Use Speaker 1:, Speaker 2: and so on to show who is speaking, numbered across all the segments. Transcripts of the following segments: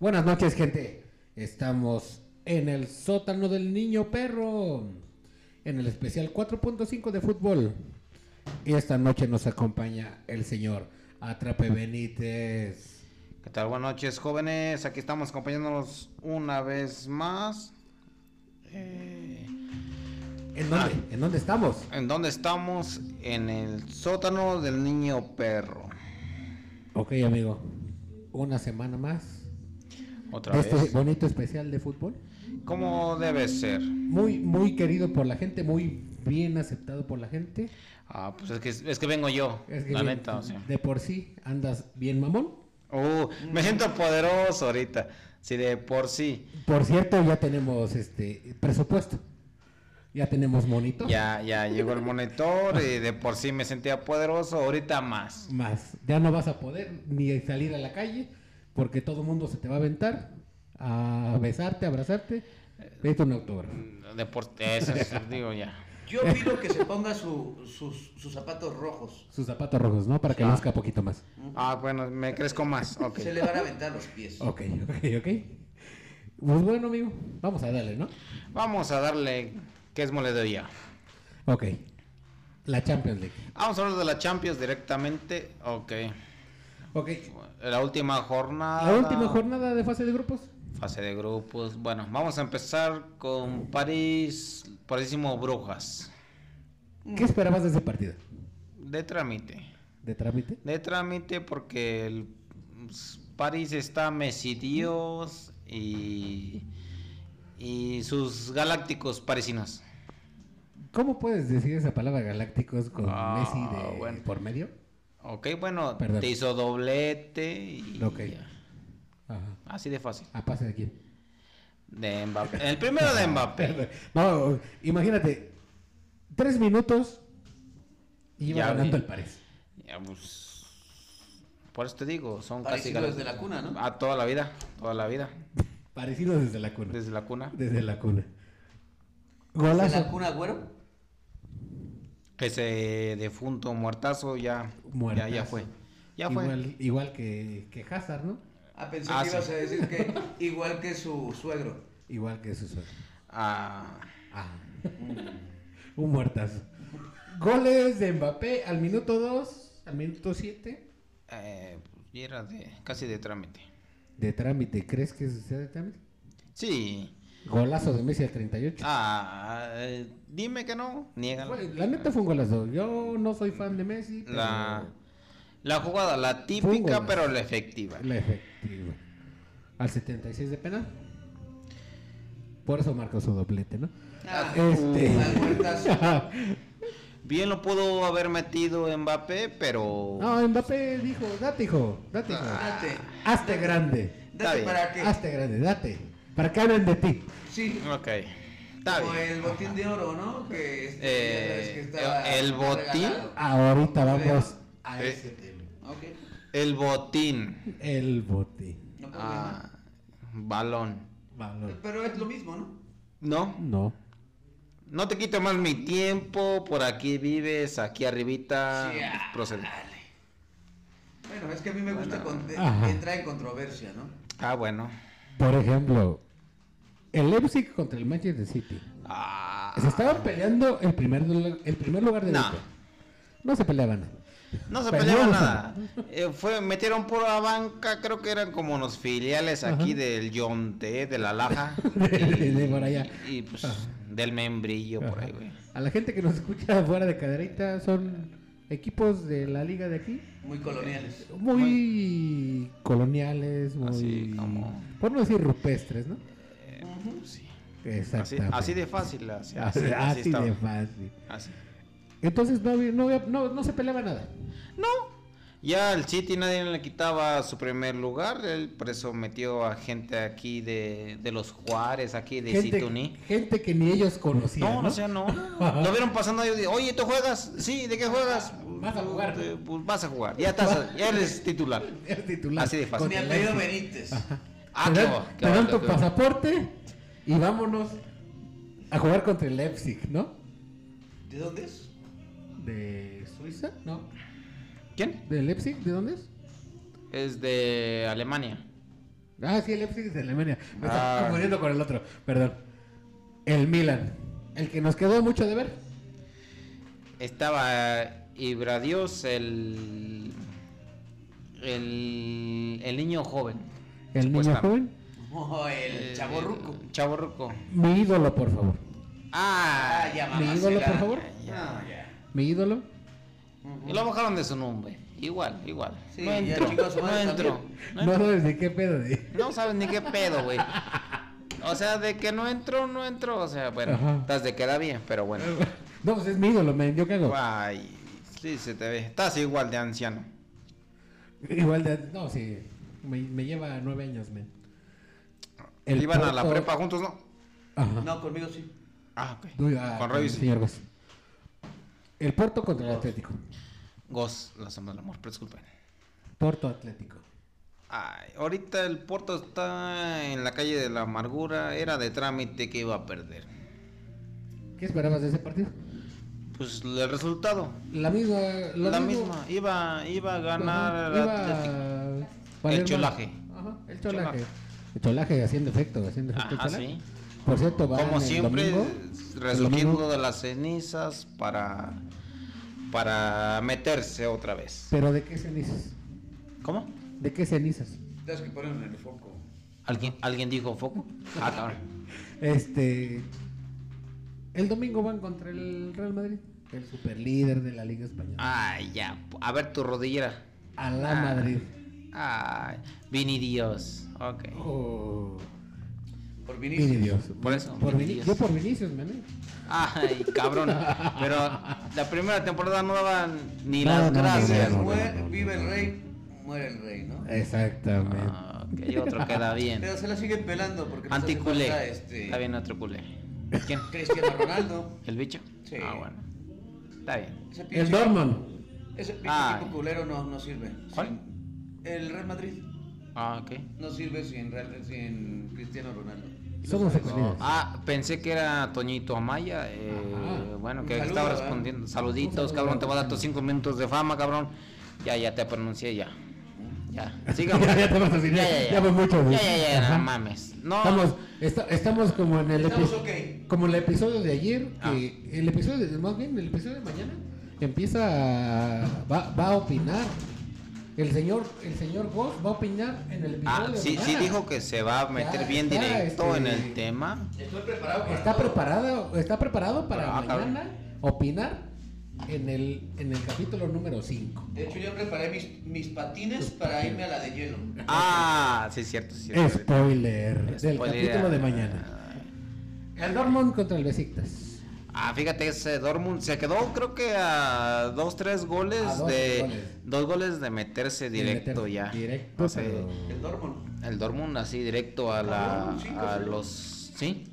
Speaker 1: Buenas noches, gente. Estamos en el sótano del niño perro, en el especial 4.5 de fútbol. Y esta noche nos acompaña el señor Atrape Benítez.
Speaker 2: ¿Qué tal? Buenas noches, jóvenes. Aquí estamos acompañándonos una vez más. Eh,
Speaker 1: ¿En dónde?
Speaker 2: Ah.
Speaker 1: ¿En dónde estamos?
Speaker 2: ¿En dónde estamos? En el sótano del niño perro.
Speaker 1: Ok, amigo. Una semana más.
Speaker 2: Otra
Speaker 1: de Este
Speaker 2: vez.
Speaker 1: bonito especial de fútbol.
Speaker 2: ¿Cómo debe ser?
Speaker 1: Muy, muy querido por la gente, muy bien aceptado por la gente.
Speaker 2: Ah, pues es que, es que vengo yo,
Speaker 1: Es que
Speaker 2: la
Speaker 1: bien,
Speaker 2: neta. O sea.
Speaker 1: De por sí andas bien mamón.
Speaker 2: Uh, me siento poderoso ahorita. Si de por sí.
Speaker 1: Por cierto, ya tenemos este presupuesto. Ya tenemos monito.
Speaker 2: Ya, ya llegó el monitor y de por sí me sentía poderoso, ahorita más.
Speaker 1: Más. Ya no vas a poder ni salir a la calle porque todo el mundo se te va a aventar a besarte, a abrazarte. Vete un autógrafo.
Speaker 2: De por eso es- digo ya.
Speaker 3: Yo pido que se ponga su- sus, sus zapatos rojos.
Speaker 1: Sus zapatos rojos, ¿no? Para que
Speaker 2: Ah.
Speaker 1: luzca poquito más.
Speaker 2: Ah, bueno, me crezco más. Ok.
Speaker 3: Se le van a aventar los pies.
Speaker 1: Ok, ok, ok. Pues bueno, amigo, vamos a darle, ¿no?
Speaker 2: Vamos a darle qué es moledoría.
Speaker 1: Ok. La Champions League.
Speaker 2: Vamos a hablar de la Champions directamente. Ok.
Speaker 1: Ok.
Speaker 2: La última jornada.
Speaker 1: La última jornada de fase de grupos.
Speaker 2: Fase de grupos. Bueno, vamos a empezar con París. Parísimo Brujas.
Speaker 1: ¿Qué esperabas de ese partido?
Speaker 2: De trámite.
Speaker 1: ¿De trámite?
Speaker 2: De trámite porque el s- París está mesidíos y, y sus galácticos parisinos.
Speaker 1: ¿Cómo puedes decir esa palabra galácticos con
Speaker 2: Ah,
Speaker 1: Messi de
Speaker 2: bueno.
Speaker 1: por medio?
Speaker 2: Ok, bueno,
Speaker 1: Perdón.
Speaker 2: te hizo doblete y
Speaker 1: Ok.
Speaker 2: ya.
Speaker 1: Ajá.
Speaker 2: así de fácil.
Speaker 1: ¿A pase de quién?
Speaker 2: De Mbappé. El primero de Mbappé.
Speaker 1: No, imagínate, tres minutos y iba
Speaker 2: Ya
Speaker 1: ganando
Speaker 2: vi.
Speaker 1: el París.
Speaker 2: Ya, pues, por eso te digo, son casi
Speaker 3: Parecido
Speaker 2: galas-
Speaker 3: desde la cuna, ¿no?
Speaker 2: Ah, toda la vida, toda la vida,
Speaker 1: Parecido desde la cuna. Desde,
Speaker 2: desde la cuna.
Speaker 1: la cuna.
Speaker 3: Desde
Speaker 1: Golazo.
Speaker 3: la cuna, güero.
Speaker 2: Ese defunto muertazo ya, ya, ya
Speaker 1: Muertazo.
Speaker 2: fue. Ya fue.
Speaker 1: Igual, igual que, que Hazard, ¿no?
Speaker 3: Ah, pensé
Speaker 2: Ah,
Speaker 3: que
Speaker 2: sí.
Speaker 3: ibas a decir que igual que su suegro.
Speaker 1: Igual que su suegro.
Speaker 2: Ah,
Speaker 1: Ah. Un muertazo. Goles de Mbappé al minuto 2, al minuto 7.
Speaker 2: eh, y era de, casi de trámite.
Speaker 1: De trámite, ¿crees que sea de trámite?
Speaker 2: Sí.
Speaker 1: Golazo de Messi al 38.
Speaker 2: Ah, eh, dime que no, niégalo.
Speaker 1: Fue- la neta fue un golazo. Yo no soy fan de Messi, pero
Speaker 2: La, la jugada, la
Speaker 1: Fue
Speaker 2: típica
Speaker 1: un golazo.
Speaker 2: pero la efectiva.
Speaker 1: la efectiva. Al 76 de penal. Por eso marcó su doblete, ¿no?
Speaker 3: Ah,
Speaker 1: Este.
Speaker 2: Eh.
Speaker 3: al muertazo.
Speaker 2: Bien lo pudo haber metido Mbappé, pero...
Speaker 1: no, Mbappé dijo, date hijo, date hijo.
Speaker 3: Ah, Date,
Speaker 1: Hazte grande.
Speaker 2: Está
Speaker 3: date
Speaker 2: bien. Ah,
Speaker 3: para que.
Speaker 1: Hazte grande, date. Para que hablen de ti.
Speaker 3: Sí,
Speaker 2: Ok. Está
Speaker 3: como
Speaker 2: bien.
Speaker 3: el botín de oro, ¿no? Que este,
Speaker 2: Eh,
Speaker 3: ya sabes que estaba
Speaker 2: el- el botín. Ah.
Speaker 3: regalado.
Speaker 1: Ahorita vamos a
Speaker 2: Eh.
Speaker 1: ese tema.
Speaker 3: Ok,
Speaker 2: El botín.
Speaker 1: El botín.
Speaker 3: no
Speaker 2: Ah,
Speaker 3: problema.
Speaker 2: balón.
Speaker 1: Valor.
Speaker 3: Pero es lo mismo, ¿no?
Speaker 2: No,
Speaker 1: No.
Speaker 2: no te quito más mi tiempo. Por aquí vives, aquí arribita.
Speaker 3: Sí, ah,
Speaker 2: Procede.
Speaker 3: Bueno, es que a mí me gusta con- de-
Speaker 1: Ajá.
Speaker 3: entrar en controversia, ¿no?
Speaker 2: Ah, bueno.
Speaker 1: Por ejemplo, el Leipzig contra el Manchester City.
Speaker 2: Ah,
Speaker 1: Se estaban peleando el primer, lu- el primer lugar de
Speaker 2: No.
Speaker 1: grupo. No se peleaban.
Speaker 2: no se
Speaker 1: Pero
Speaker 2: peleaba
Speaker 1: no, no.
Speaker 2: nada. Eh, fue, metieron por la banca. Creo que eran como los filiales aquí del Yonte, de la Laja.
Speaker 1: De por allá.
Speaker 2: Y, pues, del membrillo por ahí, güey.
Speaker 1: A la gente que nos escucha fuera de caderita son equipos de la liga de aquí.
Speaker 3: Muy coloniales.
Speaker 1: Muy, coloniales, muy...
Speaker 2: Así como-
Speaker 1: Por no decir rupestres, ¿no?
Speaker 2: Pues, sí. Así,
Speaker 1: Exactamente.
Speaker 2: así de fácil. Así, así,
Speaker 1: Así,
Speaker 2: así
Speaker 1: así de
Speaker 2: estaba.
Speaker 1: fácil.
Speaker 2: Así.
Speaker 1: Entonces no, había- no, había- no, no se peleaba nada.
Speaker 2: Ya al City nadie le quitaba su primer lugar, él por eso metió a gente aquí de, de los Juárez, aquí de
Speaker 1: gente,
Speaker 2: Situní.
Speaker 1: gente que ni ellos conocían.
Speaker 2: No,
Speaker 1: No,
Speaker 2: no sé, no. Lo vieron pasando ellos, oye, ¿tú juegas? Sí, ¿de qué juegas?
Speaker 1: Vas a jugar.
Speaker 2: "Eh, Pues vas a jugar, ya, estás, ya eres titular.
Speaker 1: El titular.
Speaker 2: Así de fácil.
Speaker 3: Mi
Speaker 1: Contra el
Speaker 3: apellido
Speaker 1: Leipzig.
Speaker 3: Benítez.
Speaker 2: Ah,
Speaker 1: te
Speaker 2: qué
Speaker 1: dan,
Speaker 2: va, qué
Speaker 1: te
Speaker 2: va,
Speaker 1: dan
Speaker 2: qué
Speaker 1: tu
Speaker 2: va.
Speaker 1: pasaporte y vámonos a jugar contra el Leipzig, ¿no?
Speaker 3: ¿De dónde es?
Speaker 1: ¿De Suiza? No.
Speaker 2: ¿Quién?
Speaker 1: ¿De Leipzig? ¿De dónde es?
Speaker 2: Es de Alemania.
Speaker 1: Ah, sí, el Leipzig es de Alemania. Me
Speaker 2: Ah.
Speaker 1: estaba confundiendo con el otro. Perdón. El Milan. El que nos quedó mucho de ver.
Speaker 2: Estaba Ibradios, el, el, el niño joven.
Speaker 1: El niño
Speaker 2: supuestamente.
Speaker 1: joven.
Speaker 3: Oh,
Speaker 2: Eh,
Speaker 3: el chavo ruco.
Speaker 2: El Chavo Ruco.
Speaker 1: Mi ídolo, por favor.
Speaker 2: Ah,
Speaker 3: Ah, ya,
Speaker 1: Mi
Speaker 3: mamá.
Speaker 1: ídolo, por favor.
Speaker 3: Ya, ya.
Speaker 1: Mi ídolo.
Speaker 2: Y lo bajaron de su nombre. Igual, igual.
Speaker 3: Sí,
Speaker 2: no
Speaker 3: ya
Speaker 2: entró.
Speaker 3: chingó a su
Speaker 2: no
Speaker 3: madre
Speaker 2: entró.
Speaker 3: también.
Speaker 2: No
Speaker 1: No sabes de qué pedo. de-
Speaker 2: No sabes ni qué pedo, güey. O sea, de que no entró, no entró. O sea, bueno,
Speaker 1: Ajá.
Speaker 2: estás de queda bien, pero bueno.
Speaker 1: No, pues es mi ídolo, men. Yo qué hago.
Speaker 2: Ay, sí, se te ve. Estás igual de anciano.
Speaker 1: Igual de. No, sí. Me, me lleva nueve años, men. El
Speaker 2: Iban a la
Speaker 1: Porto-
Speaker 2: prepa juntos, ¿no?
Speaker 1: Ajá.
Speaker 3: No, conmigo sí.
Speaker 2: Ah, ok.
Speaker 1: Uy, ah,
Speaker 2: Con Roy sí.
Speaker 1: señor Goss. El Porto contra el Atlético.
Speaker 2: Gos, la sombra del amor, pero disculpen.
Speaker 1: Porto Atlético.
Speaker 2: Ay, ahorita el Porto está en la calle de la amargura. Era de trámite que iba a perder.
Speaker 1: ¿Qué esperabas de ese partido?
Speaker 2: Pues el resultado.
Speaker 1: La misma. lo
Speaker 2: la
Speaker 1: mismo.
Speaker 2: misma. Iba, iba a
Speaker 1: Ajá,
Speaker 2: ganar el
Speaker 1: iba
Speaker 2: Atlético.
Speaker 1: a valer más.
Speaker 2: cholaje.
Speaker 1: Ajá, el
Speaker 2: Cholaje.
Speaker 1: cholaje. El cholaje haciendo efecto, haciendo efecto.
Speaker 2: Ajá,
Speaker 1: el cholaje.
Speaker 2: sí.
Speaker 1: Por cierto, va
Speaker 2: Como siempre,
Speaker 1: el domingo,
Speaker 2: resurgiendo
Speaker 1: domingo.
Speaker 2: de las cenizas para, para meterse otra vez.
Speaker 1: Pero ¿de qué cenizas?
Speaker 2: ¿Cómo?
Speaker 1: ¿De qué cenizas?
Speaker 3: Tienes que ponerlo en el foco.
Speaker 2: ¿Alguien, ¿alguien dijo foco? Ah, cabrón.
Speaker 1: Este. El domingo van contra el Real Madrid, el superlíder de la Liga Española.
Speaker 2: Ay, ya. A ver tu rodillera.
Speaker 1: A la
Speaker 2: Ah.
Speaker 1: Madrid.
Speaker 2: Ay, Vini Dios. Ok.
Speaker 1: Oh.
Speaker 3: Por
Speaker 1: Vini
Speaker 3: Vinicius.
Speaker 1: Dios.
Speaker 2: Por eso,
Speaker 1: Por
Speaker 2: Vini
Speaker 1: Vini-
Speaker 2: Dios.
Speaker 1: yo por Vinicius, man. eh.
Speaker 2: Ay, cabrón. Pero la primera temporada no daban ni
Speaker 1: No, no,
Speaker 2: las
Speaker 1: no,
Speaker 2: gracias.
Speaker 1: no, no, no.
Speaker 3: Muere- Vive el rey, muere el rey, ¿no?
Speaker 1: Exactamente.
Speaker 2: Ah, ok, otro queda Eh, bien.
Speaker 3: Pero se la siguen pelando porque les hace
Speaker 2: Anticulé.
Speaker 3: falta, este,
Speaker 2: Está bien otro culé. ¿Quién?
Speaker 3: Cristiano Ronaldo.
Speaker 2: ¿El bicho?
Speaker 3: Sí.
Speaker 2: Ah, bueno. Está bien.
Speaker 3: Ese pinche-
Speaker 1: El Dortmund.
Speaker 3: Ese pinche
Speaker 2: Ay.
Speaker 3: equipo culero no, no sirve.
Speaker 2: Ah. ¿Cuál?
Speaker 3: Sin- El Real Madrid
Speaker 2: Ah, ok.
Speaker 1: Pues
Speaker 3: no sirve sin, Real, sin Cristiano Ronaldo.
Speaker 1: Somos
Speaker 2: No.
Speaker 1: españoles.
Speaker 2: Ah, pensé que era Toñito Amaya. eh,
Speaker 1: Ajá.
Speaker 2: bueno,
Speaker 3: Un
Speaker 2: que
Speaker 3: saludo,
Speaker 2: estaba
Speaker 3: ¿verdad?
Speaker 2: respondiendo.
Speaker 1: Un saludo,
Speaker 2: Saluditos, cabrón. Te voy a dar tus cinco minutos de fama, cabrón. Ya, ya te pronuncié, ya. Ya, sigamos.
Speaker 1: Ya, ya te vas a decir, ya, ya fue mucho, güey.
Speaker 2: Ya, ya, ya,
Speaker 1: Ajá.
Speaker 2: no mames. No,
Speaker 1: Estamos, esta- estamos como en el
Speaker 3: Estamos
Speaker 1: epi-
Speaker 3: ok.
Speaker 1: como el episodio de ayer, que
Speaker 2: Ah.
Speaker 1: el episodio de, más bien el episodio de mañana empieza a- va, va a opinar. El señor el señor Goss va a opinar en el episodio
Speaker 2: ah,
Speaker 1: de
Speaker 2: sí,
Speaker 1: mañana.
Speaker 2: sí dijo que se va a meter
Speaker 1: Ya,
Speaker 2: bien
Speaker 1: ya,
Speaker 2: directo
Speaker 1: este-
Speaker 2: en el tema.
Speaker 3: Estoy preparado para
Speaker 1: está
Speaker 3: todo.
Speaker 1: preparado, está preparado para
Speaker 2: Ah, cabrón.
Speaker 1: mañana opinar en el en el capítulo número 5.
Speaker 3: De hecho, yo preparé mis, mis patines para irme a la de hielo.
Speaker 2: Ah, sí, cierto, sí, cierto.
Speaker 1: Spoiler del
Speaker 2: Spoiler.
Speaker 1: capítulo de mañana. El Dortmund contra el Besiktas.
Speaker 2: Ah, fíjate, ese Dortmund se quedó creo que a dos, tres goles
Speaker 1: A dos,
Speaker 2: de...
Speaker 1: tres goles.
Speaker 2: Dos goles de meterse directo
Speaker 1: meter-
Speaker 2: ya.
Speaker 1: Directo,
Speaker 2: O sea,
Speaker 1: pero-
Speaker 3: El Dortmund.
Speaker 2: El Dortmund así directo a la
Speaker 3: Cabrón, cinco,
Speaker 2: a
Speaker 3: cero.
Speaker 2: los sí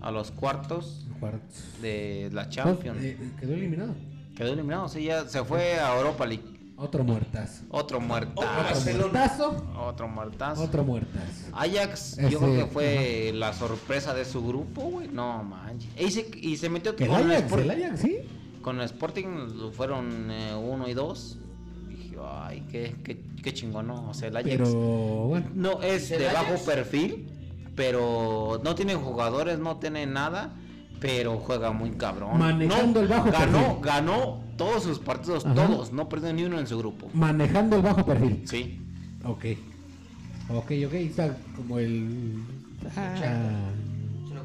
Speaker 2: a los cuartos
Speaker 1: Cuartos.
Speaker 2: de la Champions.
Speaker 1: Eh, quedó eliminado.
Speaker 2: Quedó eliminado, sí ya se fue a Europa League.
Speaker 1: Otro muertazo.
Speaker 2: Otro
Speaker 3: Ah,
Speaker 1: Otro
Speaker 2: muertazo,
Speaker 3: Barcelona.
Speaker 1: muertazo.
Speaker 2: otro muertazo.
Speaker 1: Otro muertazo.
Speaker 2: Ajax,
Speaker 1: Ese,
Speaker 2: yo creo que fue la sorpresa de su grupo, güey. No manches. Y se, y se metió
Speaker 1: El
Speaker 2: con
Speaker 1: Ajax,
Speaker 2: Sport-
Speaker 1: el Ajax, sí.
Speaker 2: Con el Sporting lo fueron eh, uno y dos. Dije, ay, qué, qué, qué chingón, ¿no? O sea, el Ajax.
Speaker 1: Pero bueno.
Speaker 2: No, es
Speaker 3: ¿El
Speaker 2: de
Speaker 3: Ajax?
Speaker 2: bajo perfil, pero no tiene jugadores, no tiene nada, pero juega muy cabrón.
Speaker 1: Manejando
Speaker 2: No,
Speaker 1: el bajo
Speaker 2: ganó,
Speaker 1: perfil.
Speaker 2: ganó todos sus partidos,
Speaker 1: Ajá.
Speaker 2: todos, no perdió ni uno en su grupo.
Speaker 1: Manejando el bajo perfil.
Speaker 2: Sí.
Speaker 1: Ok. Ok, ok. Está como el. Ah,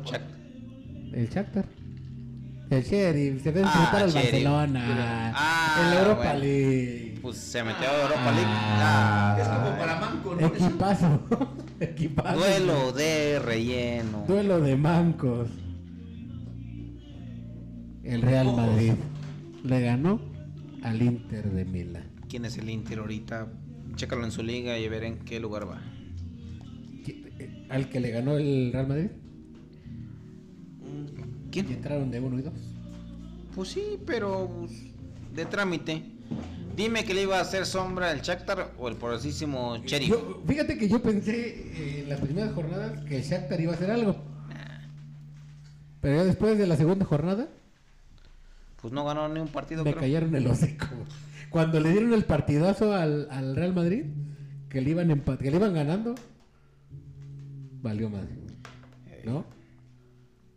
Speaker 2: Chac-
Speaker 1: el Shakhtar. El Sheriff. Se ve
Speaker 2: Ah,
Speaker 1: enfrentar al
Speaker 2: Sheriff.
Speaker 1: Barcelona.
Speaker 2: Ah,
Speaker 1: el Europa
Speaker 2: bueno.
Speaker 1: League.
Speaker 2: Pues se metió a Europa League.
Speaker 1: Ah.
Speaker 3: Es como
Speaker 2: Ay.
Speaker 3: para Manco, ¿no?
Speaker 1: Equipazo. Equipazo.
Speaker 2: Duelo de relleno.
Speaker 1: Duelo de mancos. El Real Madrid le ganó al Inter de Milán.
Speaker 2: ¿Quién es el Inter ahorita? Chécalo en su liga y ver en qué lugar va.
Speaker 1: ¿Qui- eh, ¿Al que le ganó el Real Madrid? Y
Speaker 2: ¿Quién?
Speaker 1: entraron de uno y dos.
Speaker 2: Pues sí, pero pues, de trámite. Dime que le iba a hacer sombra el Shakhtar o el porosísimo Cherry.
Speaker 1: Yo- fíjate que yo pensé eh, en las primeras jornadas que el Shakhtar iba a hacer algo. Pero ya después de la segunda jornada
Speaker 2: Pues no ganó ni un partido,
Speaker 1: me
Speaker 2: creo.
Speaker 1: callaron el hocico. Cuando le dieron el partidazo al, al Real Madrid, que le iban empat- que le iban ganando, valió madre. ¿No?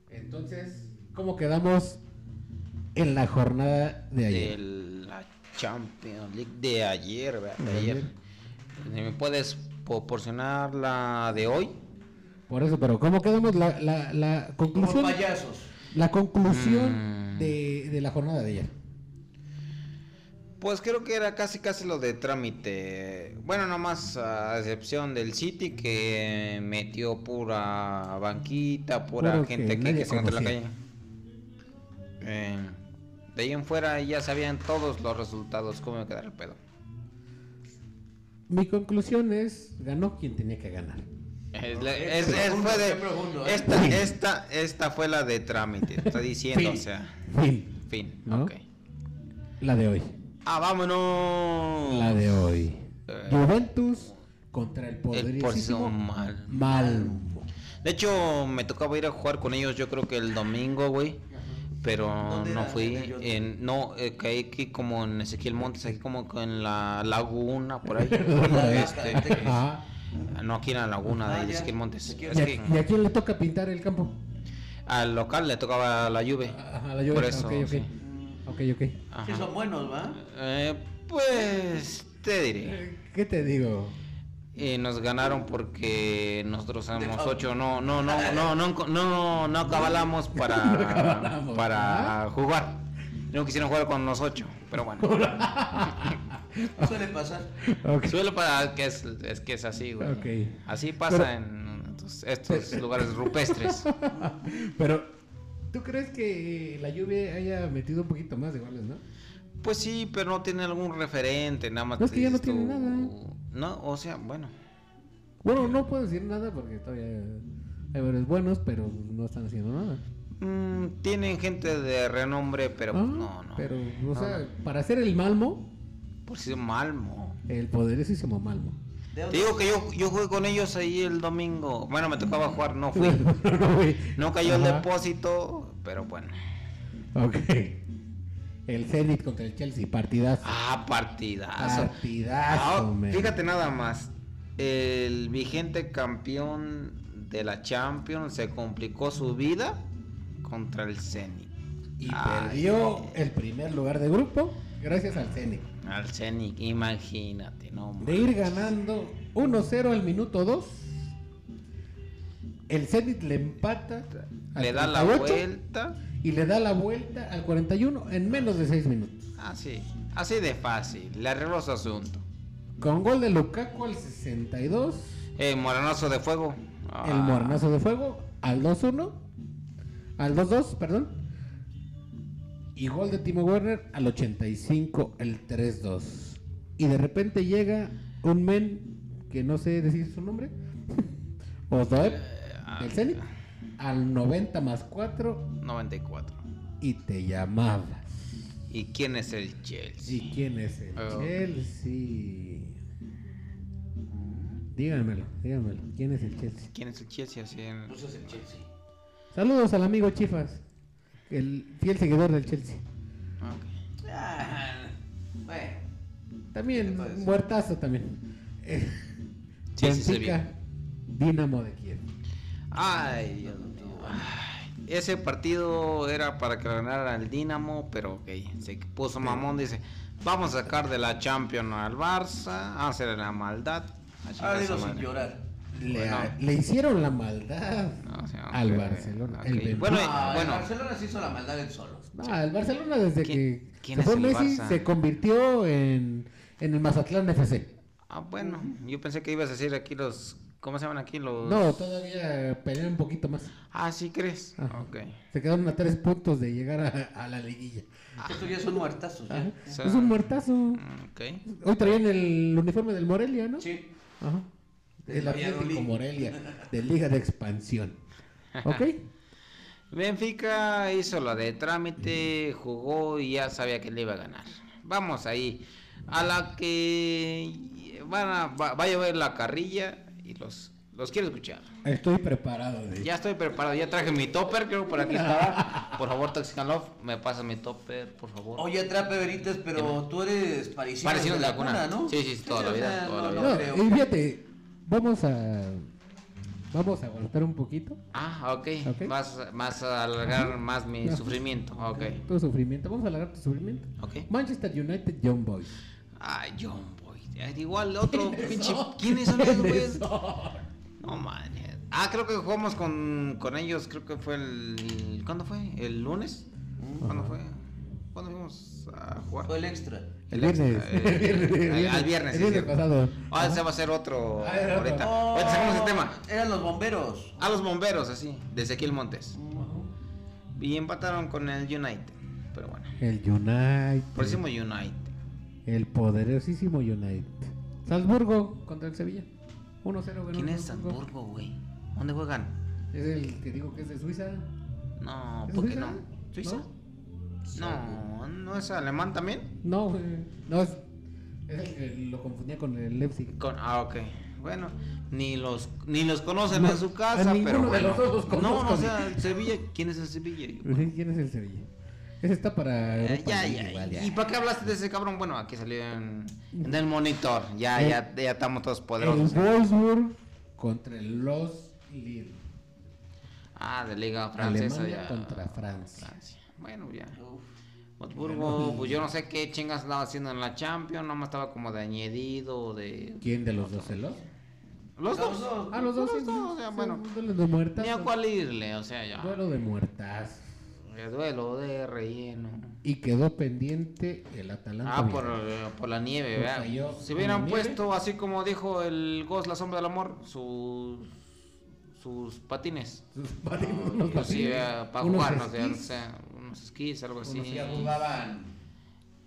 Speaker 1: Entonces, ¿cómo quedamos en la jornada de
Speaker 2: de
Speaker 1: ayer?
Speaker 2: la Champions League de ayer, ¿verdad? De
Speaker 1: De
Speaker 2: ayer.
Speaker 1: ayer.
Speaker 2: ¿Me puedes proporcionar la de hoy?
Speaker 1: Por eso, pero ¿cómo quedamos la, la, la
Speaker 3: Como
Speaker 1: conclusión?
Speaker 3: payasos.
Speaker 1: La conclusión
Speaker 2: Mm.
Speaker 1: de, de la jornada de ayer.
Speaker 2: Pues creo que era casi casi lo de trámite. Bueno, nomás a excepción del City que metió pura banquita, pura
Speaker 1: Puro que
Speaker 2: gente que,
Speaker 1: nadie
Speaker 2: que se encontró en la
Speaker 1: conocía.
Speaker 2: calle. Eh, de ahí en fuera ya sabían todos los resultados, cómo iba a quedar el pedo.
Speaker 1: Mi conclusión es, ganó quien tenía que ganar.
Speaker 2: Es la-
Speaker 3: Qué
Speaker 2: es- es-
Speaker 3: profundo,
Speaker 2: fue de-
Speaker 3: qué profundo, ¿eh?
Speaker 2: esta, esta, esta fue la de trámite, está diciendo, o sea,
Speaker 1: Fin.
Speaker 2: fin,
Speaker 1: ¿No?
Speaker 2: ok.
Speaker 1: La de hoy.
Speaker 2: Ah, vámonos.
Speaker 1: La de hoy.
Speaker 2: Eh.
Speaker 1: Juventus contra el
Speaker 2: el porción
Speaker 1: poderísimo
Speaker 2: mal.
Speaker 1: Malmo.
Speaker 2: De hecho, me tocaba ir a jugar con ellos, yo creo que el domingo, güey. Pero
Speaker 3: ¿Dónde
Speaker 2: no
Speaker 3: era?
Speaker 2: fui.
Speaker 3: ¿Dónde yo?
Speaker 2: en- no, eh, caí aquí como en Ezequiel Montes, aquí como que en la laguna, por ahí. Este,
Speaker 1: Ajá.
Speaker 2: no, aquí en la laguna
Speaker 3: Ah,
Speaker 2: de
Speaker 3: ya.
Speaker 2: Ezequiel Montes.
Speaker 3: Ezequiel.
Speaker 2: Es
Speaker 1: ¿Y a,
Speaker 2: que
Speaker 1: y a quién le toca pintar el campo?
Speaker 2: al local le tocaba la lluvia.
Speaker 1: A a la lluvia.
Speaker 2: Por eso.
Speaker 1: ok, ok.
Speaker 2: sí.
Speaker 1: Ok, ok.
Speaker 2: Ajá.
Speaker 3: Sí, son buenos, ¿va?
Speaker 2: Eh, pues te diré.
Speaker 1: Eh, ¿Qué te digo?
Speaker 2: Eh, nos ganaron porque nosotros éramos
Speaker 3: Dejado.
Speaker 2: ocho, no, no, no, no, no, enco- no, no acabalamos para,
Speaker 1: acabalamos,
Speaker 2: para jugar. No quisieron jugar con los ocho, pero bueno.
Speaker 3: Suele pasar.
Speaker 1: Ok.
Speaker 2: Suele para que es, es que es así, güey.
Speaker 1: Ok.
Speaker 2: Así pasa
Speaker 1: Pero-
Speaker 2: en estos, estos lugares rupestres.
Speaker 1: Pero, ¿tú crees que la lluvia haya metido un poquito más de goles, no?
Speaker 2: Pues sí, pero no tiene algún referente, nada más.
Speaker 1: No, es que
Speaker 2: te
Speaker 1: ya no
Speaker 2: dices
Speaker 1: tiene
Speaker 2: tú,
Speaker 1: nada. ¿eh?
Speaker 2: No, o sea, bueno.
Speaker 1: Bueno, no puedo decir nada porque todavía hay varios buenos, pero no están haciendo nada.
Speaker 2: Mm, tienen gente de renombre, pero pues
Speaker 1: Ah,
Speaker 2: no, no.
Speaker 1: Pero, o
Speaker 2: No,
Speaker 1: sea,
Speaker 2: no.
Speaker 1: para hacer el Malmo,
Speaker 2: Por si es Malmo.
Speaker 1: el poderosísimo Malmo.
Speaker 3: ¿De
Speaker 2: Te
Speaker 3: dónde?
Speaker 2: digo que yo, yo jugué con ellos ahí el domingo. Bueno, me tocaba jugar, no fui.
Speaker 1: No, güey.
Speaker 2: No cayó el
Speaker 1: Ajá.
Speaker 2: depósito, pero bueno.
Speaker 1: Ok. El Zenit contra el Chelsea, partidazo.
Speaker 2: Ah, partidazo.
Speaker 1: partidazo,
Speaker 2: Ah,
Speaker 1: men.
Speaker 2: fíjate nada más. El vigente campeón de la Champions se complicó su vida contra el Zenit.
Speaker 1: Y
Speaker 2: Ay,
Speaker 1: perdió el primer lugar de grupo gracias al Zenit.
Speaker 2: Al Zenit, imagínate, no.
Speaker 1: De ir ganando 1-0 al minuto 2. El Zenit le empata. al
Speaker 2: Le da la
Speaker 1: 38,
Speaker 2: vuelta.
Speaker 1: Y le da la vuelta al 41 en menos de 6 minutos.
Speaker 2: Así, Ah, así de fácil. Le arregló su asunto.
Speaker 1: Con gol de Lukaku al 62.
Speaker 2: El moranazo Eh, de fuego. Ah,
Speaker 1: El mornazo de fuego al 2-1. Al 2-2, perdón. Y gol de Timo Werner al 85, el 3-2. Y de repente llega un men que no sé decir su nombre. Osdoeb,
Speaker 2: eh, Ah.
Speaker 1: del Zenit. Al 90 más 4
Speaker 2: 94.
Speaker 1: y te llamaba.
Speaker 2: ¿Y quién es el Chelsea?
Speaker 1: ¿Y quién es el
Speaker 2: Ah, ok.
Speaker 1: Chelsea? Díganmelo, díganmelo. ¿Quién es el Chelsea?
Speaker 2: ¿Quién es el Chelsea? Así en-
Speaker 3: Pues es el Chelsea.
Speaker 1: Saludos al amigo Chifas, el fiel seguidor del Chelsea.
Speaker 2: Ah, ok.
Speaker 3: Ah, bueno. ¿Qué
Speaker 1: También,
Speaker 3: te parece?
Speaker 1: muertazo también. Eh,
Speaker 2: Sí, sí, se
Speaker 1: Benfica, Dinamo de Kiev.
Speaker 2: Ay, Dios mío. Ay, Ese partido era para que ganara el Dinamo, pero ok. Se puso mamón, dice, vamos a sacar de la Champions al Barça, hacer la maldad. a chingar
Speaker 3: Ahora
Speaker 2: a
Speaker 3: digo
Speaker 2: su
Speaker 3: sin
Speaker 2: madre".
Speaker 3: llorar.
Speaker 1: Le,
Speaker 2: Bueno.
Speaker 1: le hicieron la maldad
Speaker 2: No, o sea,
Speaker 1: al
Speaker 2: ok,
Speaker 1: Barcelona.
Speaker 2: ok.
Speaker 1: El Benfica.
Speaker 2: Bueno, eh,
Speaker 3: Ah,
Speaker 2: bueno.
Speaker 3: el Barcelona se hizo la maldad él solo.
Speaker 1: Ah, el Barcelona desde
Speaker 2: ¿Quién-
Speaker 1: que
Speaker 2: quién
Speaker 1: se
Speaker 2: es
Speaker 1: fue
Speaker 2: el
Speaker 1: Messi
Speaker 2: Barça?
Speaker 1: se convirtió en, en el Mazatlán FC.
Speaker 2: Ah, bueno, yo pensé que ibas a decir aquí los... ¿Cómo se llaman aquí los...?
Speaker 1: No, todavía pelearon un poquito más.
Speaker 2: Ah, ¿sí crees?
Speaker 1: Ajá.
Speaker 2: Ok.
Speaker 1: Se quedaron a tres puntos de llegar a, a la liguilla.
Speaker 2: Ah.
Speaker 3: Estos ya son muertazos. ya.
Speaker 1: Ajá.
Speaker 2: sea-
Speaker 1: Es un muertazo.
Speaker 2: Mm, Ok.
Speaker 1: Hoy traían el uniforme del Morelia, ¿no?
Speaker 3: Sí.
Speaker 1: Ajá.
Speaker 3: Del
Speaker 1: El Atlético
Speaker 3: Valladolid.
Speaker 1: Morelia, de Liga de Expansión. ¿Ok?
Speaker 2: Benfica hizo lo de trámite, jugó y ya sabía que le iba a ganar. Vamos ahí. A la que van a, va, va a llover la carrilla y los, los quiero escuchar.
Speaker 1: Estoy preparado. De...
Speaker 2: Ya estoy preparado, ya traje mi topper, creo que por aquí estaba. Por favor, Toxican Love, me pasa mi topper, por favor.
Speaker 3: Oye, Trape Veritas, pero tú eres parisino,
Speaker 2: Parisino
Speaker 3: de la cuna, ¿no?
Speaker 2: Sí, sí, sí, toda la
Speaker 3: o sea,
Speaker 2: vida, toda la
Speaker 3: no,
Speaker 2: vida.
Speaker 3: no
Speaker 1: No,
Speaker 3: creo.
Speaker 1: y fíjate, vamos a, Vamos a aguantar un poquito.
Speaker 2: Ah, ok.
Speaker 1: Ok.
Speaker 2: Vas, vas a alargar más mi
Speaker 1: Ajá.
Speaker 2: sufrimiento. Ok.
Speaker 1: Tu sufrimiento. Vamos a alargar tu sufrimiento.
Speaker 2: Ok.
Speaker 1: Manchester United Young Boys.
Speaker 2: Ay, John Boy. Ay, Igual otro pinche. ¿Quiénes son esos güeyes? No mames. Ah, creo que jugamos con, con ellos. Creo que fue el. ¿Cuándo fue? ¿El lunes? ¿Cuándo fue? ¿Cuándo fuimos a jugar?
Speaker 3: Fue el extra.
Speaker 1: El viernes.
Speaker 2: El viernes. Ah,
Speaker 1: El
Speaker 2: el viernes, sí,
Speaker 1: viernes
Speaker 2: cierto.
Speaker 1: pasado.
Speaker 2: Ah, ese va a ser otro.
Speaker 1: Ah, era otro.
Speaker 2: ahorita.
Speaker 3: Oh,
Speaker 2: Ahorita sacamos el tema.
Speaker 3: Eran los bomberos.
Speaker 2: A los bomberos, así. De Ezequiel Montes. Y empataron con el United. Pero bueno.
Speaker 1: El United.
Speaker 2: Por eso decimos United.
Speaker 1: El poderosísimo United. Salzburgo contra el Sevilla. 1-0 ganó
Speaker 2: ¿Quién
Speaker 1: el
Speaker 2: es Hamburgo, güey? ¿Dónde juegan?
Speaker 1: Es el que digo que es de Suiza.
Speaker 2: No,
Speaker 1: ¿Es
Speaker 2: ¿por qué
Speaker 1: Suiza?
Speaker 2: no? ¿Suiza? No, no es alemán también.
Speaker 1: No, eh, no es, es el que lo confundía con el Leipzig.
Speaker 2: Con, ah, ok. Bueno, ni los ni los conocen
Speaker 1: No,
Speaker 2: en su
Speaker 1: a
Speaker 2: casa,
Speaker 1: ninguno
Speaker 2: pero
Speaker 1: de
Speaker 2: bueno.
Speaker 1: los dos los
Speaker 2: no, no,
Speaker 1: conozco.
Speaker 2: o sea, el Sevilla, ¿quién es el Sevilla? Yo,
Speaker 1: Sí, ¿Quién es el Sevilla? Ese está para.
Speaker 2: Eh,
Speaker 1: Europa
Speaker 2: ya,
Speaker 1: League
Speaker 2: ya,
Speaker 1: igual,
Speaker 2: ¿Y para qué hablaste de ese cabrón? Bueno, aquí salió en, en el monitor. Ya,
Speaker 1: Eh,
Speaker 2: ya, ya estamos todos
Speaker 1: El
Speaker 2: poderosos.
Speaker 1: Wolfsburg contra el Los Lille.
Speaker 2: Ah, de Liga Francesa
Speaker 1: Alemania
Speaker 2: ya.
Speaker 1: contra Francia.
Speaker 2: Francia. Bueno, ya.
Speaker 3: Uf.
Speaker 2: Wolfsburgo, pues yo no sé qué chingas estaba haciendo en la Champions, nomás estaba como de añadido, de...
Speaker 1: ¿Quién de los dos se los?
Speaker 2: Los
Speaker 3: Los
Speaker 2: dos.
Speaker 3: dos.
Speaker 1: Ah, los dos.
Speaker 2: Los
Speaker 1: sí,
Speaker 2: dos,
Speaker 1: sí,
Speaker 2: o sea,
Speaker 1: sí,
Speaker 2: bueno.
Speaker 1: un duelo de muertas.
Speaker 2: Ni a cuál irle, o sea, ya.
Speaker 1: Duelo de muertas.
Speaker 2: El duelo de relleno.
Speaker 1: Y quedó pendiente el Atalanta.
Speaker 2: Ah, por,
Speaker 1: Villarreal.
Speaker 2: por la nieve,
Speaker 1: Pues
Speaker 2: ¿verdad?
Speaker 1: cayó
Speaker 2: Si
Speaker 1: con
Speaker 2: hubieran
Speaker 1: la nieve.
Speaker 2: puesto, así como dijo el Ghost, la sombra del amor, sus, sus patines.
Speaker 1: Sus patines, unos
Speaker 2: Pues sí,
Speaker 1: patines,
Speaker 2: ¿verdad? para
Speaker 1: unos
Speaker 2: jugar, no sé,
Speaker 1: esquís,
Speaker 2: o sea, unos esquís, algo así.
Speaker 3: Unos ya jugaban.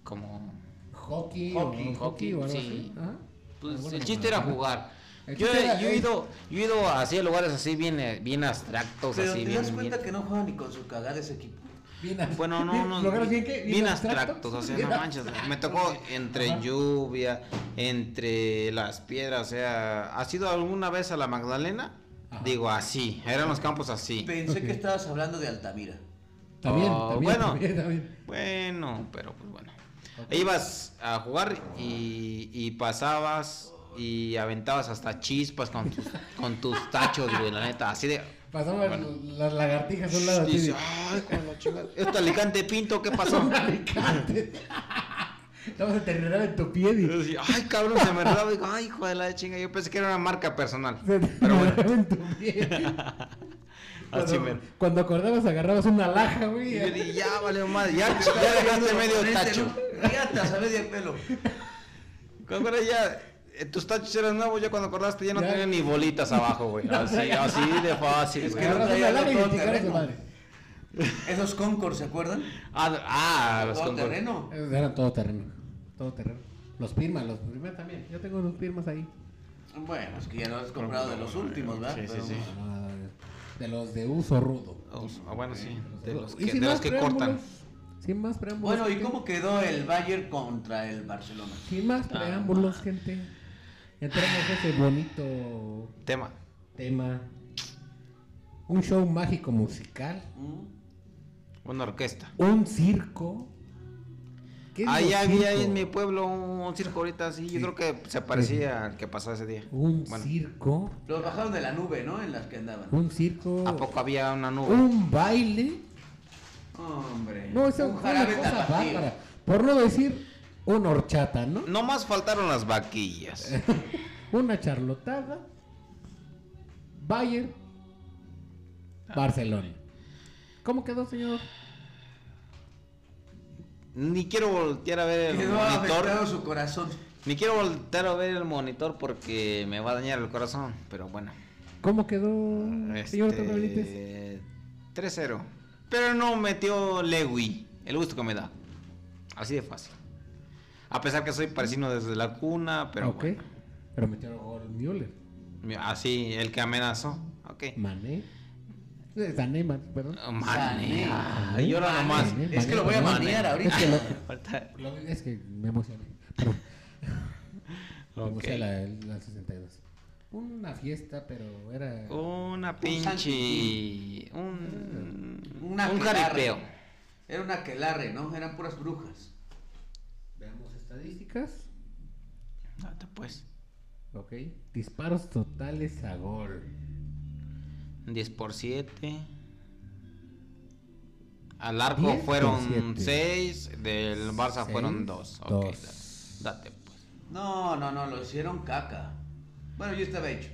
Speaker 2: Como...
Speaker 1: Hockey,
Speaker 3: Hockey,
Speaker 1: o,
Speaker 2: hockey,
Speaker 1: hockey o algo
Speaker 2: sí.
Speaker 1: así. Ajá.
Speaker 2: Pues
Speaker 1: Alguna
Speaker 2: el chiste era
Speaker 1: mamada.
Speaker 2: jugar.
Speaker 1: El
Speaker 2: Yo,
Speaker 1: chiste era-
Speaker 2: yo he ido, yo he ido así a lugares así bien, eh, bien abstractos,
Speaker 3: Pero
Speaker 2: así
Speaker 3: te
Speaker 2: bien,
Speaker 3: das cuenta
Speaker 2: bien-
Speaker 3: que no juegan ni con su cagada ese equipo.
Speaker 1: Bien ab-
Speaker 2: Bueno, no,
Speaker 1: bien-
Speaker 2: no,
Speaker 1: ¿logras
Speaker 2: bien,
Speaker 1: bien qué?
Speaker 2: bien abstractos, o sea,
Speaker 1: Bien
Speaker 2: no manches.
Speaker 1: abstractos.
Speaker 2: Me tocó entre
Speaker 1: Ajá.
Speaker 2: lluvia, entre las piedras, o sea, ¿has ido alguna vez a la Magdalena?
Speaker 1: Ajá.
Speaker 2: Digo, así, eran los campos así.
Speaker 3: Pensé que estabas hablando de Altamira.
Speaker 1: También,
Speaker 2: Oh,
Speaker 1: también,
Speaker 2: bueno.
Speaker 1: también, también.
Speaker 2: Bueno, pero pues bueno. Ibas a jugar y, y pasabas y aventabas hasta chispas con tus, con tus tachos, güey, la neta, así de...
Speaker 1: Pasaban
Speaker 2: Bueno.
Speaker 1: las lagartijas a un lado así
Speaker 2: Dice,
Speaker 1: de-
Speaker 2: "Ay, con la chingada. Este Alicante Pinto, ¿qué pasó?
Speaker 1: Estabas aterrizando en tu pie
Speaker 2: Y
Speaker 1: y
Speaker 2: yo decía, Ay, cabrón, se me enredaba. Digo, ay, hijo de la chinga. Yo pensé que era una marca personal.
Speaker 1: se
Speaker 2: Pero bueno,
Speaker 1: aterrizaba en tu pie.
Speaker 2: así me.
Speaker 1: Cuando, cuando acordabas agarrabas una laja,
Speaker 2: Y
Speaker 1: güey.
Speaker 2: yo dije, ya, vale, madre. Ya, ya dejaste medio tacho.
Speaker 3: Fíjate, este, a medio pelo.
Speaker 2: Cuando era ya. eh, Tus tachos eran nuevos, ya cuando acordaste ya no
Speaker 1: Ya.
Speaker 2: tenían ni bolitas abajo, güey. Así, así de fácil.
Speaker 1: Es que
Speaker 2: güey.
Speaker 1: agarrabas
Speaker 3: traía
Speaker 1: una laja y
Speaker 3: todo
Speaker 1: te cagaras de
Speaker 3: terreno.
Speaker 1: madre.
Speaker 3: Esos Concord, ¿se acuerdan?
Speaker 2: Ah, ah, los
Speaker 3: Todo
Speaker 2: con-
Speaker 3: terreno.
Speaker 1: Esos Eran todo terreno. Todo terreno. Los Pirmas, los Pirmas también. Yo tengo unos Pirmas ahí.
Speaker 3: Bueno, es que ya lo has comprado de los últimos, ¿verdad?
Speaker 2: Sí, sí,
Speaker 3: Pero-
Speaker 2: sí.
Speaker 1: Ah, De los de uso rudo.
Speaker 2: Oh, ah, bueno, sí. De los
Speaker 1: Y
Speaker 2: que,
Speaker 1: sin
Speaker 2: de los
Speaker 1: más
Speaker 2: que
Speaker 1: preámbulos,
Speaker 2: cortan.
Speaker 1: Sin más preámbulos.
Speaker 3: Bueno, ¿y
Speaker 1: gente.
Speaker 3: cómo quedó el Bayern contra el Barcelona?
Speaker 1: Sin más
Speaker 2: Ah,
Speaker 1: preámbulos, gente. Entramos a ese bonito
Speaker 2: Tema.
Speaker 1: tema. Un show mágico musical.
Speaker 3: ¿Mm?
Speaker 2: Una orquesta.
Speaker 1: Un circo. ¿Qué es
Speaker 2: Ahí
Speaker 1: un
Speaker 2: había
Speaker 1: circo?
Speaker 2: en mi pueblo un circo ahorita así. Yo
Speaker 1: Sí. Uh.
Speaker 2: creo que se parecía al que pasó ese día.
Speaker 1: Un
Speaker 2: Bueno,
Speaker 1: circo.
Speaker 2: Ah.
Speaker 3: Los bajaron de la nube, ¿no? En las que andaban.
Speaker 2: Uh.
Speaker 1: Un circo.
Speaker 2: ¿A poco había una nube?
Speaker 1: Un baile.
Speaker 3: Hombre.
Speaker 1: No, esa fue una cosa
Speaker 3: tapatío.
Speaker 1: bárbara. Por no decir una horchata, ¿no?
Speaker 2: Nomás faltaron las vaquillas.
Speaker 1: Una charlotada. Bayern.
Speaker 2: Ah.
Speaker 1: Barcelona. ¿Cómo quedó, señor?
Speaker 2: Ni quiero voltear a ver el
Speaker 3: Quedó afectado
Speaker 2: monitor.
Speaker 3: su corazón.
Speaker 2: Ni quiero voltear a ver el monitor porque me va a dañar el corazón. Pero bueno.
Speaker 1: ¿Cómo quedó, Mm, señor Tata Benítez?
Speaker 2: Este... 3-0. Pero no metió Lewy. El gusto que me da. Así de fácil. A pesar que soy parisino desde la cuna, pero
Speaker 1: Ok. Pero metió gol Müller.
Speaker 2: bueno. Así, el que amenazó. Ok.
Speaker 1: Mané. Eh, Sané, man- perdón.
Speaker 2: Mané.
Speaker 3: Sané.
Speaker 2: Ay, Yo ahora
Speaker 3: Mané.
Speaker 2: nomás.
Speaker 1: Mané,
Speaker 3: Es que lo voy a
Speaker 1: Mané.
Speaker 3: manear ahorita.
Speaker 1: Es que lo-
Speaker 2: Ahorita-
Speaker 1: Lo- es que me emocioné. Perdón. Me
Speaker 2: Ok.
Speaker 1: emocioné la, la 62. Una fiesta, pero era.
Speaker 2: Oh. Una pinche. Un.
Speaker 3: Una
Speaker 2: un
Speaker 3: aquelarre.
Speaker 2: jaripeo.
Speaker 3: Era una quelarre, ¿no? Eran puras brujas.
Speaker 1: Veamos estadísticas.
Speaker 2: Date, pues.
Speaker 1: Ok. Disparos totales a gol.
Speaker 2: 10 por 7. Al arco
Speaker 1: 10 por
Speaker 2: fueron
Speaker 1: siete.
Speaker 2: 6, del Barça
Speaker 1: Seis,
Speaker 2: fueron 2. Ok,
Speaker 1: dos.
Speaker 2: date, date, pues.
Speaker 3: No, no, no, lo hicieron caca. Bueno, yo estaba hecho.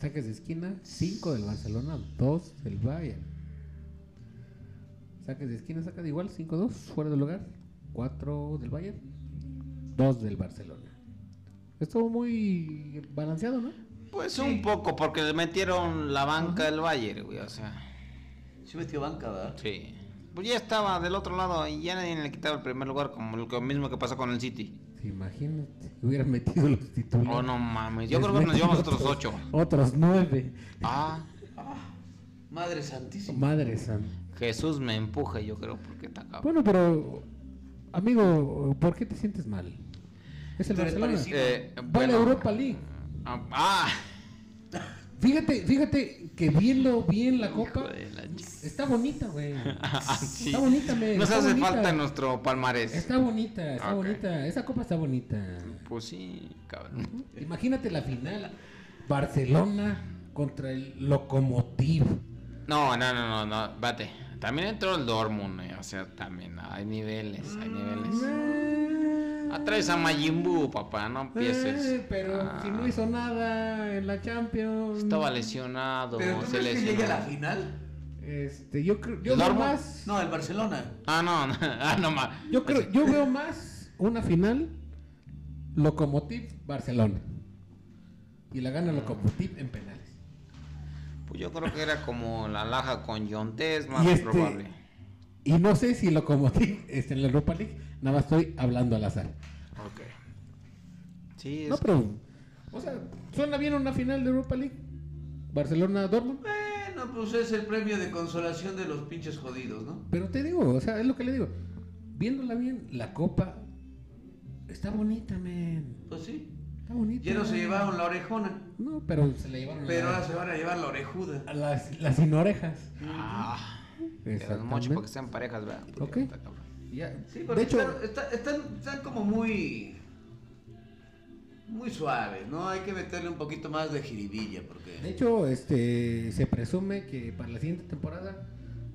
Speaker 1: Saques de esquina, 5 del Barcelona, 2 del Bayern. Saques de esquina, saca de igual, 5-2, fuera del lugar, 4 del Bayern, 2 del Barcelona. Estuvo muy balanceado, ¿no?
Speaker 2: Pues un poco, porque le metieron la banca del Bayern, güey, o sea.
Speaker 3: Sí metió banca, ¿verdad?
Speaker 2: Sí. Pues ya estaba del otro lado y ya nadie le quitaba el primer lugar, como lo que- mismo que pasó con el City.
Speaker 1: Imagínate, hubieran metido los titulares.
Speaker 2: Oh, no mames.
Speaker 1: Pues
Speaker 2: Yo creo que nos llevamos otros 8.
Speaker 1: Otros 9.
Speaker 2: Ah,
Speaker 3: Madre santísima.
Speaker 1: Madre santa.
Speaker 2: Jesús me empuje, yo creo, porque está cabrón.
Speaker 1: Bueno, pero, amigo, ¿por qué te sientes mal? Es el
Speaker 3: Tú eres
Speaker 1: Barcelona.
Speaker 3: parecido.
Speaker 2: Eh,
Speaker 1: Pues Va a la
Speaker 2: bueno.
Speaker 1: Europa League.
Speaker 2: Ah, ah.
Speaker 1: Fíjate, fíjate que viendo bien la copa,
Speaker 2: de la
Speaker 1: está bonita, güey.
Speaker 2: Ah, sí.
Speaker 1: Está bonita, men,
Speaker 2: Nos
Speaker 1: está
Speaker 2: hace
Speaker 1: bonita.
Speaker 2: falta nuestro palmarés.
Speaker 1: Está bonita, está
Speaker 2: Ok.
Speaker 1: bonita. Esa copa está bonita.
Speaker 2: Pues sí, cabrón.
Speaker 1: Imagínate la final. Barcelona contra el Lokomotiv.
Speaker 2: No, no, no, no, no, vate. También entró el Dortmund, eh, o sea, también hay niveles, hay niveles.
Speaker 1: Mm.
Speaker 2: Atraes a Majin Buu, papá, no empieces.
Speaker 1: Eh, pero
Speaker 2: Ah,
Speaker 1: si no hizo nada en la Champions.
Speaker 2: Estaba lesionado,
Speaker 3: ¿Pero tú
Speaker 2: se
Speaker 3: crees que llegue a la
Speaker 2: lesionó.
Speaker 3: final?
Speaker 1: Este, yo creo, yo
Speaker 2: ¿El
Speaker 1: veo
Speaker 2: Dortmund?
Speaker 1: más.
Speaker 3: No, el Barcelona.
Speaker 2: Ah, no, no, ah, no más.
Speaker 1: Yo creo, yo veo más una final Lokomotiv Barcelona. Y la gana Lokomotiv en penales.
Speaker 2: Pues yo creo que era como la laja con Yontes, más
Speaker 1: Y este-
Speaker 2: probable.
Speaker 1: Y no sé si Lokomotiv está en la Europa League, nada más estoy hablando al azar.
Speaker 2: Ok. Sí, es
Speaker 1: No, pues, pero o sea, suena bien una final de Europa League. Barcelona Dortmund,
Speaker 3: Bueno, pues es el premio de consolación de los pinches jodidos, ¿no?
Speaker 1: pero te digo, o sea, es lo que le digo. Viéndola bien, la copa está bonita, men.
Speaker 3: Pues sí.
Speaker 1: Está bonita.
Speaker 3: Ya no se llevaron la orejona,
Speaker 1: No, pero se la llevaron
Speaker 3: pero
Speaker 1: a-
Speaker 3: ahora se van a llevar la orejuda.
Speaker 1: a las, las sin orejas.
Speaker 2: Ah, es mucho porque están parejas, ¿verdad? Porque
Speaker 1: Ok.
Speaker 2: está cabrón.
Speaker 1: Ya,
Speaker 3: Sí,
Speaker 1: de
Speaker 3: porque
Speaker 1: hecho,
Speaker 3: están, está- están- están como muy. Muy suaves, ¿no? Hay que meterle un poquito más de jiribilla,
Speaker 1: de
Speaker 3: porque.
Speaker 1: hecho, este se presume que para la siguiente temporada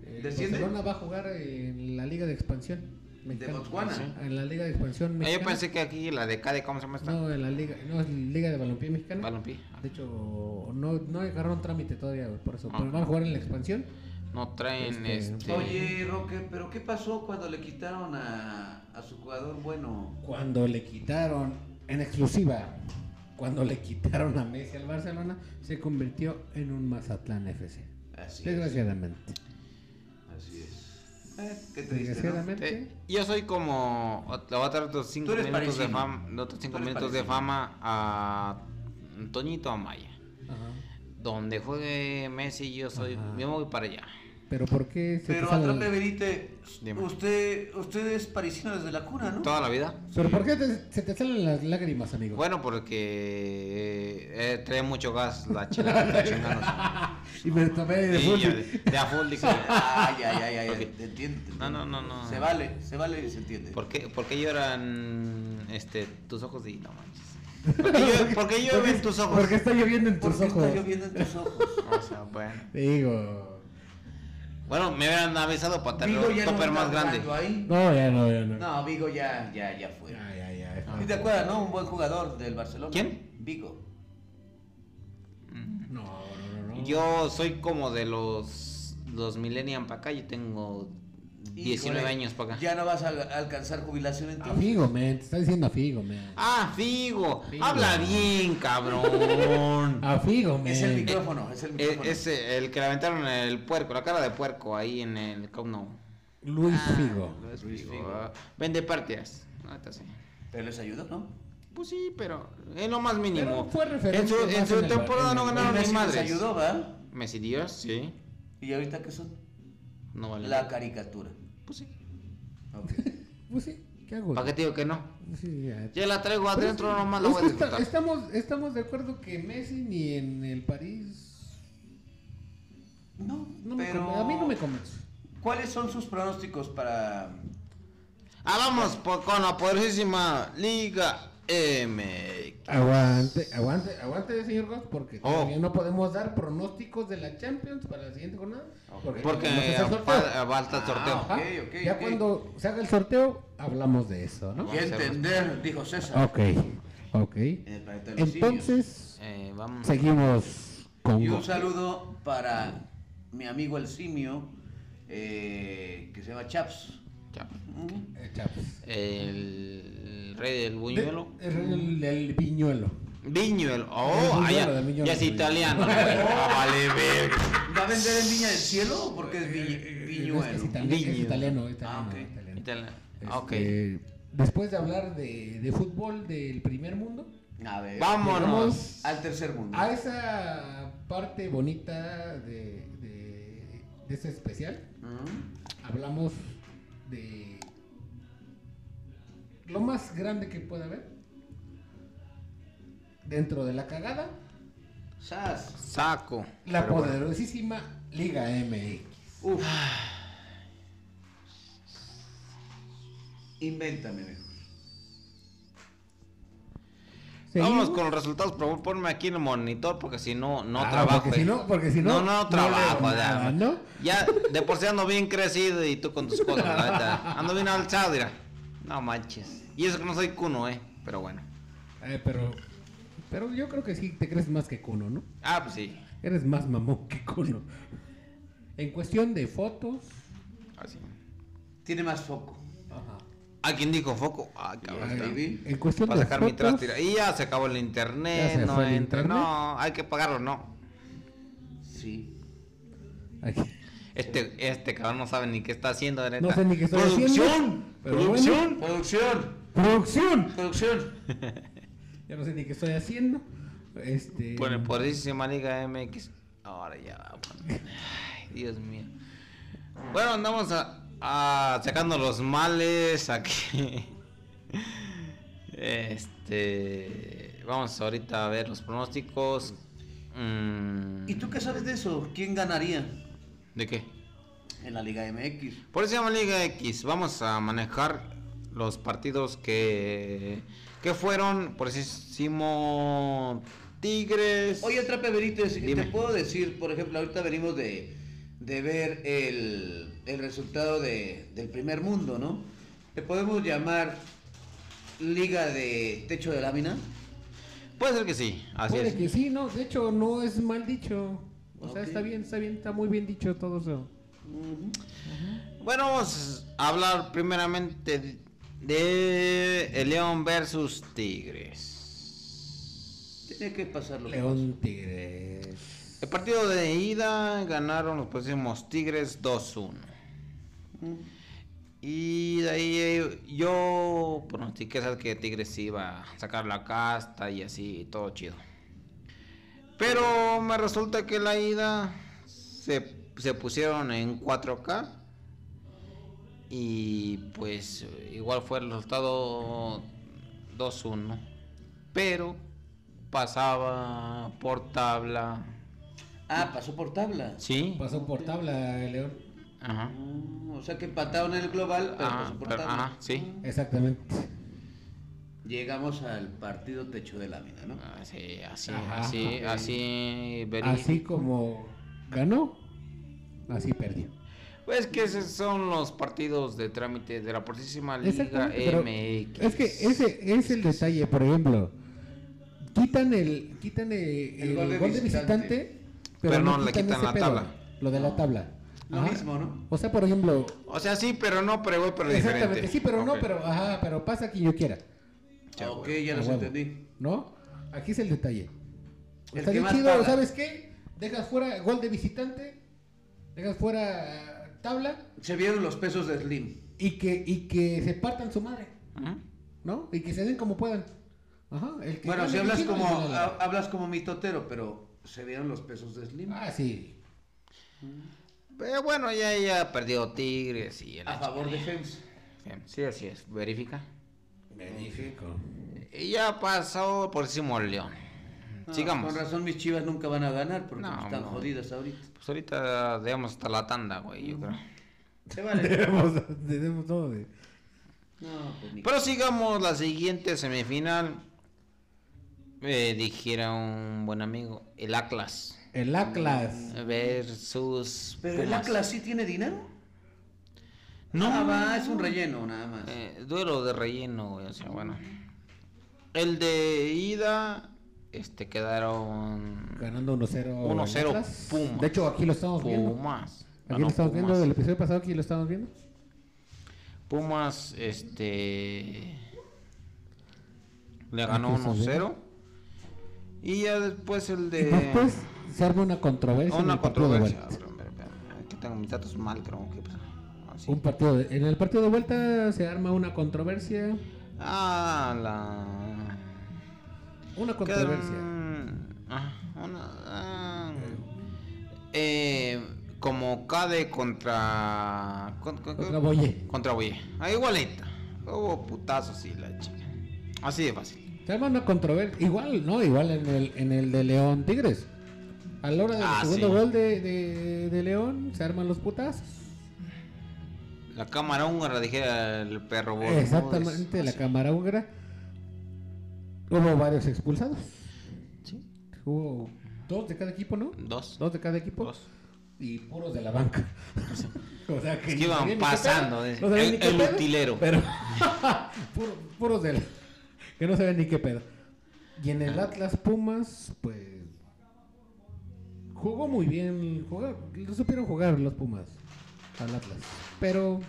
Speaker 1: eh,
Speaker 3: ¿Desciende?
Speaker 1: Barcelona va a jugar en la Liga de Expansión mexicana.
Speaker 3: Botswana?
Speaker 1: Sí, En la Liga de Expansión
Speaker 2: Ah,
Speaker 1: mexicana.
Speaker 2: Yo pensé que aquí la de Cade, ¿cómo se llama esta?
Speaker 1: no, en la Liga, no es Liga de Balompié Mexicana.
Speaker 2: Balompié.
Speaker 1: De hecho, no, no agarraron trámite todavía güey, por eso,
Speaker 2: Ah.
Speaker 1: pero van a jugar en la Expansión.
Speaker 2: No traen
Speaker 1: Este,
Speaker 2: este.
Speaker 3: Oye, Roque, ¿pero qué pasó cuando le quitaron a, a su jugador bueno?
Speaker 1: Cuando le quitaron en exclusiva, cuando le quitaron a Messi al Barcelona, se convirtió en un Mazatlán FC.
Speaker 3: Así es.
Speaker 1: Desgraciadamente.
Speaker 3: Así es. Eh, qué triste, ¿no?
Speaker 1: Desgraciadamente.
Speaker 2: te- yo soy como. Le voy a traer otros 5
Speaker 3: Tú eres
Speaker 2: minutos, de
Speaker 3: parisino.
Speaker 2: fama, otros cinco
Speaker 3: Tú eres
Speaker 2: minutos de
Speaker 3: parisino.
Speaker 2: fama a Toñito Amaya.
Speaker 1: Ajá.
Speaker 2: Donde juegue Messi, yo soy.
Speaker 1: Ajá.
Speaker 2: Yo me voy para allá.
Speaker 1: Pero ¿por qué se
Speaker 3: Pero
Speaker 1: te sale la-
Speaker 3: Atrape Verite,
Speaker 2: Pues, Dime.
Speaker 3: usted, usted es parisino desde la cuna, ¿no?
Speaker 2: Toda la vida.
Speaker 1: ¿Pero por qué te- se te salen las lágrimas, amigo?
Speaker 2: Bueno, porque. eh, trae mucho gas la chela. la chingada,
Speaker 1: y me tomé
Speaker 2: no
Speaker 1: de
Speaker 2: sé. Sí, ya,
Speaker 1: full.
Speaker 2: de, de a full, dije.
Speaker 3: Ay, ay, ay, ay,
Speaker 2: Ok.
Speaker 3: ay, te entiendo. te
Speaker 2: No, no,
Speaker 3: entiendo.
Speaker 2: no, no.
Speaker 3: Se vale, se vale y se entiende.
Speaker 2: ¿Por qué, por qué lloran este, tus ojos? Y no manches. ¿Por qué, llo- por qué llueven tus ojos?
Speaker 1: Porque está lloviendo en
Speaker 3: ¿Por
Speaker 1: tus
Speaker 3: qué
Speaker 1: ojos.
Speaker 3: está lloviendo en tus ojos?
Speaker 2: O sea, bueno.
Speaker 1: Digo.
Speaker 2: Bueno, me hubieran avisado para tener
Speaker 3: Vigo
Speaker 2: un
Speaker 3: ya no
Speaker 2: topper
Speaker 3: anda
Speaker 2: más grande.
Speaker 3: jugando ahí.
Speaker 1: No, ya no, ya no.
Speaker 3: No, Vigo ya, ya, ya fue.
Speaker 1: Ya, ya, ya. es
Speaker 3: ¿Sí te
Speaker 1: falta.
Speaker 3: acuerdas, no? Un buen jugador del Barcelona.
Speaker 2: ¿Quién?
Speaker 3: Vigo.
Speaker 1: No, no, no. no.
Speaker 2: Yo soy como de los, los millennium para acá, yo tengo 19
Speaker 3: Híjole,
Speaker 2: años para acá.
Speaker 3: Ya no vas a alcanzar jubilación en
Speaker 1: A Figo, man. Te está diciendo a Figo, man.
Speaker 2: Ah, Figo.
Speaker 1: Figo.
Speaker 2: Habla bien,
Speaker 3: Ah,
Speaker 2: cabrón.
Speaker 1: A Figo, man.
Speaker 3: Es el micrófono, es el
Speaker 2: Eh,
Speaker 3: micrófono.
Speaker 2: es el que le aventaron el puerco, la cara de puerco ahí en el Camp Nou.
Speaker 1: Luis
Speaker 2: Ah,
Speaker 1: Figo.
Speaker 2: Luis
Speaker 3: Luis
Speaker 2: Figo.
Speaker 3: Figo.
Speaker 2: ah. Vende partidas. Ahorita sí.
Speaker 3: Pero les ayudó, ¿no?
Speaker 2: Pues sí, pero es lo más mínimo.
Speaker 1: Pero fue referente
Speaker 2: en su, en
Speaker 1: más
Speaker 2: su
Speaker 1: en el-
Speaker 2: temporada
Speaker 1: en el-
Speaker 2: no ganaron
Speaker 3: Messi
Speaker 2: ni
Speaker 3: les
Speaker 2: madres.
Speaker 3: ayudó, ¿verdad?
Speaker 2: Messi Dios, sí.
Speaker 3: ¿Y ahorita qué son?
Speaker 2: No vale.
Speaker 3: La caricatura.
Speaker 2: Pues sí.
Speaker 3: Ok.
Speaker 1: Pues sí, ¿qué hago?
Speaker 2: ¿Para qué te digo que no?
Speaker 1: Sí, ya.
Speaker 2: Ya la traigo
Speaker 1: Pero
Speaker 2: adentro,
Speaker 1: es que-
Speaker 2: nomás la
Speaker 1: es
Speaker 2: voy a
Speaker 1: que está-
Speaker 2: disfrutar.
Speaker 1: estamos, estamos de acuerdo que Messi ni en el París.
Speaker 3: No,
Speaker 1: No me
Speaker 3: pero...
Speaker 1: conven- A mí no me convence.
Speaker 3: ¿Cuáles son sus pronósticos para
Speaker 2: Ah, vamos por- con la poderosísima Liga M.
Speaker 1: Aguante, aguante, aguante, señor Goss, porque
Speaker 2: Oh.
Speaker 1: todavía no podemos dar pronósticos de la Champions para la siguiente jornada.
Speaker 2: Porque
Speaker 1: no se hace el
Speaker 2: eh,
Speaker 1: sorteo. Ah,
Speaker 2: fal- falta el sorteo.
Speaker 1: Ajá.
Speaker 3: ah, Ok, ok,
Speaker 1: ya
Speaker 3: ok.
Speaker 1: cuando se haga el sorteo, hablamos de eso, ¿no?
Speaker 3: Y entender, dijo César.
Speaker 1: Ok, ok.
Speaker 3: en el planeta de los simios.
Speaker 1: Entonces,
Speaker 2: Eh, vamos.
Speaker 1: seguimos con
Speaker 3: Y un
Speaker 1: Goss.
Speaker 3: saludo para mi amigo el simio, eh, que se llama Chaps.
Speaker 2: Ya.
Speaker 3: Mm.
Speaker 1: Eh, Chaps.
Speaker 2: El rey del
Speaker 1: De-
Speaker 2: buñuelo.
Speaker 1: El, el viñuelo.
Speaker 2: Viñuelo.
Speaker 1: El
Speaker 2: Oh,
Speaker 1: buñuelo,
Speaker 2: ah,
Speaker 1: del
Speaker 2: ya,
Speaker 1: viñuelo,
Speaker 2: ya es
Speaker 1: del viñuelo.
Speaker 2: italiano. güey. Ah, vale, verga.
Speaker 3: ¿Va a vender en Viña del Cielo o porque es
Speaker 1: Eh, eh,
Speaker 3: vi-
Speaker 1: es que
Speaker 3: viñuelo?
Speaker 1: es itali- es
Speaker 2: Viñuelo.
Speaker 1: italiano, italiano,
Speaker 3: Ah, ok.
Speaker 1: italiano.
Speaker 2: Italiano.
Speaker 1: Este,
Speaker 2: Ok.
Speaker 1: Después de hablar de, de fútbol del primer mundo,
Speaker 3: A ver.
Speaker 2: Vámonos.
Speaker 1: llegamos
Speaker 3: Al tercer mundo.
Speaker 1: a esa parte bonita de, de, de ese especial.
Speaker 3: Mm.
Speaker 1: Hablamos de lo más grande que puede haber dentro de la cagada,
Speaker 3: Sas.
Speaker 2: Saco.
Speaker 1: la
Speaker 2: Pero bueno.
Speaker 1: poderosísima Liga MX.
Speaker 3: Uf. Invéntame, viejo.
Speaker 2: Vámonos
Speaker 1: Seguimos.
Speaker 2: con los resultados, por favor, ponme aquí en el monitor porque si no, no
Speaker 1: Ah,
Speaker 2: trabajo.
Speaker 1: Porque si
Speaker 2: eh.
Speaker 1: no, porque si no,
Speaker 2: no, no,
Speaker 1: leo
Speaker 2: trabajo. ya,
Speaker 1: nada, ¿no?
Speaker 2: ya de por sí ando bien crecido y tú con tus cosas, la neta. Ando bien alzado, mira. No manches. Y eso que no soy cuno, eh. Pero bueno.
Speaker 1: Eh, pero, pero yo creo que sí te crees más que Kuno, ¿no?
Speaker 2: Ah, pues sí.
Speaker 1: Eres más mamón que Kuno. En cuestión de fotos.
Speaker 2: Así.
Speaker 3: Tiene más foco.
Speaker 1: Ajá.
Speaker 2: ¿A quién dijo foco? Ah, cabrón.
Speaker 3: Ahí
Speaker 2: está.
Speaker 3: vi.
Speaker 1: En cuestión
Speaker 2: Para
Speaker 1: de
Speaker 2: sacar mi
Speaker 1: fotos.
Speaker 2: traste. mira. Y ya se acabó el internet.
Speaker 1: Ya se
Speaker 2: no
Speaker 1: fue el
Speaker 2: entra.
Speaker 1: internet.
Speaker 2: No, hay que pagarlo, no.
Speaker 3: Sí.
Speaker 1: Aquí.
Speaker 2: Este, este cabrón no sabe ni qué está haciendo, la neta.
Speaker 1: No sé ni qué estoy
Speaker 2: Producción.
Speaker 1: haciendo, pero bueno.
Speaker 2: Producción.
Speaker 3: Producción.
Speaker 1: ¡Producción!
Speaker 3: Producción.
Speaker 1: Ya no sé ni qué estoy haciendo. Este.
Speaker 2: Bueno, pues, por eso se llama Liga MX. Ahora ya va. bueno. Ay, Dios mío. Bueno, andamos a, a sacando los males aquí. Este. Vamos ahorita a ver los pronósticos. Mm,
Speaker 3: ¿Y tú qué sabes de eso? ¿Quién ganaría
Speaker 2: ¿De qué?
Speaker 3: en la Liga MX?
Speaker 2: Por eso se llama Liga X. Vamos a manejar los partidos que. que fueron. Por eso hicimos. Tigres.
Speaker 3: Oye, Trapeverites,
Speaker 2: Dime.
Speaker 3: te puedo decir, por ejemplo, ahorita venimos de, de ver el, el resultado de- del primer mundo, ¿no? Te podemos llamar Liga de Techo de Lámina.
Speaker 2: Puede ser que sí. Así
Speaker 1: Puede
Speaker 2: es.
Speaker 1: que sí, no. De hecho, no es mal dicho. O sea,
Speaker 3: Ok.
Speaker 1: está bien, está bien, está muy bien dicho todo eso.
Speaker 2: Bueno, vamos a hablar primeramente de el León versus Tigres.
Speaker 3: Tiene que pasarlo.
Speaker 1: León Tigres.
Speaker 2: El partido de ida ganaron los próximos Tigres 2-1. Y de ahí eh, yo pronostiqué ¿sabes? que Tigres iba a sacar la casta y así, todo chido. Pero me resulta que la ida se, se pusieron en 4K. Y pues igual fue el resultado 2-1. Pero pasaba por tabla.
Speaker 3: Ah, pasó por tabla.
Speaker 2: Sí.
Speaker 1: Pasó por tabla, León.
Speaker 2: Ajá.
Speaker 3: Mm, O sea que empataron en el global, pero
Speaker 2: Ah,
Speaker 3: pasó por
Speaker 2: pero-
Speaker 3: tabla.
Speaker 2: ajá, sí.
Speaker 3: Mm.
Speaker 1: Exactamente.
Speaker 3: Llegamos al partido Techo de Lámina, ¿no?
Speaker 2: Ah, sí, así,
Speaker 1: Ajá.
Speaker 2: así, así, verí-
Speaker 1: Así como ganó, así perdió.
Speaker 2: Pues que esos son los partidos de trámite de la próxima Liga
Speaker 1: Exactamente, pero
Speaker 2: MX.
Speaker 1: Es que ese es el detalle, por ejemplo. Quitan el, quitan el, el gol de visitante, pero, no, le quitan
Speaker 2: la
Speaker 1: ese pedo,
Speaker 2: tabla.
Speaker 1: Lo de la tabla.
Speaker 3: Lo
Speaker 1: Ajá.
Speaker 3: mismo, ¿no?
Speaker 1: O sea, por ejemplo,
Speaker 2: O sea, sí, pero no, pero igual, pero
Speaker 1: exactamente,
Speaker 2: diferente.
Speaker 1: sí, pero
Speaker 2: Ok.
Speaker 1: no, pero ajá, pero pasa quien yo quiera.
Speaker 2: Ya, Ah,
Speaker 3: ok,
Speaker 2: güey.
Speaker 3: ya
Speaker 1: A
Speaker 3: los
Speaker 1: huevo,
Speaker 3: entendí.
Speaker 1: ¿no? Aquí es el detalle.
Speaker 3: El
Speaker 1: Está
Speaker 3: que
Speaker 1: bien
Speaker 3: más
Speaker 1: chido,
Speaker 3: paga.
Speaker 1: ¿sabes qué? Dejas fuera gol de visitante, dejas fuera tabla
Speaker 3: Se vieron los pesos de Slim.
Speaker 1: y que y que se partan su madre.
Speaker 2: Ajá.
Speaker 1: ¿no? Y que se den como puedan. Ajá. El que
Speaker 3: Bueno,
Speaker 1: gane,
Speaker 3: si
Speaker 1: que
Speaker 3: hablas
Speaker 1: siga,
Speaker 3: como,
Speaker 1: la, la, la.
Speaker 3: ha- hablas como mitotero, pero se vieron los pesos de Slim.
Speaker 1: Ah, sí.
Speaker 2: Pero bueno, ya, ya perdió Tigres y el
Speaker 3: A favor de FEMS.
Speaker 2: Sí, así es, verifica.
Speaker 1: Magnífico.
Speaker 2: Y ya pasó por encima el León.
Speaker 3: Ah,
Speaker 2: Sigamos.
Speaker 3: Con razón mis chivas nunca van a ganar porque pues,
Speaker 2: No,
Speaker 3: están
Speaker 2: no.
Speaker 3: jodidas ahorita.
Speaker 2: Pues ahorita dejamos hasta la tanda, güey, yo creo.
Speaker 3: Se vale.
Speaker 1: Tenemos, tenemos todo de...
Speaker 3: No, pues ni-
Speaker 2: Prosigamos la siguiente semifinal. Eh, dijera un buen amigo, el Atlas
Speaker 1: El Atlas.
Speaker 2: versus.
Speaker 3: Pero el
Speaker 2: Pumas.
Speaker 3: Atlas sí tiene dinero.
Speaker 2: No.
Speaker 3: Ah, va, es un relleno nada más.
Speaker 2: Eh, duelo de relleno, güey, o sea, bueno. El de ida, este, quedaron
Speaker 1: Ganando 1-0.
Speaker 2: 1-0
Speaker 1: el Atlas.
Speaker 2: Pumas.
Speaker 1: De hecho, aquí lo estamos viendo.
Speaker 2: Pumas.
Speaker 1: Aquí
Speaker 2: Ganó
Speaker 1: lo estamos viendo.
Speaker 2: Pumas.
Speaker 1: Del episodio pasado, aquí lo estamos viendo.
Speaker 2: Pumas, este. Le ganó
Speaker 1: Aquí está
Speaker 2: 1-0. Y ya después el de.
Speaker 1: Después se arma una controversia. en
Speaker 2: Eh, una
Speaker 1: el partido de
Speaker 2: controversia.
Speaker 1: vuelta.
Speaker 2: Espera, espera, espera. Aquí tengo mis datos mal, creo que. pues, así.
Speaker 1: Un partido de- en el partido de vuelta se arma una controversia.
Speaker 2: Ah, la.
Speaker 1: Una
Speaker 2: Quedaron-
Speaker 1: controversia.
Speaker 2: ah, una- ah, eh, como Cade contra. con- con-
Speaker 1: Otra boye.
Speaker 2: contra Boye. Ah, igualita. Hubo putazos y la chica. Así de fácil.
Speaker 1: Se arma una controversia. Igual, ¿no? Igual en el, en el de León Tigres. A la hora del
Speaker 2: Ah,
Speaker 1: segundo
Speaker 2: sí.
Speaker 1: gol de, de- de León se arman los putazos.
Speaker 2: La cámara húngara dijera el perro Bermúdez.
Speaker 1: Eh, Exactamente, la
Speaker 2: Así.
Speaker 1: cámara húngara. Hubo varios expulsados.
Speaker 2: Sí,
Speaker 1: Hubo dos de cada equipo, ¿no?
Speaker 2: Dos.
Speaker 1: Dos de cada equipo.
Speaker 2: Dos.
Speaker 1: Y puros de la banca. o sea
Speaker 2: Es que
Speaker 1: ni
Speaker 2: iban
Speaker 1: sabían ni qué
Speaker 2: pasando,
Speaker 1: pedo,
Speaker 2: eh.
Speaker 1: no sabían
Speaker 2: El-
Speaker 1: ni qué
Speaker 2: el
Speaker 1: pedo,
Speaker 2: utilero.
Speaker 1: Pero puro- puros de la, que no saben ni qué pedo. Y en el Atlas Pumas, pues jugó muy bien, jugar, lo supieron jugar los Pumas al Atlas, pero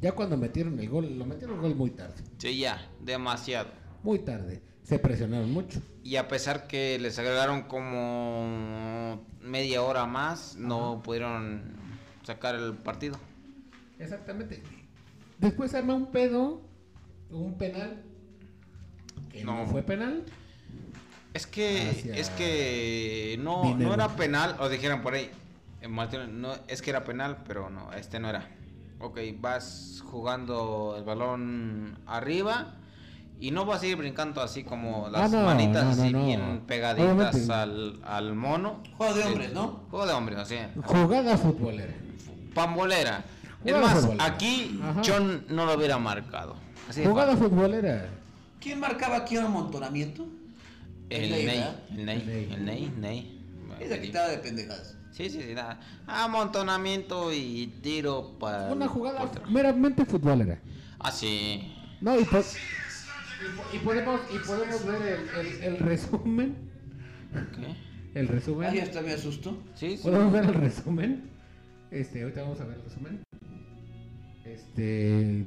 Speaker 1: ya cuando metieron el gol, lo metieron el gol muy tarde,
Speaker 2: Sí, ya. Demasiado.
Speaker 1: muy tarde. Se presionaron mucho.
Speaker 2: Y a pesar que les agregaron como media hora más, no pudieron sacar el partido.
Speaker 1: Exactamente. Después arma un pedo, un penal. Que no,
Speaker 2: No.
Speaker 1: fue penal.
Speaker 2: Es que,
Speaker 1: Hacia
Speaker 2: es que no,
Speaker 1: dinero.
Speaker 2: no era penal, o dijeron por ahí, eh, Martín, no, es que era penal, pero no, este no era. Ok, vas jugando el balón arriba y no vas a ir brincando así como las
Speaker 1: Ah, no, no,
Speaker 2: manitas
Speaker 1: no,
Speaker 2: así
Speaker 1: no.
Speaker 2: bien pegaditas
Speaker 1: Obviamente.
Speaker 2: al, al mono.
Speaker 3: Juego de
Speaker 2: Eh,
Speaker 3: hombres, ¿no?
Speaker 2: Juego de hombres, así.
Speaker 1: Jugada futbolera.
Speaker 2: Pambolera. Es
Speaker 1: Jugada
Speaker 2: más,
Speaker 1: futbolera.
Speaker 2: aquí
Speaker 1: Ajá.
Speaker 2: John no lo hubiera marcado. Así de
Speaker 1: Jugada
Speaker 2: fácil.
Speaker 1: futbolera.
Speaker 3: ¿Quién marcaba aquí un amontonamiento?
Speaker 2: El
Speaker 3: Ney,
Speaker 2: Ney,
Speaker 3: ¿verdad?
Speaker 2: el Ney,
Speaker 1: El
Speaker 2: el Ney, Ney.
Speaker 3: Esa que estaba de pendejadas.
Speaker 2: Sí, sí, sí, nada. Amontonamiento y tiro para.
Speaker 1: Una jugada
Speaker 2: portero.
Speaker 1: meramente futbolera.
Speaker 2: Ah, sí.
Speaker 1: No, y, po- y po- y podemos, y podemos ver el, el- el resumen.
Speaker 2: Ok.
Speaker 1: El resumen.
Speaker 3: Ahí hasta me asustó.
Speaker 2: Sí, sí.
Speaker 1: Podemos ver el resumen. Este, ahorita vamos a ver el resumen. Este.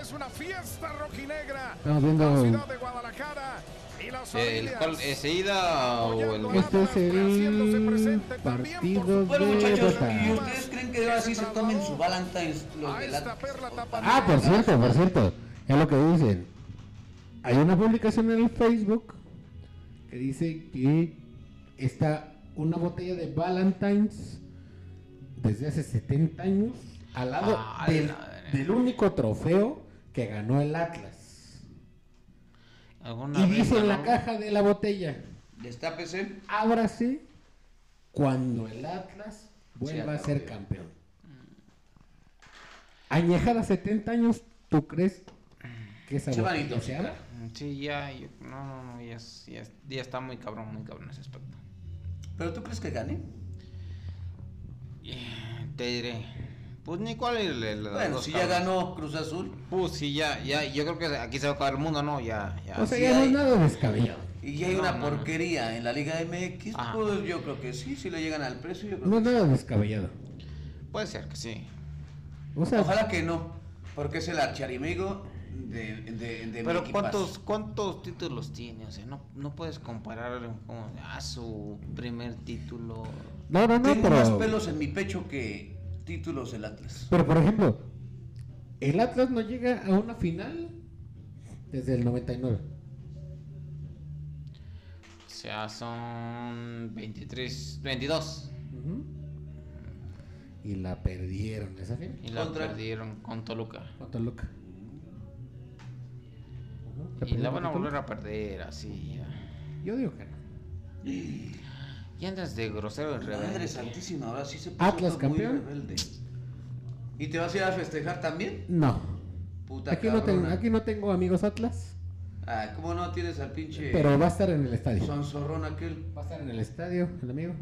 Speaker 4: Es una fiesta rojinegra.
Speaker 1: Estamos viendo-
Speaker 4: La ciudad de Guadalajara y las
Speaker 2: El,
Speaker 4: familias.
Speaker 2: ¿Cuál es ida o el.?
Speaker 4: Apoyando
Speaker 1: Este es
Speaker 4: Haciéndose
Speaker 1: el
Speaker 4: presente también por
Speaker 1: partido
Speaker 4: su-
Speaker 3: Bueno,
Speaker 1: de
Speaker 3: muchachos,
Speaker 1: Bogotá.
Speaker 3: ¿y ustedes creen que así se tomen su Valentine's los
Speaker 4: A
Speaker 3: del
Speaker 4: esta
Speaker 3: Atlas?
Speaker 4: perla tapadera.
Speaker 1: Ah, por cierto, por cierto. Es lo que dicen. Hay una publicación en el Facebook que dice que está una botella de Valentine's desde hace 70 años al lado
Speaker 2: Ah,
Speaker 1: del,
Speaker 2: la madre.
Speaker 1: del único trofeo que ganó el Atlas.
Speaker 2: ¿Alguna
Speaker 1: Y
Speaker 2: vez
Speaker 1: dice en la
Speaker 2: ganó?
Speaker 1: caja de la botella,
Speaker 3: Destápese.
Speaker 1: ábrase cuando el Atlas vuelva a
Speaker 3: Sea
Speaker 1: ser
Speaker 3: campeón.
Speaker 1: campeón. Añejada 70 años, ¿tú crees que esa
Speaker 3: Se van a
Speaker 1: botella se abra?
Speaker 3: intoxicar.
Speaker 2: Sí, ya. yo- no, no, no. Ya, es- ya es- ya está muy cabrón, muy cabrón ese aspecto.
Speaker 3: ¿Pero tú crees que gane?
Speaker 2: Eh, Te diré. Pues ni cuál es el. el- los
Speaker 3: Bueno,
Speaker 2: dos
Speaker 3: si ya
Speaker 2: cabrones.
Speaker 3: ganó Cruz Azul
Speaker 2: Pues sí, ya, ya. Yo creo que aquí se va a acabar el mundo, ¿no? Ya, ya.
Speaker 1: O sea,
Speaker 3: Así
Speaker 1: ya no es
Speaker 3: hay.
Speaker 1: nada descabellado.
Speaker 3: y ya hay
Speaker 2: No,
Speaker 3: una
Speaker 2: no, Ah. no.
Speaker 3: porquería en la Liga MX,
Speaker 2: Ajá.
Speaker 3: pues yo creo que sí, si le llegan al precio, yo creo
Speaker 1: No es
Speaker 3: que
Speaker 1: nada descabellado.
Speaker 2: Puede ser que sí.
Speaker 1: O sea,
Speaker 3: Ojalá que no, porque es el archienemigo de, de, de mi
Speaker 2: Pero
Speaker 3: equipazo.
Speaker 2: ¿cuántos, ¿cuántos títulos tiene? O sea, no, no puedes comparar eh, como a su primer título.
Speaker 1: no, no, no,
Speaker 3: Tengo más
Speaker 1: pero,
Speaker 3: pelos en mi pecho que títulos del Atlas.
Speaker 1: pero por ejemplo, el Atlas no llega a una final desde el 99.
Speaker 2: O sea, son 23, 22.
Speaker 1: Ujú. Y la perdieron esa final.
Speaker 2: Y la
Speaker 3: Contra-
Speaker 2: perdieron con Toluca.
Speaker 1: Con Toluca. Ujú.
Speaker 2: Y la
Speaker 1: perdieron
Speaker 2: van a
Speaker 1: con
Speaker 2: volver a perder, así. ya.
Speaker 1: Toluca. Yo digo que no.
Speaker 2: Y andas de grosero el
Speaker 3: Madre
Speaker 2: rebelde.
Speaker 3: santísima, ahora sí se
Speaker 1: Atlas
Speaker 3: todo muy
Speaker 1: campeón.
Speaker 3: rebelde. ¿Y te vas a ir a festejar también?
Speaker 1: No.
Speaker 3: Puta
Speaker 1: Aquí no, tengo,
Speaker 3: cabrona.
Speaker 1: aquí no tengo amigos Atlas,
Speaker 3: Ah, ¿cómo no tienes al pinche
Speaker 1: pero va a estar en el estadio.
Speaker 3: sonzorrón aquel?
Speaker 1: Va a estar en el estadio, el amigo.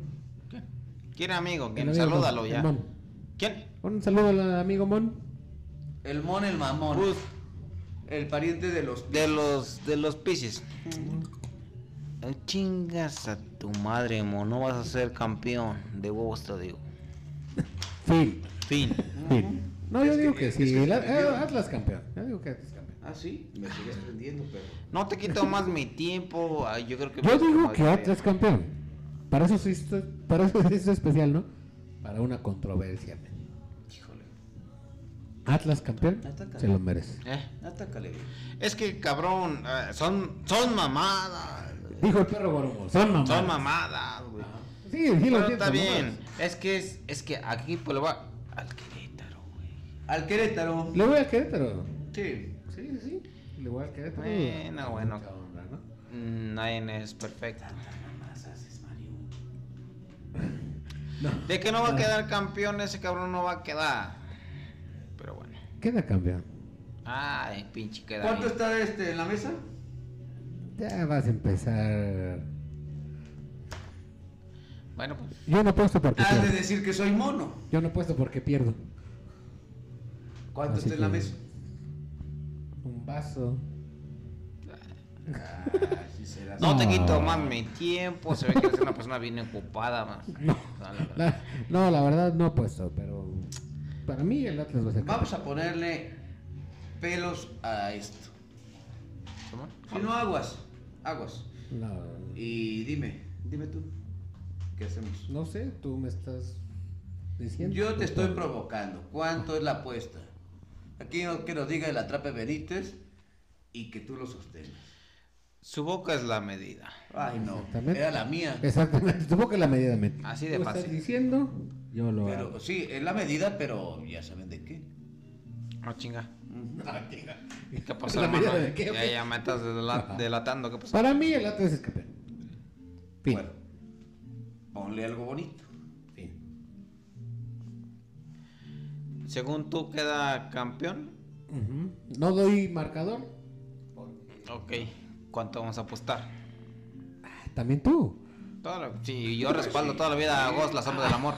Speaker 2: ¿Quién amigo?
Speaker 1: El
Speaker 2: ¿Quién?
Speaker 1: amigo
Speaker 2: Salúdalo
Speaker 1: Mon-
Speaker 2: ya.
Speaker 1: el Mon.
Speaker 2: ¿Quién?
Speaker 1: Un saludo al amigo Mon.
Speaker 3: El mon, el mamón.
Speaker 2: Pues,
Speaker 3: El pariente de los...
Speaker 2: de los de los Pisces. Ay, Chingas a tu madre, mo. No vas a ser campeón. De huevos te digo.
Speaker 1: Fin.
Speaker 2: Fin.
Speaker 1: Fin. No, yo
Speaker 3: Es que-
Speaker 1: digo que,
Speaker 3: es
Speaker 1: sí.
Speaker 3: que
Speaker 1: el-
Speaker 3: se
Speaker 1: eh,
Speaker 3: perdieron.
Speaker 1: Atlas campeón. Yo digo que Atlas campeón.
Speaker 3: Ah, sí, me sigues prendiendo, pero...
Speaker 2: No te quito más mi tiempo. Ay, yo creo que.
Speaker 1: Yo digo
Speaker 2: más
Speaker 1: que
Speaker 2: bien.
Speaker 1: Atlas campeón. Para eso sí esto- para eso sí es especial, ¿no? Para una controversia. men.
Speaker 3: Híjole,
Speaker 1: Atlas campeón
Speaker 3: Ataca.
Speaker 1: se lo merece.
Speaker 2: Eh,
Speaker 3: atácale.
Speaker 2: Es que cabrón, eh, son son mamadas. güey.
Speaker 1: Dijo el perro Boromo. Son mamás.
Speaker 2: Son mamadas, güey.
Speaker 1: Sí, sí lo
Speaker 2: Pero
Speaker 1: entiendo.
Speaker 2: está
Speaker 1: ¿no?
Speaker 2: bien. Es que es, es que aquí pues le va al Querétaro, güey.
Speaker 3: Al Querétaro.
Speaker 1: Le voy a Querétaro.
Speaker 3: Sí.
Speaker 1: Sí, sí, sí. Le voy a Querétaro.
Speaker 2: Bueno, bueno.
Speaker 1: Mucha onda, ¿no?
Speaker 2: Mm, Nadie es perfecto.
Speaker 1: No,
Speaker 2: De que no va a quedar campeón, ese cabrón no va a quedar. Pero bueno.
Speaker 1: Queda campeón.
Speaker 2: Ay, pinche queda.
Speaker 3: ¿Cuánto
Speaker 2: bien.
Speaker 3: está este en la mesa?
Speaker 1: Ya vas a empezar.
Speaker 2: Bueno, pues.
Speaker 1: Yo no puesto porque
Speaker 3: Has de
Speaker 1: pierdo.
Speaker 3: decir que soy mono.
Speaker 1: Yo no puesto porque pierdo.
Speaker 3: ¿Cuánto
Speaker 1: Así
Speaker 3: está en la
Speaker 1: que-
Speaker 3: mesa?
Speaker 1: Un vaso.
Speaker 3: Ah,
Speaker 2: No, te
Speaker 1: No.
Speaker 2: quito más mi tiempo. Se ve que eres una persona bien ocupada, más.
Speaker 1: No. La- no, la verdad no he puesto, pero para mí el Atlas va a ser
Speaker 3: Vamos
Speaker 1: campeón.
Speaker 3: a ponerle pelos a esto. Si no, aguas. Aguas.
Speaker 1: No,
Speaker 3: Y dime, dime tú, ¿qué hacemos?
Speaker 1: no sé, tú me estás diciendo.
Speaker 3: Yo te estoy provocando. ¿Cuánto es la apuesta? Aquí no- que nos diga el atrape Benítez y que tú lo sostengas.
Speaker 2: Su boca es la medida.
Speaker 3: Ay, no.
Speaker 1: Exactamente.
Speaker 3: Era la mía.
Speaker 1: Exactamente, supongo que la medida de mente.
Speaker 2: Así de
Speaker 1: Tú
Speaker 2: fácil.
Speaker 1: estás diciendo, yo lo hago.
Speaker 3: Pero sí, es la medida, pero ya saben de qué.
Speaker 2: No Ah, chinga. ¿Qué pasó,
Speaker 1: ¿La medida
Speaker 2: hermano?
Speaker 1: de qué,
Speaker 2: Ya,
Speaker 1: güey?
Speaker 2: ya me estás desla- delatando. ¿Qué pasó?
Speaker 1: Para mí el Atlas es campeón. Fin.
Speaker 3: Bueno, ponle algo bonito.
Speaker 1: Fin.
Speaker 2: Según tú, queda campeón.
Speaker 1: Ujú. No doy marcador.
Speaker 2: Ok. ¿Cuánto vamos a apostar?
Speaker 1: Ah, También tú.
Speaker 2: Todo lo- Sí, yo respaldo toda la vida a Ghost, la sombra del amor.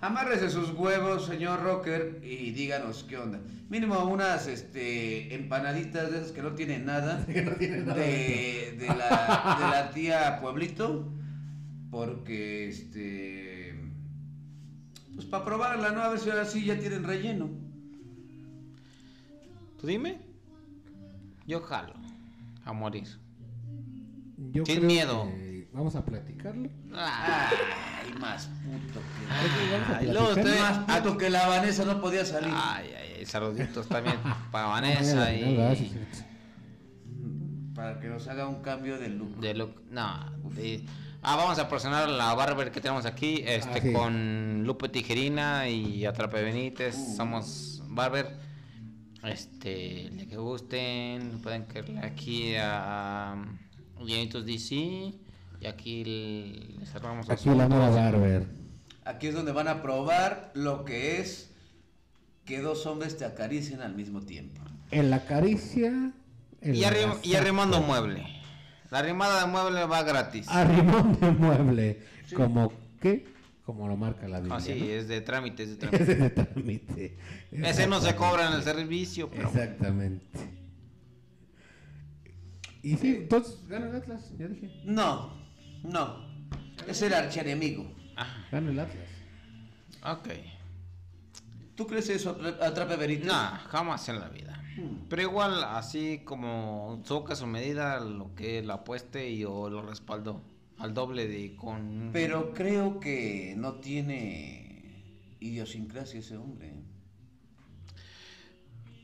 Speaker 3: Amárrese sus huevos, señor Rocker, y díganos qué onda. Mínimo unas este, empanaditas de esas que no tienen nada. de, de la, de la tía Pueblito. Porque, este. Pues para probarla, ¿no? A ver si ahora sí ya tienen relleno.
Speaker 2: Tú dime. Yo jalo. A morir.
Speaker 1: Yo
Speaker 2: Sin
Speaker 1: creo
Speaker 2: miedo.
Speaker 1: que Vamos a platicarlo.
Speaker 2: Ah,
Speaker 3: Ay, más puto que.
Speaker 2: ah,
Speaker 1: a
Speaker 2: y luego
Speaker 1: platicar.
Speaker 2: ustedes-
Speaker 3: Más puto que la Vanessa no podía salir.
Speaker 2: Ay, ay, ay, saluditos también para Vanessa
Speaker 1: Ay, la Ah, verdad, sí,
Speaker 2: y
Speaker 1: sí.
Speaker 3: Para que nos haga un cambio de look.
Speaker 2: de Luke. No, de- ah, vamos a presionar la barber que tenemos aquí, este,
Speaker 1: Ah, sí.
Speaker 2: con Lupe Tijerina y Atrape Benítez.
Speaker 3: Uh.
Speaker 2: Somos barber. Este, el día que gusten, pueden caerle aquí a Llenitos DC. Y aquí el- les armamos
Speaker 1: Aquí la nueva Barber.
Speaker 3: Aquí es donde van a probar lo que es que dos hombres te acaricien al mismo tiempo.
Speaker 1: En la caricia. en
Speaker 2: Y,
Speaker 1: la
Speaker 2: arrim- y
Speaker 1: gasa-
Speaker 2: arrimando mueble. La arrimada de mueble va gratis.
Speaker 1: Ah, Arrimón de mueble. Como qué? Como lo marca la Biblia.
Speaker 2: Así
Speaker 1: ¿no?
Speaker 2: es de trámite, es de trámite.
Speaker 1: Ese se tramite.
Speaker 2: Ese no se cobra en el servicio, pero
Speaker 1: Exactamente. Y sí, entonces gana el Atlas, ya dije.
Speaker 3: No, no. Es el archienemigo.
Speaker 1: Gana el Atlas.
Speaker 2: ah, ok.
Speaker 3: ¿Tú crees eso, Atra- Atrape Benítez?
Speaker 2: Nah, jamás en la vida.
Speaker 1: Hmm.
Speaker 2: Pero igual, así como toca su medida, lo que la apueste y yo lo respaldo al doble de con.
Speaker 3: Pero creo que no tiene idiosincrasia ese hombre.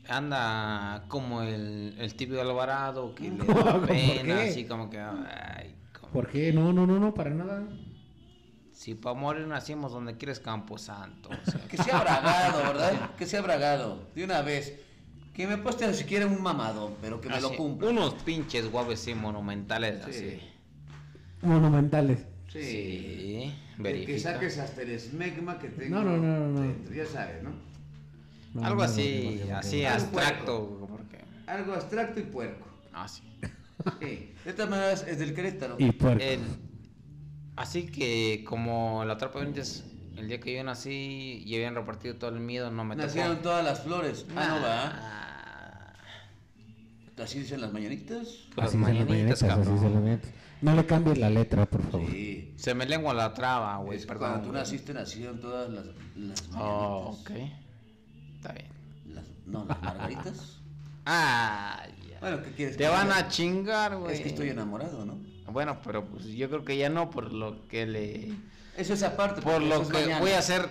Speaker 2: Anda como el, el tibio Alvarado que le
Speaker 1: ¿Cómo?
Speaker 2: da
Speaker 1: ¿Por
Speaker 2: pena,
Speaker 1: qué?
Speaker 2: así como que. Ay, como-
Speaker 1: ¿Por qué? No, no, no, no, para nada.
Speaker 2: Si para morir nacimos donde quieres Camposanto. o sea,
Speaker 3: Que sea bragado, ¿verdad? Que sea bragado. De una vez. Que me puesto siquiera un mamadón, pero que me lo
Speaker 2: así,
Speaker 3: cumpla.
Speaker 2: Unos pinches guaves y monumentales
Speaker 3: Sí.
Speaker 2: así.
Speaker 1: Monumentales.
Speaker 2: Sí,
Speaker 3: Que- Que
Speaker 2: verifica.
Speaker 3: saques hasta el esmegma que tengo.
Speaker 1: No, no, no, no, no.
Speaker 3: dentro, ya sabes, ¿no?
Speaker 1: No,
Speaker 2: Algo
Speaker 1: no,
Speaker 2: así,
Speaker 1: no, no, no,
Speaker 2: así
Speaker 1: no.
Speaker 2: abstracto. Porque...
Speaker 3: Algo abstracto y puerco.
Speaker 2: Ah, sí.
Speaker 3: Sí. De todas maneras, es del Querétaro.
Speaker 2: eh, pues,
Speaker 1: Y puerco.
Speaker 2: El- así que como la trampa de Benítez, el día que yo nací y habían repartido todo el miedo, no me
Speaker 3: Nacieron
Speaker 2: tocó.
Speaker 3: todas las flores. Ah, no va.
Speaker 2: Ah,
Speaker 3: Así dicen las mañanitas.
Speaker 2: las
Speaker 1: Así se lo
Speaker 2: mañanitas,
Speaker 1: metes, así
Speaker 2: cabrón.
Speaker 1: se lo metes. No le cambies la letra, por favor.
Speaker 3: Sí.
Speaker 2: Se me lengua la traba, Ah, güey,
Speaker 3: Es
Speaker 2: perdón.
Speaker 3: cuando tú
Speaker 2: güey.
Speaker 3: naciste, nacieron todas las, las mañanitas.
Speaker 2: Oh, ok. Está bien.
Speaker 3: Las- no, las margaritas.
Speaker 2: Ah, ya.
Speaker 3: Bueno, ¿qué quieres?
Speaker 2: Te
Speaker 3: que
Speaker 2: van
Speaker 3: diga?
Speaker 2: a chingar, güey.
Speaker 3: Es que estoy enamorado, ¿no?
Speaker 2: Bueno, pero pues yo creo que ya no por lo que le...
Speaker 3: Eso es aparte.
Speaker 2: Por
Speaker 3: porque eso
Speaker 2: lo
Speaker 3: es
Speaker 2: que
Speaker 3: mañana.
Speaker 2: voy a hacer,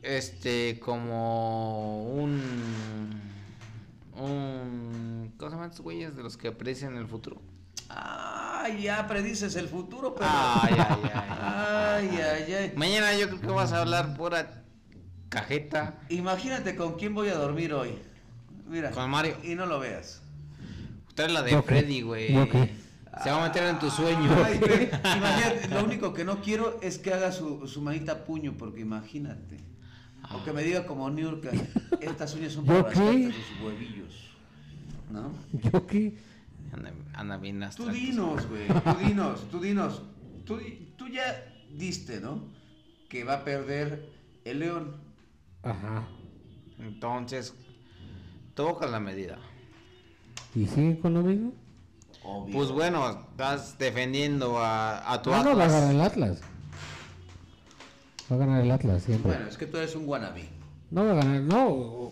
Speaker 2: este, como un... un ¿Cómo se llaman estos güeyes de los que predicen el futuro?
Speaker 3: Ah, ya predices el futuro, pero.
Speaker 2: Ay, ay, ay.
Speaker 3: Ay, ay, ay.
Speaker 2: Mañana yo creo que vas a hablar pura cajeta.
Speaker 3: Imagínate con quién voy a dormir hoy. Mira.
Speaker 2: Con Mario.
Speaker 3: Y no lo veas.
Speaker 2: Usted es la de
Speaker 1: Yo qué,
Speaker 2: Freddy, güey.
Speaker 1: yo qué.
Speaker 2: Se va a meter en tu sueño.
Speaker 3: Ay, pero imagínate, lo único que no quiero es que haga su, su manita puño, porque imagínate. O que me diga como Niurka, estas uñas son
Speaker 1: ¿Yo
Speaker 3: para
Speaker 1: qué?
Speaker 3: rascarte sus huevillos. ¿No?
Speaker 1: Yo qué.
Speaker 2: Anda, anda bien
Speaker 3: Tú
Speaker 2: abstracto.
Speaker 3: dinos, güey. Tú dinos, tú dinos. Tú, di- tú ya diste, ¿no? Que va a perder el león.
Speaker 1: Ajá.
Speaker 2: Entonces, toca la medida.
Speaker 1: ¿Y sigue con lo mismo?
Speaker 3: Obvio.
Speaker 2: Pues bueno, estás defendiendo a, a tu
Speaker 1: Ah, No, no, va a
Speaker 2: Atlas.
Speaker 1: ganar el Atlas. Va a ganar el Atlas siempre.
Speaker 3: Bueno, es que tú eres un wannabe.
Speaker 1: No va a ganar, no.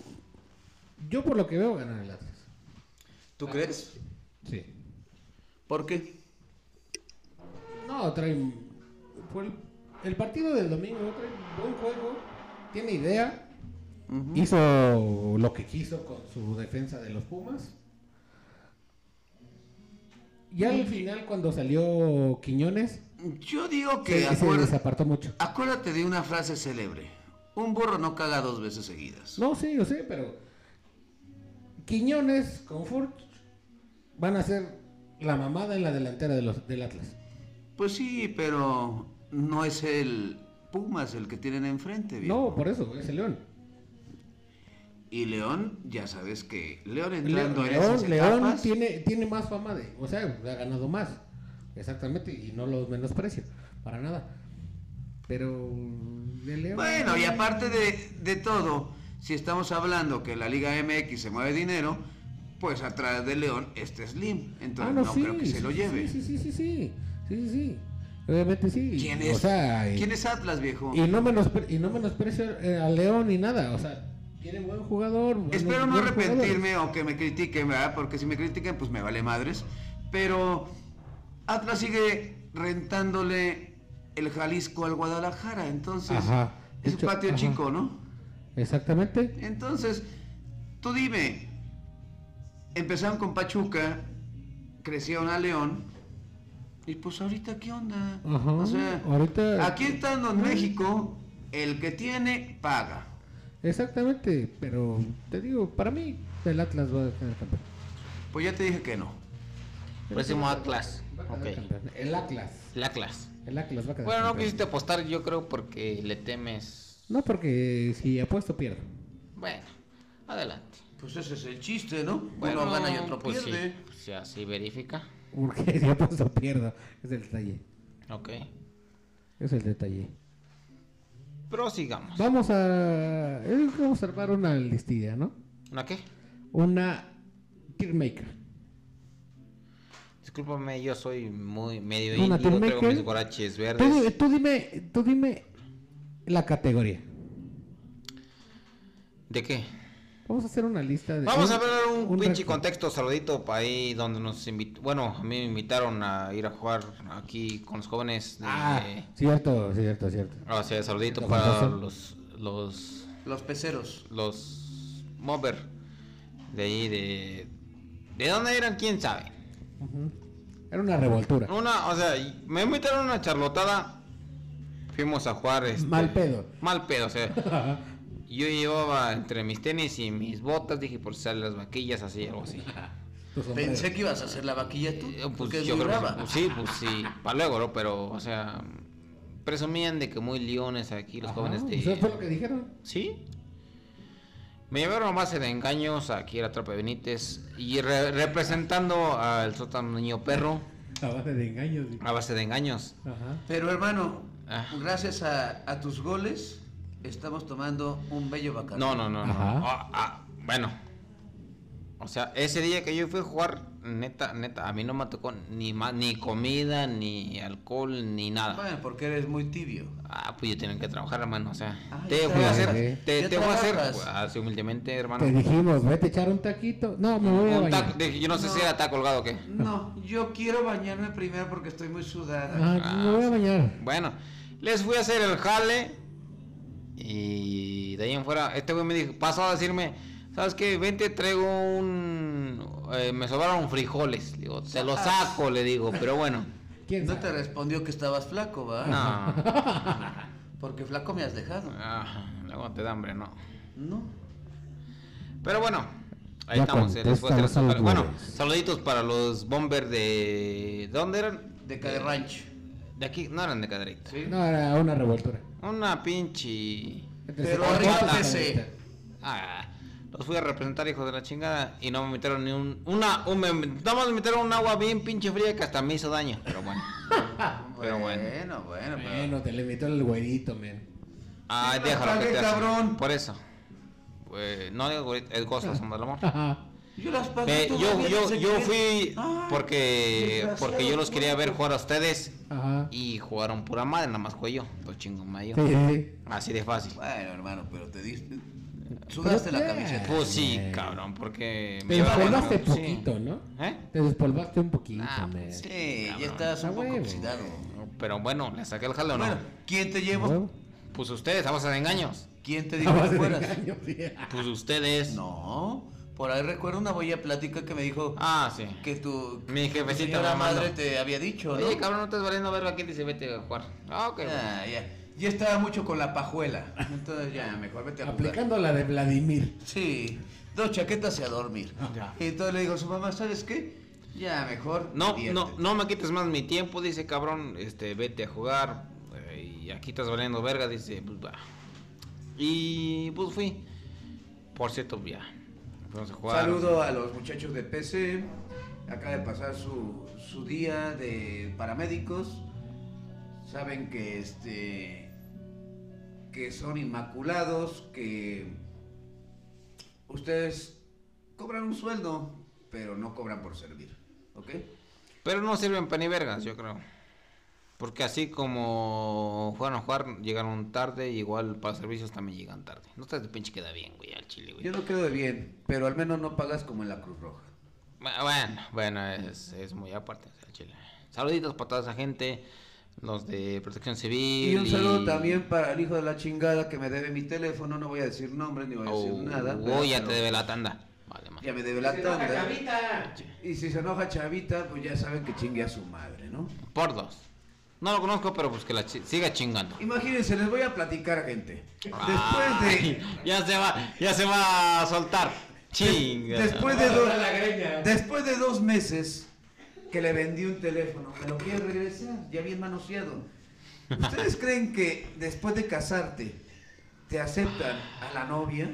Speaker 1: Yo por lo que veo va a ganar el Atlas.
Speaker 3: ¿Tú crees?
Speaker 1: Sí.
Speaker 3: ¿Por qué?
Speaker 1: No, trae. Fue el, el partido del domingo, trae buen juego, tiene idea. Hizo lo que quiso con su defensa de los Pumas. Ya al final, cuando salió Quiñones,
Speaker 3: Yo digo que
Speaker 1: se, se
Speaker 3: acuérdate-
Speaker 1: desapartó mucho.
Speaker 3: acuérdate de una frase célebre. Un burro no caga dos veces seguidas.
Speaker 1: No, sí, yo sé, pero Quiñones con Furch van a ser la mamada en la delantera de los, del Atlas.
Speaker 3: Pues sí, pero no es el Pumas el que tienen enfrente, viejo.
Speaker 1: No, por eso, es el León.
Speaker 3: Y León, ya sabes que León
Speaker 1: León,
Speaker 3: entrando en esas
Speaker 1: León, León
Speaker 3: etapas,
Speaker 1: tiene, tiene más fama de, o sea, ha ganado más. Exactamente, y no los menosprecio, para nada. Pero de León.
Speaker 3: Bueno, y aparte de, de todo, si estamos hablando que la Liga MX se mueve dinero, pues atrás de León este Slim.
Speaker 1: Ah,
Speaker 3: Entonces no, creo que se lo
Speaker 1: sí,
Speaker 3: lleve.
Speaker 1: Sí, sí, sí, sí, sí, sí, sí, sí. Obviamente sí.
Speaker 3: ¿Quién
Speaker 1: O
Speaker 3: es?
Speaker 1: sea, y-
Speaker 3: ¿Quién es Atlas, viejo?
Speaker 1: Y no, menospre- y no menosprecio eh, a León ni nada, o sea, tiene buen jugador. buenos-
Speaker 3: Espero no
Speaker 1: buenos jugadores.
Speaker 3: arrepentirme o que me critiquen, ¿verdad? Porque si me critiquen, pues me vale madres. Pero Atlas sigue rentándole el Jalisco al Guadalajara, entonces
Speaker 1: Ajá.
Speaker 3: es
Speaker 1: Dicho-
Speaker 3: patio
Speaker 1: ajá.
Speaker 3: chico, ¿no?
Speaker 1: Exactamente.
Speaker 3: Entonces, tú dime, empezaron con Pachuca, crecieron a León, y pues ahorita, ¿qué onda?
Speaker 1: Ajá,
Speaker 3: O sea,
Speaker 1: ahorita- eh.
Speaker 3: aquí estando en México, el que tiene, paga.
Speaker 1: Exactamente, pero te digo, para mí el Atlas va a ganar campeón.
Speaker 3: Pues ya te dije que no.
Speaker 2: Próximo Atlas.
Speaker 1: Va a ganar
Speaker 2: Ok.
Speaker 1: campeón. El Atlas.
Speaker 2: El Atlas.
Speaker 1: El Atlas va a ganar.
Speaker 2: Bueno, no
Speaker 1: campeón.
Speaker 2: quisiste apostar, yo creo, porque le temes.
Speaker 1: No, porque si apuesto pierdo.
Speaker 2: Bueno, adelante.
Speaker 3: Pues ese es el chiste, ¿no?
Speaker 2: Bueno,
Speaker 3: Uno gana y otro
Speaker 2: pues
Speaker 3: pierde.
Speaker 2: Sí, pues sí, así verifica.
Speaker 1: Porque si apuesto pierdo. Es el detalle.
Speaker 2: Ok.
Speaker 1: Es el detalle.
Speaker 2: Prosigamos.
Speaker 1: Vamos a. eh, Vamos a armar una listilla, ¿no?
Speaker 2: ¿Una qué?
Speaker 1: Una Kingmaker.
Speaker 2: Discúlpame, yo soy muy medio
Speaker 1: Una
Speaker 2: indio, traigo
Speaker 1: Temeca.
Speaker 2: mis guaraches
Speaker 1: Tú, di-
Speaker 2: verdes.
Speaker 1: tú dime, tú dime la categoría.
Speaker 2: ¿De qué?
Speaker 1: Vamos a hacer una lista de.
Speaker 2: Vamos a ver un, pinche
Speaker 1: ranking.
Speaker 2: contexto saludito para ahí donde nos invitaron. Bueno, a mí me invitaron a ir a jugar aquí con los jóvenes. De...
Speaker 1: Ah, cierto, cierto, cierto.
Speaker 2: O sea, saludito
Speaker 1: Con
Speaker 2: para
Speaker 1: razón.
Speaker 2: los los
Speaker 3: Los peceros.
Speaker 2: los mover de ahí de de dónde eran quién sabe.
Speaker 1: Era una revoltura.
Speaker 2: Una, o sea, y me invitaron a una charlotada. Fuimos a jugar este,
Speaker 1: Mal pedo.
Speaker 2: Mal pedo, o sea, yo llevaba entre mis tenis y mis botas, dije por si salen las vaquillas así algo así.
Speaker 1: Tu sombrero.
Speaker 3: Pensé que ibas a hacer la vaquilla tú,
Speaker 2: Eh, pues,
Speaker 3: porque es
Speaker 2: yo
Speaker 3: muy
Speaker 2: creo que
Speaker 3: brava.
Speaker 2: sí, pues, sí, pues sí, para luego, ¿no? Pero, o sea, presumían de que muy leones aquí los
Speaker 1: Ajá, Pues
Speaker 2: jóvenes de...
Speaker 1: Eso fue lo que dijeron.
Speaker 2: Sí. Me llevaron a base de engaños a Kira Trape Benítez y re- representando al sótano niño perro
Speaker 1: A base de engaños.
Speaker 2: a base de engaños.
Speaker 1: Ajá.
Speaker 3: Pero hermano,
Speaker 2: Ah.
Speaker 3: gracias a, a tus goles, estamos tomando un bello bacán.
Speaker 2: No, no, no. no.
Speaker 1: Ajá.
Speaker 2: Ah, ah, bueno. O sea, ese día que yo fui a jugar, neta, neta, a mí no me tocó ni, ma- ni comida, ni alcohol, ni nada.
Speaker 3: Bueno, porque eres muy tibio.
Speaker 2: Ah, pues yo tienen que trabajar, hermano. O sea,
Speaker 3: Ah,
Speaker 2: te
Speaker 3: ya
Speaker 2: voy a hacer,
Speaker 1: trabajas.
Speaker 2: te,
Speaker 3: Ya
Speaker 2: te voy a hacer,
Speaker 3: trabajas.
Speaker 2: así humildemente, hermano.
Speaker 1: Te dijimos, vete a echar un taquito. No, me voy a
Speaker 2: Un
Speaker 1: bañar.
Speaker 2: taco- dije, yo no sé si
Speaker 3: No.
Speaker 2: era taco colgado o qué.
Speaker 3: No, yo quiero bañarme primero porque estoy muy sudada.
Speaker 1: Ah, me voy a bañar.
Speaker 2: Bueno, les fui a hacer el jale. Y de ahí en fuera, este güey me dijo, pasó a decirme, ¿sabes qué? Ven, te traigo un... eh, me sobraron frijoles. Le Digo, te los saco, le digo, pero bueno.
Speaker 1: ¿Quién
Speaker 3: No
Speaker 1: sabe?
Speaker 3: te respondió que estabas flaco, ¿va?
Speaker 2: No.
Speaker 3: Porque flaco me has dejado.
Speaker 2: Ah, luego te da hambre, no.
Speaker 3: No.
Speaker 2: Pero bueno, ahí
Speaker 1: Ya
Speaker 2: estamos. eh, les fui a hacer
Speaker 1: contestan
Speaker 2: el jale.
Speaker 1: saludos.
Speaker 2: Bueno, saluditos para los bombers de... ¿Dónde eran?
Speaker 3: De cada rancho.
Speaker 2: De aquí, no eran de Cadereyta.
Speaker 3: ¿Sí?
Speaker 1: No, era una revoltura.
Speaker 2: Una pinche...
Speaker 1: Entre
Speaker 3: Pero
Speaker 1: separatistas
Speaker 2: ahorita
Speaker 1: y
Speaker 3: se-
Speaker 1: comunistas.
Speaker 2: Ah, los fui a representar, hijos de la chingada, y no me metieron ni un. Una. un- me, nada más me metieron un agua bien pinche fría que hasta me hizo daño. Pero bueno. Pero bueno.
Speaker 3: Bueno, bueno, pero-
Speaker 1: Bueno, te le invitó el güerito, men.
Speaker 2: Ay,
Speaker 3: Sí,
Speaker 2: déjalo que
Speaker 3: pagué,
Speaker 2: te hace.
Speaker 3: cabrón.
Speaker 2: Por eso. Pues, no digo el gozo de sombra del amor.
Speaker 1: Ajá.
Speaker 3: Yo las pagué.
Speaker 2: Eh,
Speaker 3: tú
Speaker 2: yo,
Speaker 3: me
Speaker 2: yo,
Speaker 3: dices
Speaker 2: yo
Speaker 3: que-
Speaker 2: fui
Speaker 3: Ay,
Speaker 2: porque
Speaker 3: desgraciado,
Speaker 2: porque yo los quería ver jugar a ustedes
Speaker 1: Ajá.
Speaker 2: y jugaron pura madre, nada más jugué yo. Todo chingo mayo.
Speaker 1: Sí, sí, sí.
Speaker 2: Así de fácil.
Speaker 3: Bueno, hermano, pero te diste. Sudaste la
Speaker 1: ya.
Speaker 3: camiseta.
Speaker 2: Pues sí,
Speaker 1: Ay,
Speaker 2: cabrón, porque.
Speaker 1: Te
Speaker 2: me iba ganando,
Speaker 1: despolvaste
Speaker 2: sí.
Speaker 1: poquito, ¿no?
Speaker 2: ¿Eh?
Speaker 1: Te despolvaste un poquito,
Speaker 2: Ah,
Speaker 1: men.
Speaker 2: sí.
Speaker 3: Sí,
Speaker 2: Cabrón.
Speaker 3: ya estabas un
Speaker 1: Ah,
Speaker 3: poco
Speaker 1: huevo.
Speaker 3: oxidado.
Speaker 2: Pero bueno, le saqué el jale o no.
Speaker 3: Bueno, ¿quién te
Speaker 1: ¿A
Speaker 3: llevó?
Speaker 1: huevo?
Speaker 2: Pues ustedes, a base de engaños.
Speaker 3: ¿Quién te
Speaker 1: A
Speaker 2: Ah,
Speaker 3: dijo
Speaker 1: base
Speaker 3: que
Speaker 1: de
Speaker 3: fueras?
Speaker 1: engaños, sí.
Speaker 2: Pues ustedes.
Speaker 3: No, por ahí recuerdo una boya plática que me dijo
Speaker 2: Ah, sí.
Speaker 3: que tu,
Speaker 2: Mi
Speaker 3: que tu
Speaker 2: jefecita
Speaker 3: señora
Speaker 2: me mandó.
Speaker 3: madre te había dicho, ¿no?
Speaker 2: Oye, cabrón, no estás valiendo verlo aquí, dice vete a jugar. Ah, ok.
Speaker 3: Ah, ya. Ya estaba mucho con la pajuela. Entonces ya, mejor vete a jugar.
Speaker 1: Aplicando la de Vladimir.
Speaker 3: Sí, dos chaquetas y a dormir.
Speaker 1: Ya.
Speaker 3: Y entonces le digo a su mamá, ¿sabes qué? Ya, mejor.
Speaker 2: No, no,
Speaker 3: diviértete".
Speaker 2: no me quites más mi tiempo, dice cabrón, este, vete a jugar. eh, Y aquí estás valiendo verga, dice, pues va. Y pues fui. Por cierto, pues, ya. Fuimos a jugar.
Speaker 3: Saludo a los muchachos de PC. Acaba de pasar su, su día de paramédicos. Saben que este que son inmaculados, que ustedes cobran un sueldo, pero no cobran por servir, ¿ok?
Speaker 2: Pero no sirven para ni vergas, yo creo. Porque así como fueron a jugar, llegaron tarde, igual para servicios también llegan tarde. No estás de pinche queda bien, güey, al chile, güey.
Speaker 3: Yo no quedo de bien, pero al menos no pagas como en la Cruz Roja.
Speaker 2: Bu- Bueno, bueno, es, es muy aparte, o sea, al chile. Saluditos para toda esa gente, los de Protección Civil.
Speaker 3: Y un saludo también para el hijo de la chingada que me debe mi teléfono, no voy a decir nombres ni voy a decir
Speaker 2: Oh,
Speaker 3: nada.
Speaker 2: oh,
Speaker 3: pero-
Speaker 2: ya te debe la tanda. Vale, man.
Speaker 3: Ya me debe la tanda. Y si se enoja Chavita, pues ya saben que chingue a su madre, ¿no?
Speaker 2: Por dos. No lo conozco, pero pues que la chi- siga chingando.
Speaker 3: Imagínense, les voy a platicar, gente. Después
Speaker 2: Ay,
Speaker 3: de.
Speaker 2: Ya se va, ya se va a soltar. Chinga.
Speaker 3: Después de dos. Después de dos meses que le vendí un teléfono, me lo quiere regresar, ya bien manoseado. ¿Ustedes creen que después de casarte te aceptan a la novia?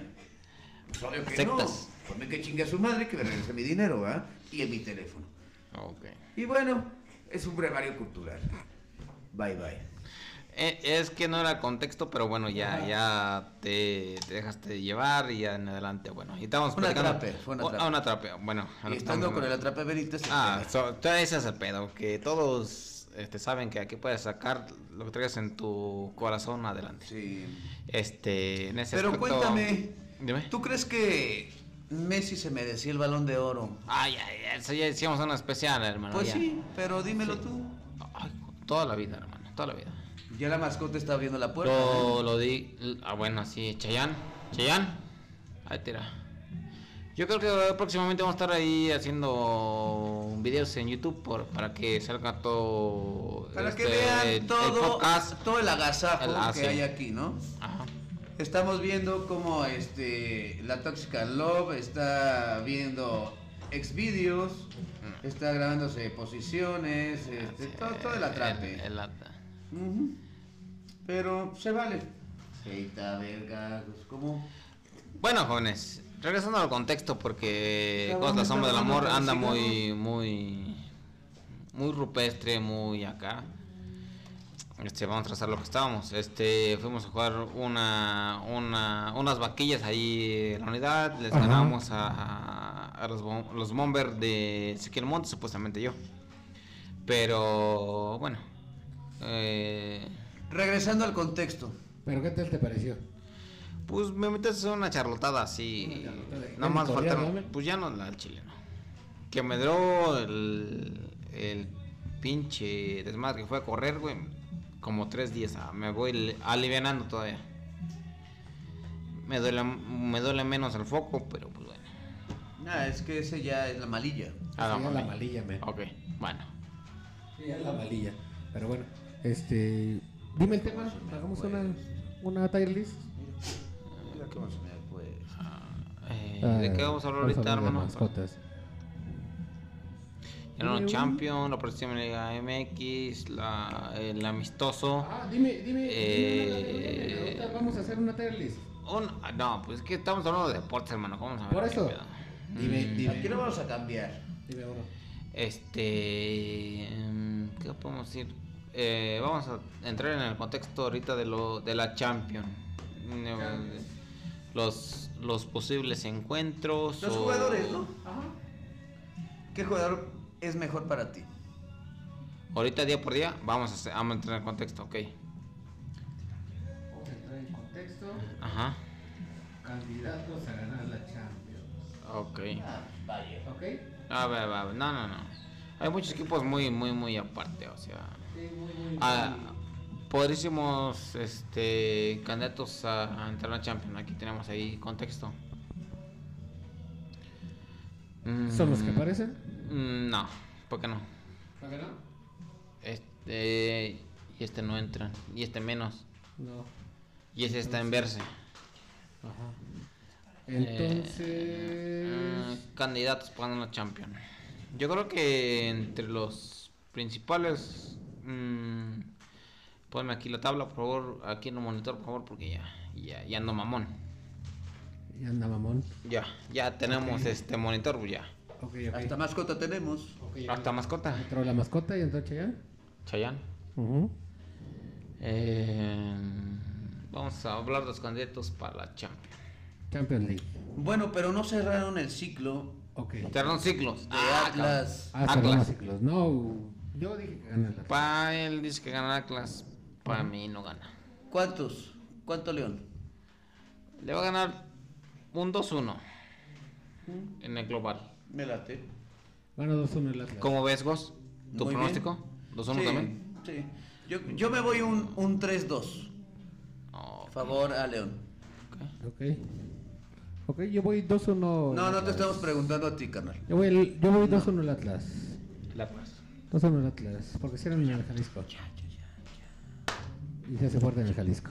Speaker 3: Pues obvio que
Speaker 2: Aceptas.
Speaker 3: no. Ponme que chingue a su madre que me regrese mi dinero, ¿ah? Y en mi teléfono.
Speaker 2: Ok.
Speaker 3: Y bueno, es un brevario cultural. Bye bye.
Speaker 2: Eh, Es que no era contexto, pero bueno, ya, ya te, te dejaste llevar y ya en adelante, bueno. Y estábamos
Speaker 3: Una
Speaker 2: platicando-
Speaker 3: trape, fue una
Speaker 2: o-
Speaker 3: trape.
Speaker 2: Ah, una trape, bueno. a lo
Speaker 3: Y
Speaker 2: que
Speaker 3: estando
Speaker 2: Ah, estamos-
Speaker 3: con el atrape Benítez.
Speaker 2: Ah,
Speaker 3: este,
Speaker 2: so, todo ese es el pedo, que todos este, saben que aquí puedes sacar lo que traigas en tu corazón adelante.
Speaker 3: sí.
Speaker 2: Este, en ese
Speaker 3: Pero
Speaker 2: aspecto-
Speaker 3: cuéntame,
Speaker 2: Dime.
Speaker 3: ¿tú crees que Messi se merecía el balón de oro?
Speaker 2: Ay, ay, ay, eso ya hicimos una especial, hermano.
Speaker 3: Pues
Speaker 2: Ah, ya.
Speaker 3: sí, pero dímelo
Speaker 2: Sí.
Speaker 3: tú.
Speaker 2: Ay, toda la vida, hermano, toda la vida.
Speaker 3: Ya la mascota está abriendo la puerta.
Speaker 2: Yo lo di. Ah, bueno, sí, Chayán. Chayán. Ahí tira. Yo creo que próximamente vamos a estar ahí haciendo videos en YouTube por, para que salga todo.
Speaker 3: Para que
Speaker 2: este, el-
Speaker 3: vean
Speaker 2: el
Speaker 3: todo,
Speaker 2: podcast.
Speaker 3: todo el agasajo
Speaker 2: El- ah,
Speaker 3: que
Speaker 2: sí.
Speaker 3: hay aquí, ¿no?
Speaker 2: Ajá.
Speaker 3: Estamos viendo cómo este, la Tóxica Love está viendo exvideos, está grabándose posiciones, este, todo, todo el atrape.
Speaker 2: Ah, El- el atra-
Speaker 3: Ujú. Pero se vale. Seita, verga, pues, como
Speaker 2: Bueno, jóvenes, regresando al contexto porque Cosas
Speaker 3: Cabrón,
Speaker 2: la
Speaker 3: me
Speaker 2: sombra del
Speaker 3: está
Speaker 2: amor
Speaker 3: bajando
Speaker 2: anda
Speaker 3: el
Speaker 2: muy, muy, muy rupestre, muy acá. Este, vamos a trazar lo que estábamos. Este, fuimos a jugar una, una, unas vaquillas ahí en la unidad. Les
Speaker 1: Ajá.
Speaker 2: ganamos a, a- a los, bom- los Bombers de Ezequiel Montes, supuestamente yo. Pero bueno, eh,
Speaker 3: Regresando al contexto.
Speaker 1: Pero ¿qué tal te pareció?
Speaker 2: Pues me metes en una charlotada así.
Speaker 1: Una charlotada.
Speaker 2: Nada más
Speaker 1: Ya ni
Speaker 2: faltaron.
Speaker 1: corrieron, ¿no?
Speaker 2: Pues ya no la del chileno. Que me dio el, el pinche desmadre que fue a correr, güey. Como tres días. ah, Me voy le- alivianando todavía. Me duele, me duele menos el foco, pero pues bueno.
Speaker 3: Nah, Ah, es que ese ya es la malilla.
Speaker 2: Ah,
Speaker 1: Sí, ya la
Speaker 2: mami.
Speaker 1: malilla, man.
Speaker 2: Ok, bueno.
Speaker 1: Sí, ya la malilla. Pero bueno, este. Dime el tema, hagamos una, una tier list.
Speaker 3: Mira cómo se me fue.
Speaker 2: Eh,
Speaker 1: Ah,
Speaker 2: ¿De qué vamos a hablar ahorita,
Speaker 1: de
Speaker 2: hermano?
Speaker 1: mascotas.
Speaker 2: Ganaron
Speaker 1: Dime,
Speaker 2: Champions, la próxima Liga MX, la, el amistoso.
Speaker 1: Ah, dime, dime.
Speaker 2: Eh,
Speaker 1: dime ahorita vamos a hacer una tier list.
Speaker 2: Un- ah, no, pues es que estamos hablando de deportes, hermano. ¿Cómo sabemos
Speaker 1: Por
Speaker 2: qué
Speaker 1: eso.
Speaker 2: pedo?
Speaker 1: Dime,
Speaker 2: Mm,
Speaker 1: dime.
Speaker 3: ¿A qué lo vamos a cambiar?
Speaker 1: Dime uno.
Speaker 2: Este. mm, ¿Qué podemos decir? Eh, vamos a entrar en el contexto ahorita de, lo, de la Champions. Mm, Los, los posibles encuentros.
Speaker 3: Los
Speaker 2: o-
Speaker 3: jugadores, ¿no? ¿Qué jugador es mejor para ti?
Speaker 2: Ahorita día por día vamos a, hacer- vamos a entrar en el contexto, ok.
Speaker 1: Vamos a entrar en contexto.
Speaker 2: Ajá.
Speaker 1: Candidatos a ganar la Champions.
Speaker 2: Ok.
Speaker 1: ¿Ok?
Speaker 2: A ver, va, va, no, no, no. Hay muchos equipos muy, muy, muy aparte, o sea.
Speaker 1: Sí, muy, muy.
Speaker 2: a Ah, podrísimos este, candidatos a, a entrar a Champions. Aquí tenemos ahí contexto. Mm,
Speaker 1: ¿Son los que aparecen?
Speaker 2: mm, No, ¿por qué no?
Speaker 1: ¿Para qué no?
Speaker 2: Este y este no entra, y este menos,
Speaker 1: No.
Speaker 2: y ese está en verse.
Speaker 1: Ajá.
Speaker 2: Eh,
Speaker 1: Entonces.
Speaker 2: mm, candidatos para una Champions. Yo creo que entre los principales. mm, ponme aquí la tabla, por favor. Aquí en el monitor, por favor, porque ya, ya, ya ando mamón.
Speaker 1: Y anda mamón.
Speaker 2: Ya, ya tenemos este monitor, pues ya.
Speaker 1: Ok, ok.
Speaker 3: Hasta mascota tenemos.
Speaker 1: Ok, ya
Speaker 2: Hasta mascota.
Speaker 1: Entró la mascota y entró Cheyenne.
Speaker 2: Chayanne. Eh, vamos a hablar de los candidatos para la Champions.
Speaker 1: Champions League.
Speaker 3: Bueno, pero no cerraron el ciclo
Speaker 1: Ok.
Speaker 2: Cerraron ciclos.
Speaker 3: de
Speaker 2: Ah,
Speaker 3: Atlas.
Speaker 1: Ah,
Speaker 2: Atlas.
Speaker 1: cerramos ciclos. No, yo dije que gana el Atlas.
Speaker 2: Para él dice que gana Atlas. Para mí no gana.
Speaker 3: ¿Cuántos? ¿Cuánto León?
Speaker 2: Le va a ganar un 2-1 en el global.
Speaker 3: Me late.
Speaker 1: Gana 2-1 el Atlas.
Speaker 2: ¿Cómo ves, Gos? ¿Tu
Speaker 3: Muy bien.
Speaker 2: pronóstico? ¿2-1
Speaker 3: sí,
Speaker 2: también?
Speaker 3: Sí. Yo, yo me voy un, un 3-2.
Speaker 2: Oh,
Speaker 3: Favor a León.
Speaker 2: ok.
Speaker 1: Ok. Ok, yo voy 2-1.
Speaker 3: No,
Speaker 1: el
Speaker 3: no te
Speaker 1: Atlas.
Speaker 3: estamos preguntando a ti, carnal.
Speaker 1: Yo voy, el- yo voy 2-1 el Atlas.
Speaker 2: El Atlas.
Speaker 1: 2-1 el Atlas. Porque si era en el Jalisco. Y se hace fuerte en el Jalisco.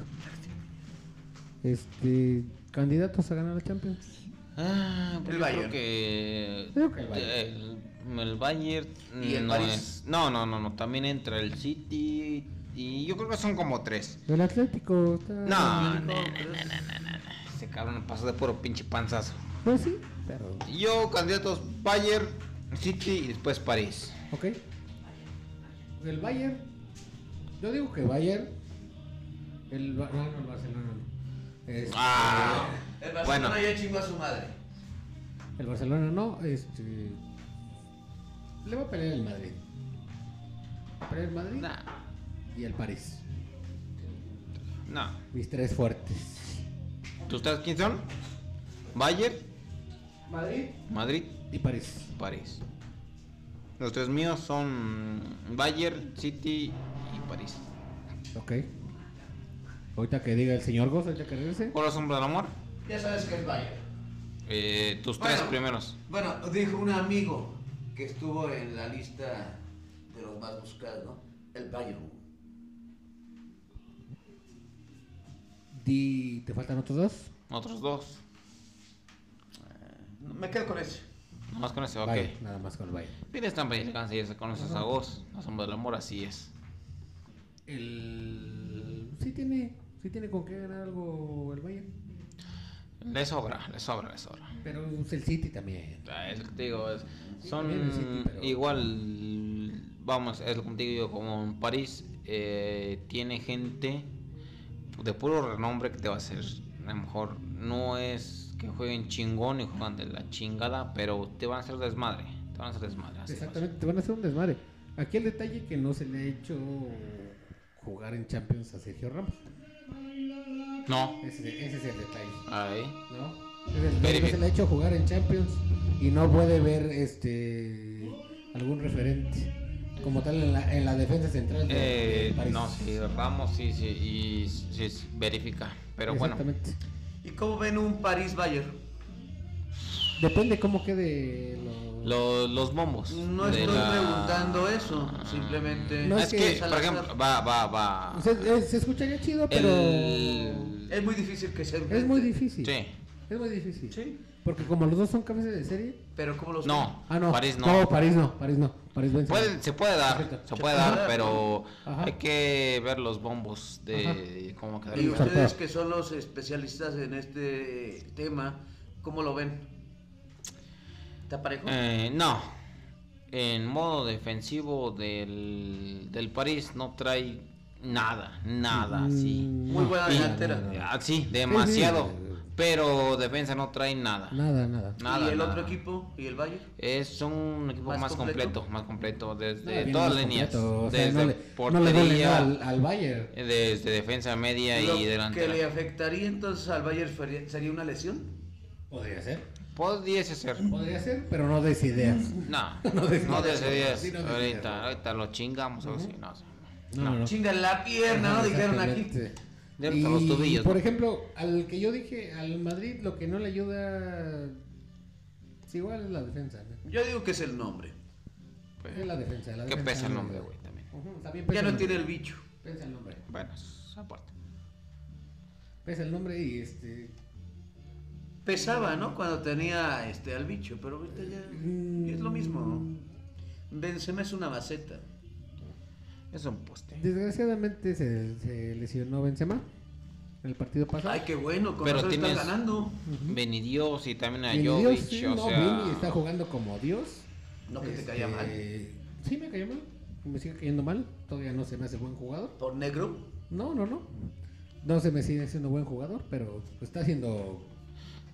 Speaker 1: Este. ¿Candidatos a ganar la Champions?
Speaker 2: Ah, pues
Speaker 3: El
Speaker 2: yo
Speaker 3: Bayern.
Speaker 2: Creo que
Speaker 1: Creo que el Bayern.
Speaker 2: el- el Bayern
Speaker 3: Y el
Speaker 2: no
Speaker 3: París.
Speaker 2: es- No, no, no, no. También entra el City. Y yo creo que son como tres.
Speaker 1: Del Atlético. Está
Speaker 2: No,
Speaker 3: Ah,
Speaker 2: no, no, no, Ese cabrón pasó de puro pinche panzazo.
Speaker 1: Pues sí, pero.
Speaker 2: Yo, candidatos Bayern, City y después París.
Speaker 1: Ok. El Bayern. Yo digo que Bayern. El, Ba- no, no, el Barcelona no. Este,
Speaker 2: Ah,
Speaker 3: El
Speaker 2: bueno.
Speaker 3: Barcelona ya chingó a su madre.
Speaker 1: El Barcelona no. Este. Le va a pelear el Madrid. Pero el Madrid
Speaker 2: Nah,
Speaker 1: y el París.
Speaker 2: nah.
Speaker 1: Mis tres fuertes.
Speaker 2: ¿Tus tres quién son? Bayern,
Speaker 1: Madrid
Speaker 2: Madrid,
Speaker 1: y París.
Speaker 2: París. Los tres míos son Bayern, City y París.
Speaker 1: Ok. Ahorita que diga el señor Goss, ahorita que regrese.
Speaker 2: ¿Cuál es sombra del amor?
Speaker 3: Ya sabes que es Bayern.
Speaker 2: Eh, tus
Speaker 3: Bueno.
Speaker 2: tres primeros.
Speaker 3: Bueno, dijo un amigo que estuvo en la lista de los más buscados, ¿no? El Bayern.
Speaker 1: Di, ¿te faltan otros dos?
Speaker 2: Otros dos.
Speaker 3: Me quedo con ese.
Speaker 2: Nomás con ese, ok.
Speaker 1: Bayern, nada más con el Bayern.
Speaker 2: Tienes trampa y elegancia, ya se conoces a vos. La sombra del amor, así es.
Speaker 1: El... Sí tiene, sí tiene con qué ganar algo el Bayern.
Speaker 2: Le sobra, le sobra, le sobra.
Speaker 1: Pero es el City también.
Speaker 2: O sea, es- te digo, es- son
Speaker 1: también el City, pero-
Speaker 2: igual, vamos, es lo que te digo, como en París eh, tiene gente de puro renombre que te va a hacer. A lo mejor no es que jueguen chingón y juegan de la chingada, pero te van a hacer desmadre. Te van a hacer desmadre. así
Speaker 1: Exactamente, te van a hacer un desmadre. Aquí el detalle que no se le ha hecho jugar en Champions a Sergio Ramos.
Speaker 2: pasa. No,
Speaker 1: Ese, ese es el detalle,
Speaker 2: ahí.
Speaker 1: ¿no? Es el detalle que
Speaker 2: Verifico.
Speaker 1: se le ha hecho jugar en Champions y no puede ver este algún referente como tal en la, en la defensa central de,
Speaker 2: Eh,
Speaker 1: de París.
Speaker 2: no, sí, Ramos sí, sí, y sí, sí, verifica. Pero bueno,
Speaker 1: Exactamente.
Speaker 3: ¿Y cómo ven un París Bayern?
Speaker 1: Depende cómo quede lo...
Speaker 2: lo- los bombos.
Speaker 3: No
Speaker 2: de
Speaker 3: estoy
Speaker 2: la-
Speaker 3: preguntando eso, simplemente.
Speaker 1: No, es
Speaker 2: es
Speaker 1: que-
Speaker 2: que, por ejemplo, va, va, va.
Speaker 1: O sea, eh, se escucharía chido, pero
Speaker 2: El-
Speaker 3: Es muy difícil que se
Speaker 1: es muy
Speaker 3: enfrenten.
Speaker 1: difícil.
Speaker 2: Sí.
Speaker 1: Es muy difícil.
Speaker 3: Sí,
Speaker 1: Porque como los dos son cabezas de serie.
Speaker 3: pero ¿cómo los
Speaker 2: No,
Speaker 1: Ah, no.
Speaker 2: París no.
Speaker 1: París no, París no. París vence.
Speaker 2: Puede- se puede dar,
Speaker 1: Perfecto.
Speaker 2: se puede dar,
Speaker 3: Ajá.
Speaker 2: pero
Speaker 1: Ajá.
Speaker 2: hay que ver los bombos de cómo quedaron.
Speaker 3: Y ustedes
Speaker 1: Sorteo.
Speaker 3: que son los especialistas en este tema, ¿cómo lo ven? ¿Está parejo?
Speaker 2: Eh, no. En modo defensivo del, del París no trae nada, nada así.
Speaker 1: Mm,
Speaker 3: Muy
Speaker 1: no.
Speaker 3: buena
Speaker 2: Y-
Speaker 3: delantera.
Speaker 2: Ah, sí, demasiado.
Speaker 1: Sí, sí.
Speaker 2: Pero defensa no trae nada.
Speaker 1: Nada, nada.
Speaker 2: Nada,
Speaker 3: ¿Y el
Speaker 2: nada.
Speaker 3: otro equipo? ¿Y el Bayern?
Speaker 2: Es un equipo
Speaker 3: ¿Más
Speaker 2: más, completo?
Speaker 3: completo?
Speaker 2: más completo,
Speaker 1: Nada,
Speaker 2: desde
Speaker 1: bien
Speaker 2: todas
Speaker 1: más
Speaker 2: las líneas.
Speaker 1: completo. O sea,
Speaker 2: desde
Speaker 1: no le- no le
Speaker 2: portería,
Speaker 1: duele nada al, al Bayern.
Speaker 2: eh, desde defensa media
Speaker 3: Lo
Speaker 2: y
Speaker 3: que le
Speaker 2: delantera.
Speaker 3: afectaría entonces al Bayern feria- sería una lesión.
Speaker 1: Podría ser.
Speaker 2: Pudiese ser.
Speaker 1: Podría ser, pero no des ideas.
Speaker 2: No,
Speaker 1: No
Speaker 2: no
Speaker 1: decías.
Speaker 2: decidías.
Speaker 1: Sí, no decías.
Speaker 2: Ahorita, ahorita lo chingamos. a ver si no.
Speaker 1: No, no, no.
Speaker 3: Chinga la pierna, ¿no? Dijeron aquí.
Speaker 1: Exactamente.
Speaker 2: Dieron hasta los tobillos,
Speaker 1: Por
Speaker 2: ¿no?
Speaker 1: ejemplo, al que yo dije, al Madrid lo que no le ayuda. Es igual es la defensa. ¿no?
Speaker 3: Yo digo que es el nombre.
Speaker 1: Es la defensa. La
Speaker 2: Que
Speaker 1: defensa
Speaker 2: Pues, pesa el
Speaker 1: no
Speaker 2: nombre,
Speaker 1: ayuda.
Speaker 2: güey, también.
Speaker 1: Ujú, también pesa
Speaker 3: Ya no
Speaker 1: nombre.
Speaker 3: tiene el bicho.
Speaker 1: Pesa el nombre.
Speaker 2: Bueno, eso aparte.
Speaker 1: Pesa el nombre y este.
Speaker 3: Pesaba, ¿no? Cuando tenía este al bicho, pero ahorita ya
Speaker 1: Mm.
Speaker 3: es lo mismo. Benzema es una maceta.
Speaker 2: Es un poste.
Speaker 1: Desgraciadamente se, se lesionó Benzema en el partido pasado.
Speaker 3: Ay, qué bueno, con
Speaker 2: Pero
Speaker 3: razón
Speaker 2: tienes-
Speaker 3: estás ganando.
Speaker 2: Venidios y también a
Speaker 1: Vini
Speaker 2: Jovic.
Speaker 1: Dios, sí,
Speaker 2: o
Speaker 1: no,
Speaker 2: sea,
Speaker 1: Vini está jugando como Dios. Este,
Speaker 3: No que te caía mal.
Speaker 1: Sí, me caía mal. Me sigue cayendo mal. Todavía no se me hace buen jugador.
Speaker 3: Por negro,
Speaker 1: No, no, no. No se me sigue siendo buen jugador, pero está haciendo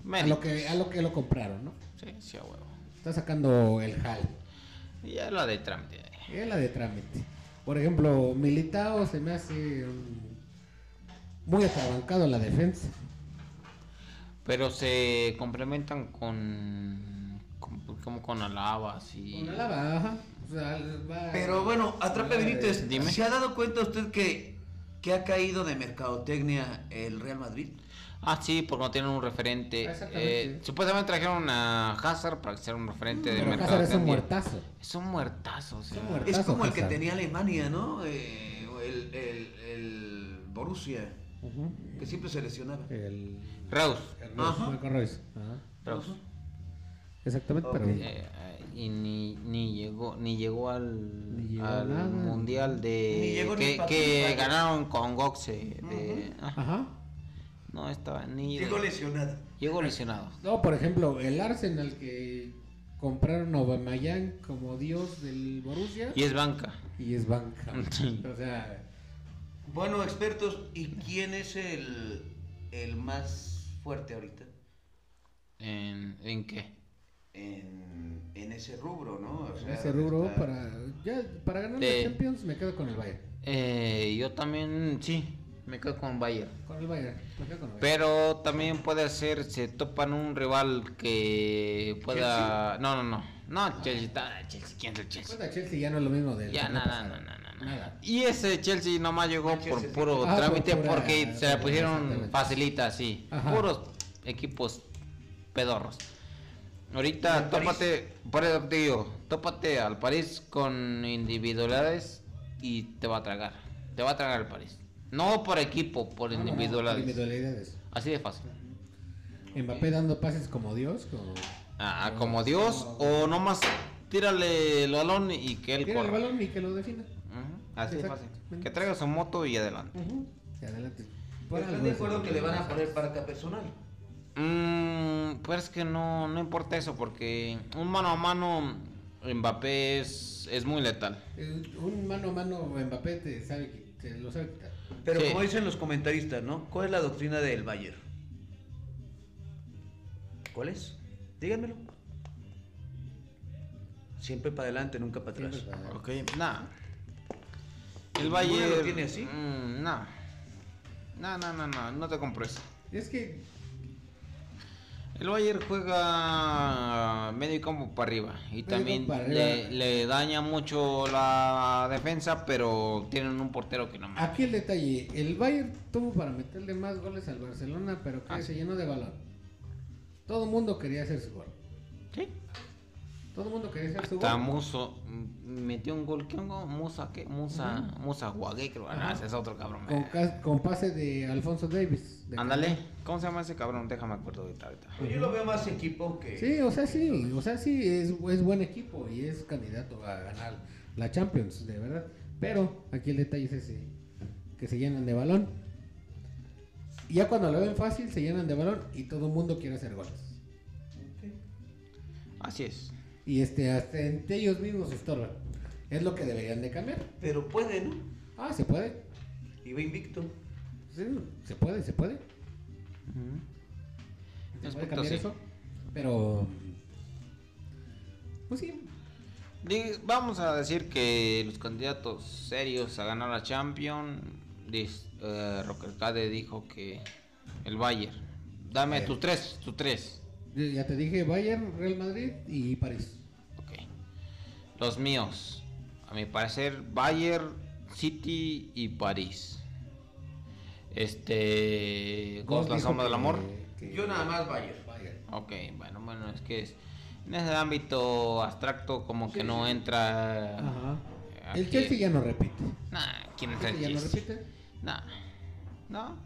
Speaker 1: a
Speaker 2: mérito.
Speaker 1: lo que a lo que lo compraron, ¿no?
Speaker 2: Sí, sí, a huevo.
Speaker 1: Está sacando el jal.
Speaker 2: Y ya la de trámite.
Speaker 1: Es la de trámite. Por ejemplo, Militao se me hace mm, muy atrabancado en la defensa.
Speaker 2: Pero se complementan con. con- como con alabas y.
Speaker 1: Con Alaba, ajá. O sea, va-
Speaker 3: Pero bueno, Atrape Benítez,
Speaker 2: Eh, Dime.
Speaker 3: ¿se ha dado cuenta usted que, que ha caído de mercadotecnia el Real Madrid?
Speaker 2: Ah, sí, porque no tienen un referente.
Speaker 1: Ah, Exactamente. Ah,
Speaker 2: Eh, supuestamente trajeron a Hazard para que sea un referente de
Speaker 1: Pero
Speaker 2: mercado.
Speaker 1: Hazard es un muertazo.
Speaker 2: Es un muertazo, o sea.
Speaker 1: un muertazo.
Speaker 3: Es como el que
Speaker 1: Hazard.
Speaker 3: tenía Alemania, ¿no? Eh, o el, el- el Borussia, que siempre se lesionaba.
Speaker 1: El
Speaker 2: Reus.
Speaker 1: Reus,
Speaker 3: Ajá.
Speaker 1: Marco Reus. Ajá.
Speaker 2: Reus.
Speaker 1: Exactamente,
Speaker 3: Ok.
Speaker 1: pero
Speaker 2: Eh, eh, y ni, ni llegó ni llegó al,
Speaker 1: Ni llegó
Speaker 2: al
Speaker 1: nada.
Speaker 2: mundial de
Speaker 3: Ni llegó ni
Speaker 2: que,
Speaker 3: pa'
Speaker 2: que
Speaker 3: triunfar.
Speaker 2: ganaron con Goxe de- ah,
Speaker 1: ajá.
Speaker 2: no estaba ni
Speaker 3: Llegó lesionado.
Speaker 2: llegó lesionado
Speaker 1: No, por ejemplo, el Arsenal que compraron a Aubameyang como dios del Borussia
Speaker 2: y es banca
Speaker 1: y es banca.
Speaker 2: Sí.
Speaker 1: O sea,
Speaker 3: Bueno, expertos, ¿y quién es el, el más fuerte ahorita?
Speaker 2: en, en qué
Speaker 3: En, en ese rubro, ¿no? O
Speaker 1: en
Speaker 3: sea,
Speaker 1: ese rubro
Speaker 3: está-
Speaker 1: para ya para ganar
Speaker 2: De-
Speaker 1: la Champions me quedo con el Bayern.
Speaker 2: Eh, yo también sí me quedo con Bayern
Speaker 1: Con el Bayern, me quedo con el Bayern.
Speaker 2: pero también puede ser se topan un rival que pueda no no no no Chelsea, ah, Chelsea quién es el Chelsea
Speaker 1: Pues a Chelsea ya no es lo mismo del
Speaker 2: Ya,
Speaker 1: torneo
Speaker 2: nada,
Speaker 1: pasado.
Speaker 2: nada, nada,
Speaker 1: Nada.
Speaker 2: Y ese Chelsea nomás llegó
Speaker 3: Chelsea,
Speaker 2: por
Speaker 3: sí.
Speaker 2: puro
Speaker 1: Ah, por
Speaker 2: trámite
Speaker 1: pura-
Speaker 2: porque se la pusieron
Speaker 1: exactamente.
Speaker 2: facilita así.
Speaker 1: Ajá.
Speaker 2: Puros equipos pedorros. Ahorita
Speaker 3: Al París.
Speaker 2: tópate, por eso te digo, tópate al París con individualidades y te va a tragar. Te va a tragar el París. No por equipo, por
Speaker 1: No, no, no,
Speaker 2: individualidades.
Speaker 1: individualidades.
Speaker 2: Así de fácil.
Speaker 1: Mbappé dando pases como dios, como
Speaker 2: Ah, como Dios, o nomás tírale el balón y que él
Speaker 1: Tira el
Speaker 2: corra.
Speaker 1: balón y que lo defina.
Speaker 2: Ujú, Así de fácil.
Speaker 1: Exactamente.
Speaker 2: Que traiga su moto y adelante.
Speaker 1: Ujú. Y adelante. Por
Speaker 3: ¿Están
Speaker 1: algo
Speaker 3: de
Speaker 1: es-
Speaker 3: acuerdo que le van a poner parca personal?
Speaker 2: Mm, pues es que no, no importa eso porque un mano a mano Mbappé es, es muy letal.
Speaker 1: Eh, Un mano a mano Mbappé te, sabe, qui- te lo sabe quitar.
Speaker 3: Pero
Speaker 2: Sí.
Speaker 3: como dicen los comentaristas, ¿no? ¿Cuál es la doctrina del Bayern? ¿Cuál es? Díganmelo. Siempre para adelante, nunca para atrás.
Speaker 1: Siempre para-
Speaker 2: Ok, nada. El
Speaker 3: ¿Ninguno lo
Speaker 2: Bayern.
Speaker 3: tiene así?
Speaker 2: Mm, nah. No, no, no, no, no te compro eso.
Speaker 1: Es que
Speaker 2: El Bayern juega medio campo para arriba y
Speaker 1: Medio
Speaker 2: también
Speaker 1: campo para
Speaker 2: le,
Speaker 1: arriba.
Speaker 2: le daña mucho la defensa, pero tienen un portero que no más.
Speaker 1: aquí el detalle, el Bayern tuvo para meterle más goles al Barcelona, pero que
Speaker 2: Ah,
Speaker 1: se llenó de balón. Todo el mundo quería hacer su gol.
Speaker 2: ¿Sí?
Speaker 1: Todo el mundo quería hacer su
Speaker 2: Está
Speaker 1: gol.
Speaker 2: Muso, mm, metió un gol, ¿qué un gol? Musa, ¿qué? Musa, Musa Guagué, creo. Ah,
Speaker 1: Ajá.
Speaker 2: ese es otro cabrón.
Speaker 1: Con, cas- con pase de Alfonso Davis. de
Speaker 2: Ándale, ¿cómo se llama ese cabrón? Déjame acuerdo ahorita, ahorita.
Speaker 3: Pues yo lo veo más equipo que.
Speaker 1: Sí, o sea, sí, o sea, sí, es, es buen equipo y es candidato a ganar la Champions, de verdad. Pero aquí el detalle es ese, que se llenan de balón. Y ya cuando lo ven fácil, se llenan de balón y todo el mundo quiere hacer goles.
Speaker 2: Así es.
Speaker 1: Y este, hasta entre ellos mismos se estorban. Es lo que deberían de cambiar.
Speaker 3: Pero puede, ¿no?
Speaker 1: Ah, se puede.
Speaker 3: Y va invicto.
Speaker 1: Sí, se puede, se puede. Se puede
Speaker 2: Respecto,
Speaker 1: cambiar
Speaker 2: sí.
Speaker 1: eso. Pero... Pues sí,
Speaker 2: Di- Vamos a decir que los candidatos serios a ganar la Champions, dis- eh, Roquelcade dijo que el Bayern. Dame
Speaker 1: Sí.
Speaker 2: tus tres, tus tres.
Speaker 1: ya te dije Bayern, Real Madrid y París.
Speaker 2: Ok. Los míos, a mi parecer, Bayern, City y París. Este. ¿Cómo es la
Speaker 1: Dijo
Speaker 2: sombra del
Speaker 1: que-
Speaker 2: amor?
Speaker 1: que-
Speaker 3: Yo nada más Bayern.
Speaker 1: Bayern.
Speaker 2: Ok, bueno, bueno, es que es- en ese ámbito abstracto como que no entra... eh,
Speaker 1: Ajá.
Speaker 2: Aquí-
Speaker 1: El Chelsea ya no repite.
Speaker 2: Nah, ¿quién entra
Speaker 1: Chelsea
Speaker 2: Ah, el
Speaker 1: ya no
Speaker 2: Chelsea?
Speaker 1: repite.
Speaker 2: Nah. No.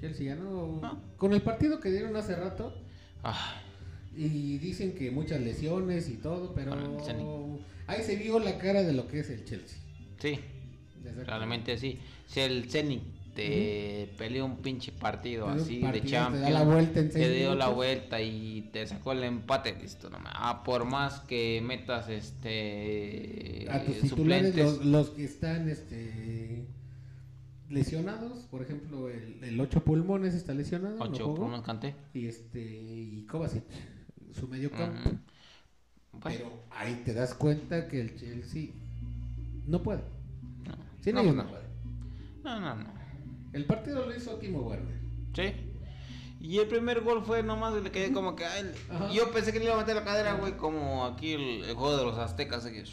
Speaker 1: Chelsea ya no.
Speaker 3: Ah.
Speaker 2: No.
Speaker 1: Con el partido que dieron hace rato
Speaker 2: Ah,
Speaker 1: y dicen que muchas lesiones y todo, pero
Speaker 2: Con el Zenit.
Speaker 1: ahí se vio la cara de lo que es el Chelsea.
Speaker 2: sí,
Speaker 1: Exactamente.
Speaker 2: realmente sí. Si el Zenit te peleó un pinche partido
Speaker 1: Te dio un
Speaker 2: así
Speaker 1: partido,
Speaker 2: de
Speaker 1: te da
Speaker 2: Champions,
Speaker 1: la vuelta en
Speaker 2: te
Speaker 1: seis
Speaker 2: dio la
Speaker 1: minutos.
Speaker 2: vuelta y te sacó el empate, listo, no ma- Ah, por más que metas este
Speaker 1: A tus titulares, los, los que están este lesionados, por ejemplo, el, el ocho pulmones está lesionado. no
Speaker 2: ocho,
Speaker 1: jugó.
Speaker 2: como canté.
Speaker 1: Y este, y Kovacic, su medio campo.
Speaker 2: Ujú. pues. Bueno.
Speaker 1: Pero ahí te das cuenta que el Chelsea no puede.
Speaker 2: No.
Speaker 1: Sin
Speaker 2: no, pues
Speaker 1: ellos
Speaker 2: no.
Speaker 1: no puede.
Speaker 2: No, no, no.
Speaker 1: El partido lo hizo Timo Werner.
Speaker 2: Sí. Y el primer gol fue nomás le quedé como que. ay,
Speaker 1: Ajá.
Speaker 2: yo pensé que le iba a meter la cadera, güey, como aquí el, el juego de los aztecas. así que,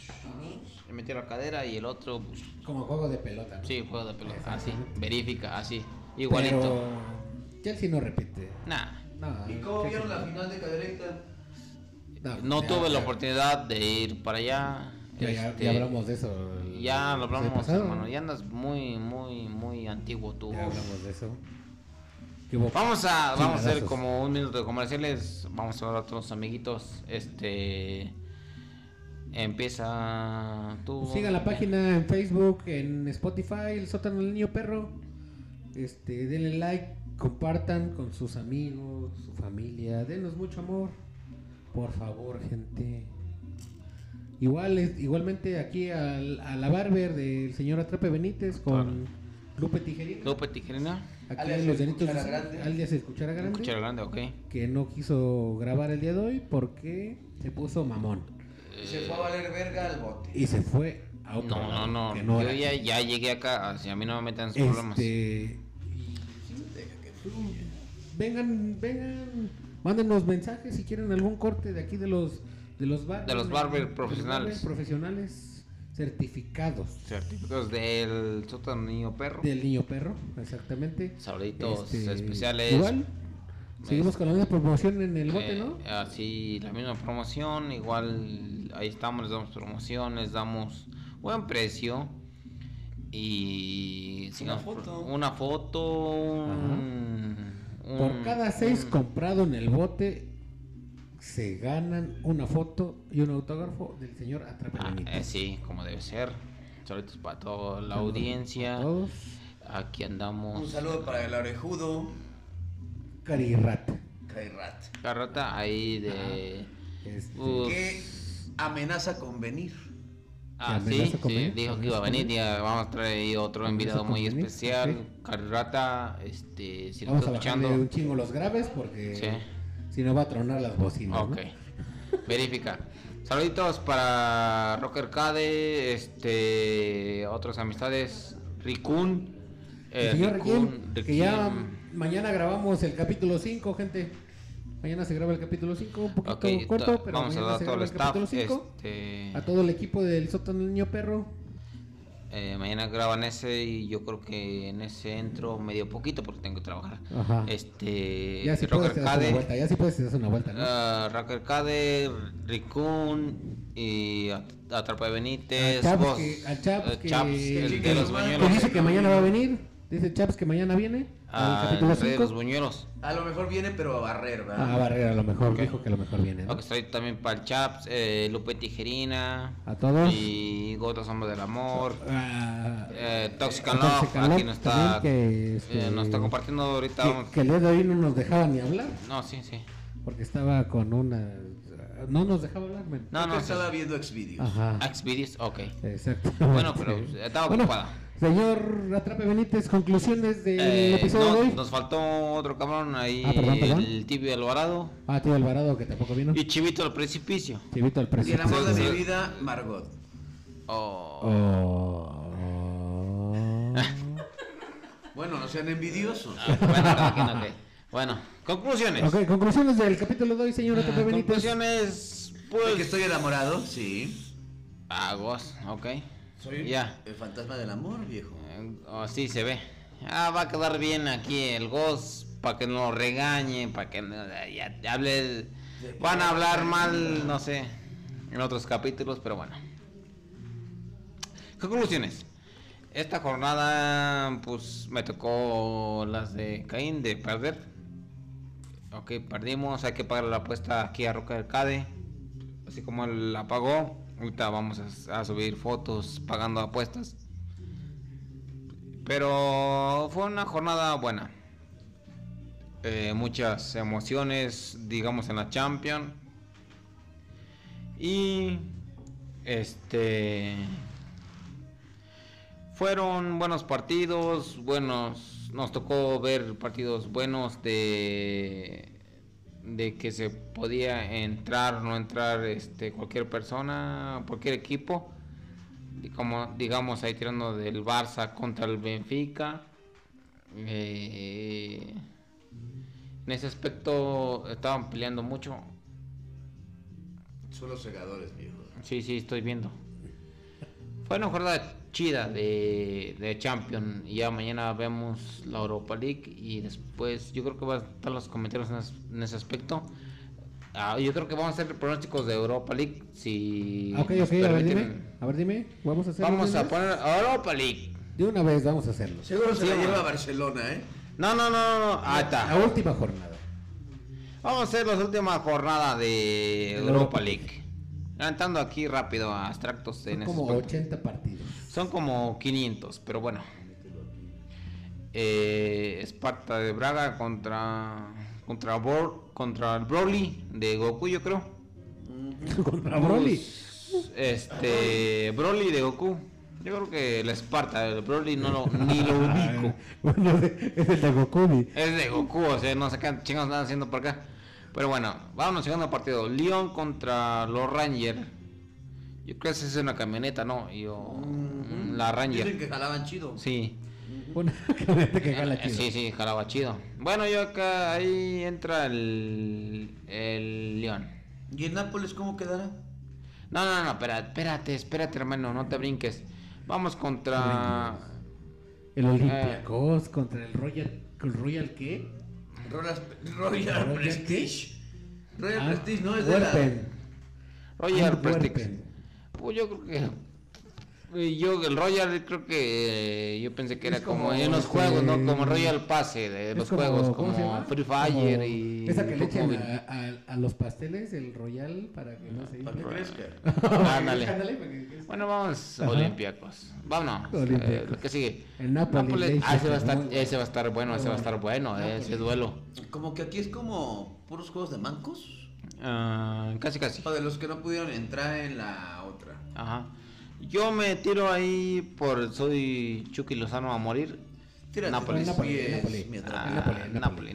Speaker 2: le metió la cadera y el otro. pues,
Speaker 1: Como juego de pelota. ¿no?
Speaker 2: sí, juego de pelota. Así,
Speaker 1: Exactamente.
Speaker 2: verifica, así. Igualito.
Speaker 1: Pero Chelsea no repite.
Speaker 2: Nah.
Speaker 1: No,
Speaker 3: ¿Y cómo
Speaker 1: Chelsea
Speaker 3: vieron la
Speaker 1: no.
Speaker 3: final de caderecta?
Speaker 2: No
Speaker 1: ya-
Speaker 2: tuve la
Speaker 1: ya-
Speaker 2: oportunidad de ir para allá.
Speaker 1: Ya, ya-
Speaker 2: este,
Speaker 1: ya hablamos de eso. el-
Speaker 2: Ya
Speaker 1: el
Speaker 2: lo hablamos,
Speaker 1: pasado.
Speaker 2: hermano. Ya andas muy, muy, muy antiguo tú.
Speaker 1: Ya hablamos de eso. ¿Qué hubo?
Speaker 2: Vamos a, vamos a hacer
Speaker 1: Chingadazos.
Speaker 2: como un minuto de comerciales. Vamos a hablar a todos amiguitos. Este. Empieza tú.
Speaker 1: Sigan Pues la página en Facebook, en Spotify, El Sótano del Niño Perro. Este, denle like, compartan con sus amigos, su familia. Denos mucho amor. Por favor, gente. Igual, es- igualmente aquí al- a la barber del señor Atrape Benítez con Lupe Tijerina.
Speaker 2: Lupe Tijerina.
Speaker 1: Aquí
Speaker 3: Alias
Speaker 1: los
Speaker 3: el
Speaker 1: delitos
Speaker 3: Cuchara
Speaker 1: de-
Speaker 3: Grande.
Speaker 1: alias el Cuchara Grande
Speaker 2: Cuchara grande, ok.
Speaker 1: que no quiso grabar el día de hoy porque se puso mamón
Speaker 3: Y se
Speaker 2: Eh.
Speaker 3: fue a valer verga al bote.
Speaker 1: y se fue a otro
Speaker 2: No,
Speaker 1: lado,
Speaker 2: no,
Speaker 1: Ah, que
Speaker 2: no. Yo
Speaker 1: era
Speaker 2: ya,
Speaker 1: aquí.
Speaker 2: ya llegué acá. Si a mí no me metan sus problemas.
Speaker 1: Este, vengan, vengan, mándenos mensajes si quieren algún corte de aquí de los de los bar-
Speaker 2: De los barber profesionales.
Speaker 1: barber profesionales certificados
Speaker 2: Certificados del sótano niño perro.
Speaker 1: del niño perro, exactamente.
Speaker 2: Saluditos
Speaker 1: Este,
Speaker 2: especiales.
Speaker 1: Igual, seguimos con la misma promoción en el bote,
Speaker 2: Eh,
Speaker 1: ¿no?
Speaker 2: Así, la misma promoción, igual ahí estamos, les damos promoción, les damos buen precio. Y
Speaker 3: Una
Speaker 2: sigamos por-
Speaker 3: foto.
Speaker 2: Una foto un-
Speaker 1: Por
Speaker 2: un-
Speaker 1: cada seis
Speaker 2: un-
Speaker 1: comprado en el bote se ganan una foto y un autógrafo del señor Atrape
Speaker 2: Ah,
Speaker 1: Benítez.
Speaker 2: eh, sí, como debe ser. Saluditos para toda la
Speaker 1: Saludos
Speaker 2: audiencia.
Speaker 1: a Todos.
Speaker 2: Aquí
Speaker 3: Un
Speaker 2: andamos.
Speaker 3: saludo para el orejudo.
Speaker 1: Cari Rata.
Speaker 3: Kairat.
Speaker 2: Carrota ahí de.
Speaker 1: Este,
Speaker 2: Uf.
Speaker 3: Que amenaza con venir.
Speaker 2: Ah,
Speaker 1: ¿Que
Speaker 2: sí,
Speaker 1: amenaza con
Speaker 2: sí,
Speaker 1: venir?
Speaker 2: dijo que iba a venir. ya vamos a traer ahí otro invitado
Speaker 1: con
Speaker 2: muy
Speaker 1: venir?
Speaker 2: especial. Carrata, este, si lo
Speaker 1: vamos a
Speaker 2: está
Speaker 1: bajarle
Speaker 2: escuchando.
Speaker 1: un chingo los graves porque
Speaker 2: Sí.
Speaker 1: si no va a tronar las bocinas. ¿no?
Speaker 2: Ok. Verifica. Saluditos para Rocker Cade, este, otras amistades, Rikun. eh,
Speaker 1: El señor
Speaker 2: Rikun,
Speaker 1: Requiem, que ya
Speaker 2: Rikun.
Speaker 1: mañana grabamos el capítulo 5, gente. Mañana se graba el capítulo 5, un poquito
Speaker 2: Ok, ta-
Speaker 1: corto, pero
Speaker 2: vamos a
Speaker 1: mañana
Speaker 2: dar
Speaker 1: se
Speaker 2: todo el
Speaker 1: graba el capítulo
Speaker 2: staff.
Speaker 1: 5.
Speaker 2: Este,
Speaker 1: A todo el equipo del sótano del niño perro.
Speaker 2: eh, mañana graban ese y yo creo que en ese entro medio poquito porque tengo que trabajar.
Speaker 1: Ajá.
Speaker 2: Este,
Speaker 1: ya si puedes te das
Speaker 2: Rocker
Speaker 1: una
Speaker 2: Cade.
Speaker 1: vuelta, ya si puedes te das una vuelta, ¿no?
Speaker 2: Ah, Rocker Cade, Rikun y At- Atrapa de Benítez,
Speaker 1: Al Chaps
Speaker 2: vos,
Speaker 1: que- al Chaps
Speaker 2: eh,
Speaker 1: que-
Speaker 2: Chaps, el de
Speaker 3: que
Speaker 2: los
Speaker 3: lo mande.
Speaker 1: Que
Speaker 2: buñuelos,
Speaker 1: dice que mañana va a venir. Dice Chaps que mañana viene. al
Speaker 2: Ah, el
Speaker 1: capítulo
Speaker 2: rey de los
Speaker 1: 5.
Speaker 2: buñuelos.
Speaker 3: A lo mejor viene, pero a barrer, ¿verdad?
Speaker 1: Ah, Barrera a lo mejor.
Speaker 2: Ok.
Speaker 1: Dijo que a lo mejor viene. ¿no?
Speaker 2: Ok, estoy también para el Chaps, eh, Lupe Tijerina.
Speaker 1: A todos.
Speaker 2: Y Gotas Hombres del Amor.
Speaker 1: Ah,
Speaker 2: Eh, Toxic
Speaker 1: a
Speaker 2: and Love,
Speaker 1: Toxic and
Speaker 2: aquí
Speaker 1: Love
Speaker 2: nos está,
Speaker 1: también, que, este,
Speaker 2: eh, nos está compartiendo ahorita. vamos-
Speaker 1: que, que el día de hoy no nos dejaba ni hablar.
Speaker 2: No, sí, sí.
Speaker 1: Porque estaba con una. No nos dejaba hablar, men.
Speaker 2: No, pues. no,
Speaker 3: Yo
Speaker 2: sí.
Speaker 3: estaba viendo Xvideos.
Speaker 1: Ajá.
Speaker 2: Xvideos, ok.
Speaker 1: Exacto.
Speaker 2: Bueno, pero eh, estaba ocupada.
Speaker 1: Señor Atrape Benítez, conclusiones del
Speaker 2: Eh,
Speaker 1: episodio
Speaker 2: no,
Speaker 1: de hoy.
Speaker 2: nos faltó otro cabrón ahí,
Speaker 1: Ah, perdón, perdón.
Speaker 2: el tibio Alvarado.
Speaker 1: Ah, tío Alvarado, que tampoco vino.
Speaker 2: Y Chivito al precipicio.
Speaker 1: Chivito al
Speaker 3: Y el
Speaker 1: presidente.
Speaker 3: amor de
Speaker 2: Sí,
Speaker 3: mi
Speaker 2: sí.
Speaker 3: vida, Margot.
Speaker 2: Oh,
Speaker 1: Oh.
Speaker 3: Bueno, no sean envidiosos.
Speaker 2: ah, Bueno, cada quien, ok. Bueno, conclusiones.
Speaker 1: ok, conclusiones del capítulo de hoy, señor
Speaker 2: Ah,
Speaker 1: Atrape Benítez.
Speaker 2: conclusiones,
Speaker 3: ¿De que
Speaker 2: pues.
Speaker 3: estoy enamorado? Sí.
Speaker 2: Ah, vos, ok.
Speaker 3: Soy
Speaker 2: Ya.
Speaker 3: el fantasma del amor, viejo.
Speaker 2: Eh, oh, sí, se ve. Ah, va a quedar bien aquí el Goz. Para que no regañe, para que no, ya, ya hable. Van a hablar mal, no sé, en otros capítulos, pero bueno. Conclusiones. Esta jornada, pues me tocó las de Caín de perder. Ok, perdimos. Hay que pagar la apuesta aquí a Roca Arcade. Así como él la pagó. Ahorita vamos a- a subir fotos pagando apuestas. Pero fue una jornada buena. Eh, muchas emociones, digamos, en la Champions. Y este fueron buenos partidos, buenos. Nos tocó ver partidos buenos de de que se podía entrar o no entrar este cualquier persona, cualquier equipo y como digamos ahí tirando del Barça contra el Benfica. eh, en ese aspecto estaban peleando mucho.
Speaker 3: Son los segadores, viejo.
Speaker 2: Sí, sí, estoy viendo. Fue una jornada chida de, de Champions. y Ya mañana vemos la Europa League y después yo creo que van a estar los comentarios en, as- en ese aspecto. Ah, yo creo que vamos a hacer pronósticos de Europa League si
Speaker 1: Ah, ok,
Speaker 2: nos
Speaker 1: ok, a ver,
Speaker 2: permiten.
Speaker 1: dime. A ver, dime. Vamos a hacerlo.
Speaker 2: Vamos
Speaker 1: de
Speaker 2: a
Speaker 1: una
Speaker 2: poner Europa League.
Speaker 1: vez? De una vez vamos a hacerlo.
Speaker 3: Seguro se
Speaker 2: Sí,
Speaker 3: la
Speaker 2: ma.
Speaker 3: lleva a Barcelona, ¿eh?
Speaker 2: No, no, no, no, no. Ahí está.
Speaker 1: La última jornada.
Speaker 2: Vamos a hacer las últimas jornadas de
Speaker 1: El
Speaker 2: Europa
Speaker 1: Europa
Speaker 2: League. Levantando aquí rápido a abstractos en
Speaker 1: Son
Speaker 2: ese
Speaker 1: como
Speaker 2: aspecto.
Speaker 1: 80 partidos.
Speaker 2: Son como 500, pero bueno. Eh, Esparta de Braga contra contra Bor, contra el Broly de Goku, yo creo.
Speaker 1: Contra Broly.
Speaker 2: Este Broly de Goku. Yo creo que el Esparta, el Broly no lo, ni lo ubico.
Speaker 1: bueno, es el de Goku.
Speaker 2: Es de Goku, o sea, no sé qué chingados están haciendo por acá. Pero bueno, vamos al segundo partido. León contra los Rangers. Yo creo que esa es una camioneta, ¿no? Yo, la
Speaker 3: Mm. Dicen
Speaker 2: Ranger.
Speaker 3: que jalaban chido.
Speaker 2: Sí.
Speaker 1: Una camioneta que jala
Speaker 2: Eh,
Speaker 1: chido.
Speaker 2: Sí, sí, jalaba chido. Bueno, yo acá ahí entra el, el León.
Speaker 3: ¿Y en Nápoles cómo quedará?
Speaker 2: No, no, no, espérate, espérate, espérate, hermano, no te brinques. Vamos contra...
Speaker 1: El Olympiacos
Speaker 2: Ah.
Speaker 1: contra el Royal. ¿El Royal qué?
Speaker 3: Rolas- Royal
Speaker 1: ¿Royal
Speaker 3: Prestige. Royal
Speaker 1: Ah,
Speaker 3: Prestige no es de la.
Speaker 1: Werpen.
Speaker 2: Roger
Speaker 1: Antwerpen.
Speaker 2: Prestix. Pues yo creo que Y Yo, el Royal, creo que eh, yo pensé que
Speaker 1: Es
Speaker 2: era como,
Speaker 1: como,
Speaker 2: en los
Speaker 1: este,
Speaker 2: juegos, ¿no? Como Royal Pase de
Speaker 1: Es
Speaker 2: los
Speaker 1: como-
Speaker 2: juegos,
Speaker 1: ¿cómo
Speaker 2: como
Speaker 1: se llama?
Speaker 2: Free Fire
Speaker 1: Como
Speaker 2: y.
Speaker 1: Esa que le echan
Speaker 2: Móvil.
Speaker 1: a, a- a los pasteles, el Royal, para que no se
Speaker 3: Para que
Speaker 1: infle.
Speaker 3: crezca.
Speaker 2: Ándale.
Speaker 1: Ándale, para que crezca.
Speaker 2: Bueno, vamos a
Speaker 1: Ajá.
Speaker 2: Olympiacos. Vámonos.
Speaker 1: Olympiacos.
Speaker 2: Eh, lo que sigue.
Speaker 1: El Napoli,
Speaker 2: Nápoles. Ah, ese va a estar,
Speaker 1: Leicester,
Speaker 2: ese va a estar bueno, ese va a estar bueno, eh, ese duelo.
Speaker 3: Como que aquí es como puros juegos de mancos.
Speaker 2: Ah, casi, casi.
Speaker 3: O de los que no pudieron entrar en la otra.
Speaker 2: Ajá. Yo me tiro ahí por. Soy Chucky Lozano a morir.
Speaker 3: Tírate
Speaker 2: Nápoles.
Speaker 3: con
Speaker 1: Napoli,
Speaker 3: los pies,
Speaker 1: Napoli.
Speaker 3: Mi atrape.
Speaker 2: Ah,
Speaker 1: Nápoles, Nápoles.
Speaker 2: Nápoles,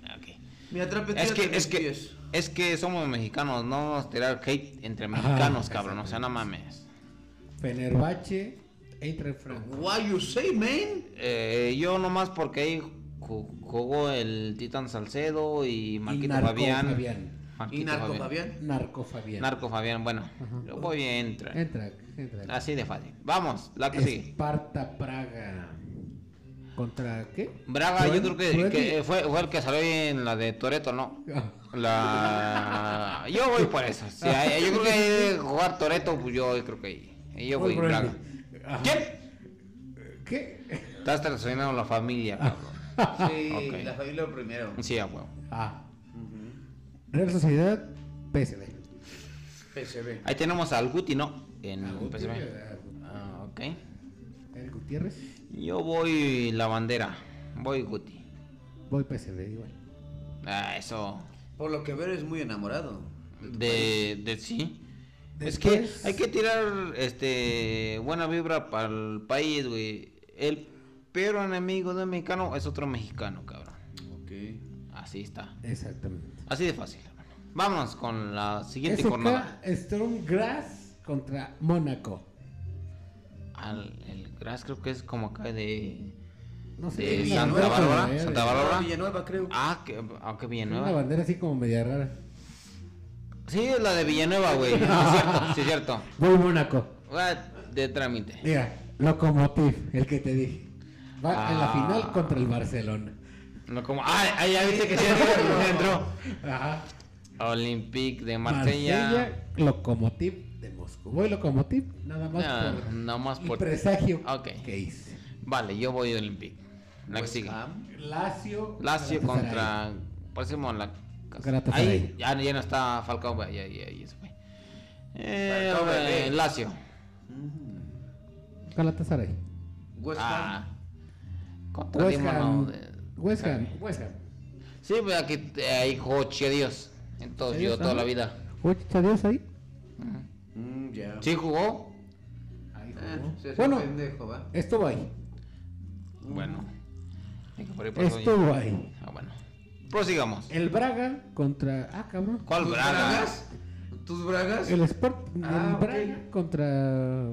Speaker 2: Nápoles. ok.
Speaker 3: Mi atrape,
Speaker 2: Es
Speaker 3: tírate
Speaker 2: que, es
Speaker 3: con los
Speaker 2: que,
Speaker 3: pies.
Speaker 2: es que somos mexicanos, no vamos a tirar hate entre
Speaker 1: Ajá,
Speaker 2: mexicanos, cabrón. O sea, no mames.
Speaker 1: Fenerbahce, Eintracht Frankfurt.
Speaker 3: Why you say, man?
Speaker 2: Eh, yo nomás porque ahí ju- jugó el Titan Salcedo y Marquito
Speaker 1: Narco
Speaker 2: Fabián.
Speaker 1: Fabián.
Speaker 2: Marquito
Speaker 3: Y narco,
Speaker 2: Fabián.
Speaker 3: Fabián.
Speaker 1: Narco Fabián.
Speaker 2: Narco Fabián, bueno. Yo voy a entrar.
Speaker 1: Entra, entra.
Speaker 2: Así de fácil. Vamos, la que sigue.
Speaker 1: Esparta Praga. ¿Contra qué?
Speaker 2: Braga, yo creo que,
Speaker 1: Brody.
Speaker 2: que fue, fue el que salió en la de Toreto, ¿no?
Speaker 1: Ah,
Speaker 2: La... Yo voy por eso. Sí, ahí- yo creo que ahí de jugar Toreto, pues yo creo que ahí. Yo
Speaker 1: Voy
Speaker 2: voy
Speaker 1: por
Speaker 2: Braga.
Speaker 1: ahí. Ajá.
Speaker 2: ¿Quién?
Speaker 1: ¿Qué?
Speaker 2: Estás traicionando a la familia, cabrón.
Speaker 3: Sí,
Speaker 2: Ok.
Speaker 3: la familia primero.
Speaker 2: Sí, a huevo.
Speaker 1: Ah. Real Sociedad, PSV.
Speaker 3: PCB.
Speaker 2: Ahí tenemos al Guti, ¿no? En
Speaker 1: Ah,
Speaker 2: PSV.
Speaker 1: Gutiérrez.
Speaker 2: Ah, ok.
Speaker 1: Eric Gutiérrez.
Speaker 2: Yo voy la bandera. Voy Guti.
Speaker 1: Voy PSV igual.
Speaker 2: Ah, eso.
Speaker 3: Por lo que veo, es muy enamorado.
Speaker 2: De, de sí. Es
Speaker 1: Después-
Speaker 2: que hay que tirar este buena vibra para el país, güey. El peor enemigo de un mexicano es otro mexicano, cabrón.
Speaker 3: Ok.
Speaker 2: Eh, Así está.
Speaker 1: Exactamente.
Speaker 2: Así de fácil. hermano. Vámonos con la siguiente jornada.
Speaker 1: SK Stormgrass contra Mónaco.
Speaker 2: Al- el Gras creo que es como acá de
Speaker 1: No sé.
Speaker 2: De
Speaker 1: tiene
Speaker 2: Santa
Speaker 1: una bandera
Speaker 2: Bárbara,
Speaker 1: como
Speaker 2: Santa
Speaker 1: de-
Speaker 2: Bárbara. ¿Ahora?
Speaker 3: Villanueva, creo.
Speaker 2: Ah, que ah, qué bien,
Speaker 1: tiene Una bandera así como media rara.
Speaker 2: Sí, es la de Villanueva, güey. Sí, es cierto, sí, es cierto.
Speaker 1: Voy Mónaco.
Speaker 2: Ah, De trámite.
Speaker 1: Mira, Locomotiv, el que te dije. Va en
Speaker 2: Ah.
Speaker 1: la final contra el Barcelona.
Speaker 2: No como. ¡Ay, ay, ya viste que sí entró! sí entró.
Speaker 1: Ajá.
Speaker 2: Olympique de Marsella.
Speaker 1: Marsella, Locomotiv de Moscú. Voy Locomotiv, nada más
Speaker 2: Ah,
Speaker 1: por
Speaker 2: nada más
Speaker 1: el
Speaker 2: por-
Speaker 1: presagio
Speaker 2: Ok.
Speaker 1: que hice.
Speaker 2: Vale, yo voy a Olympique. La que
Speaker 3: West
Speaker 2: sigue.
Speaker 3: Ham.
Speaker 1: Lazio, Galatasaray.
Speaker 2: Lazio contra. Próximo la.
Speaker 1: Galatasaray.
Speaker 2: Ahí ya, ya no está Falcao, güey, ya, ya, ya se fue. Eh,
Speaker 3: Falcao,
Speaker 2: eh,
Speaker 3: bebé.
Speaker 2: Lazio.
Speaker 1: Galatasaray.
Speaker 3: West Ham.
Speaker 2: Ah. Contra
Speaker 1: West
Speaker 2: Dinamo,
Speaker 1: Ham.
Speaker 2: no, eh, de-
Speaker 1: West Ham. West Ham.
Speaker 2: Sí, pero aquí eh, ahí jugó Che Dios. Entonces yo
Speaker 1: Chedios,
Speaker 2: toda
Speaker 1: ajá.
Speaker 2: la vida.
Speaker 1: Oye, ¿está Dios ahí?
Speaker 3: Mm, ya.
Speaker 2: Sí jugó.
Speaker 1: Ahí
Speaker 3: Ah,
Speaker 1: jugó.
Speaker 3: se hace
Speaker 1: Eh, bueno,
Speaker 3: pendejo, ¿va?
Speaker 1: estuvo ahí.
Speaker 2: Bueno. Dije, por ahí pasó ya.
Speaker 1: Mm. Estuvo ahí.
Speaker 2: Ah, bueno. Prosigamos.
Speaker 1: El Braga contra. Ah, cabrón.
Speaker 2: ¿Cuál
Speaker 3: ¿Tus
Speaker 2: Braga?
Speaker 3: bragas? ¿Tus bragas?
Speaker 1: El Sport.
Speaker 3: Ah,
Speaker 1: el
Speaker 3: ok.
Speaker 1: Braga contra.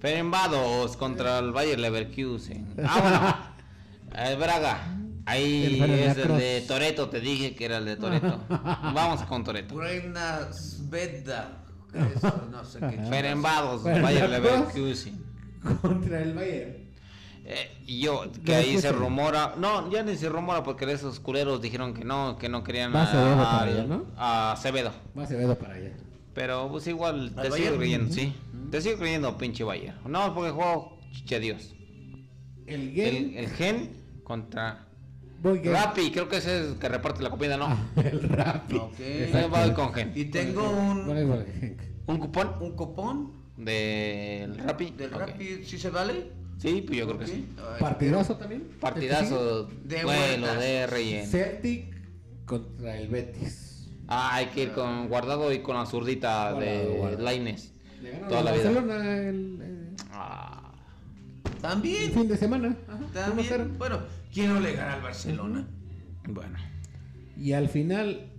Speaker 2: Ferenbados contra el Bayer Leverkusen. Ah, bueno. El Braga. Ahí
Speaker 1: El
Speaker 2: es el
Speaker 1: Veracruz.
Speaker 2: de Toreto, te dije que era el de Toreto. Vamos con Toreto.
Speaker 3: Reina Sveda. Eso, no sé qué.
Speaker 1: pues,
Speaker 2: Ferenbados,
Speaker 1: Veracruz.
Speaker 2: Bayer Leverkusen.
Speaker 1: Contra el Bayern.
Speaker 2: Eh, y yo, que ahí se rumora, no, ya ni se rumora porque esos culeros dijeron que no, que no querían
Speaker 1: Va Acevedo
Speaker 2: a,
Speaker 1: para allá, ¿no?
Speaker 2: a Acevedo.
Speaker 1: Va Acevedo para allá.
Speaker 2: Pero pues igual
Speaker 3: ¿Al
Speaker 2: te sigo
Speaker 3: Bayern? Mm.
Speaker 2: creyendo, sí. Te sigo creyendo, pinche Bayer. No, porque juego chiche Dios.
Speaker 1: El
Speaker 2: El,
Speaker 1: Game.
Speaker 2: el gen contra
Speaker 1: Voy Game.
Speaker 2: Rappi, creo que ese es el que reparte la comida, ¿no?
Speaker 1: El Rappi.
Speaker 3: Ok.
Speaker 2: Yo voy con gen.
Speaker 3: Y tengo
Speaker 1: Voy
Speaker 3: un,
Speaker 1: con el Genk.
Speaker 2: ¿Un cupón
Speaker 3: un copón
Speaker 2: del Rappi?
Speaker 3: del
Speaker 2: Ok.
Speaker 3: Rappi. ¿Sí se vale?
Speaker 2: Sí, pues yo creo que
Speaker 3: Ok.
Speaker 2: sí.
Speaker 3: Ay,
Speaker 1: Partidazo también.
Speaker 2: Partidazo,
Speaker 3: De
Speaker 2: duelo
Speaker 3: vuelta.
Speaker 2: de
Speaker 1: El que sigue.
Speaker 2: relleno.
Speaker 1: Celtic contra el Betis.
Speaker 2: Ah, hay que ir con guardado y con la zurdita
Speaker 1: Guardado,
Speaker 2: de
Speaker 1: guardado.
Speaker 2: Laines.
Speaker 1: Le ganaron
Speaker 2: Toda
Speaker 1: al
Speaker 2: la vida.
Speaker 1: Barcelona el, eh,
Speaker 2: Ah,
Speaker 1: el
Speaker 3: También.
Speaker 1: fin de semana. Ajá, 1-0.
Speaker 3: También. Bueno, ¿quién no le gana al Barcelona?
Speaker 2: bueno.
Speaker 1: Y al final,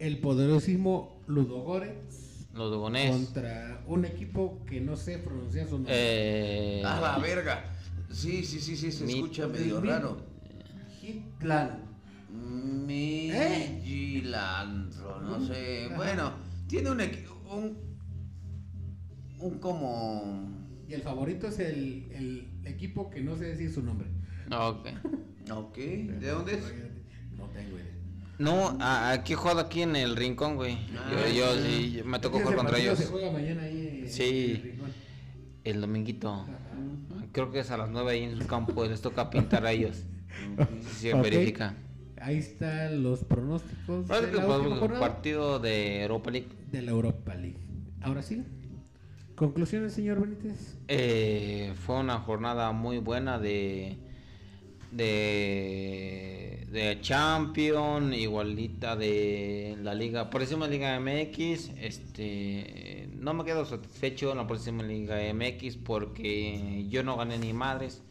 Speaker 1: el poderosísimo Ludogorets
Speaker 2: Los Dugonés.
Speaker 1: contra un equipo que no sé pronunciar su nombre.
Speaker 2: Eh,
Speaker 3: A la verga. Sí, sí, sí, sí, se
Speaker 2: Mi-
Speaker 3: escucha medio
Speaker 1: Mi-
Speaker 3: raro.
Speaker 1: Hitlan. ¿Eh?
Speaker 3: Migilandro, no sé.
Speaker 1: Ajá.
Speaker 3: Bueno, tiene un equi- un un como
Speaker 1: Y el favorito es el, el equipo que no sé decir su nombre.
Speaker 2: ok.
Speaker 3: Ok, ¿de dónde es?
Speaker 1: No tengo idea.
Speaker 2: No, a- aquí he jugado aquí en el rincón, güey.
Speaker 3: Ah,
Speaker 2: yo yo
Speaker 3: sí.
Speaker 2: sí, me tocó
Speaker 1: Ese
Speaker 2: jugar contra
Speaker 1: partido
Speaker 2: ellos.
Speaker 1: Se juega mañana ahí en-
Speaker 2: Sí.
Speaker 1: en el Rincón.
Speaker 2: el dominguito. Creo que es a las 9 ahí en su campo, les toca pintar a ellos. Sí,
Speaker 1: Ok.
Speaker 2: verifica.
Speaker 1: Ahí están los pronósticos de
Speaker 2: Parece que
Speaker 1: la última
Speaker 2: podemos un
Speaker 1: jornada
Speaker 2: partido de Europa League.
Speaker 1: de la Europa League. Ahora sí. Conclusiones, señor Benítez.
Speaker 2: Eh, fue una jornada muy buena de de de Champion, igualita de la liga, próxima liga MX, este no me quedo satisfecho en la próxima liga MX porque yo no gané ni madres.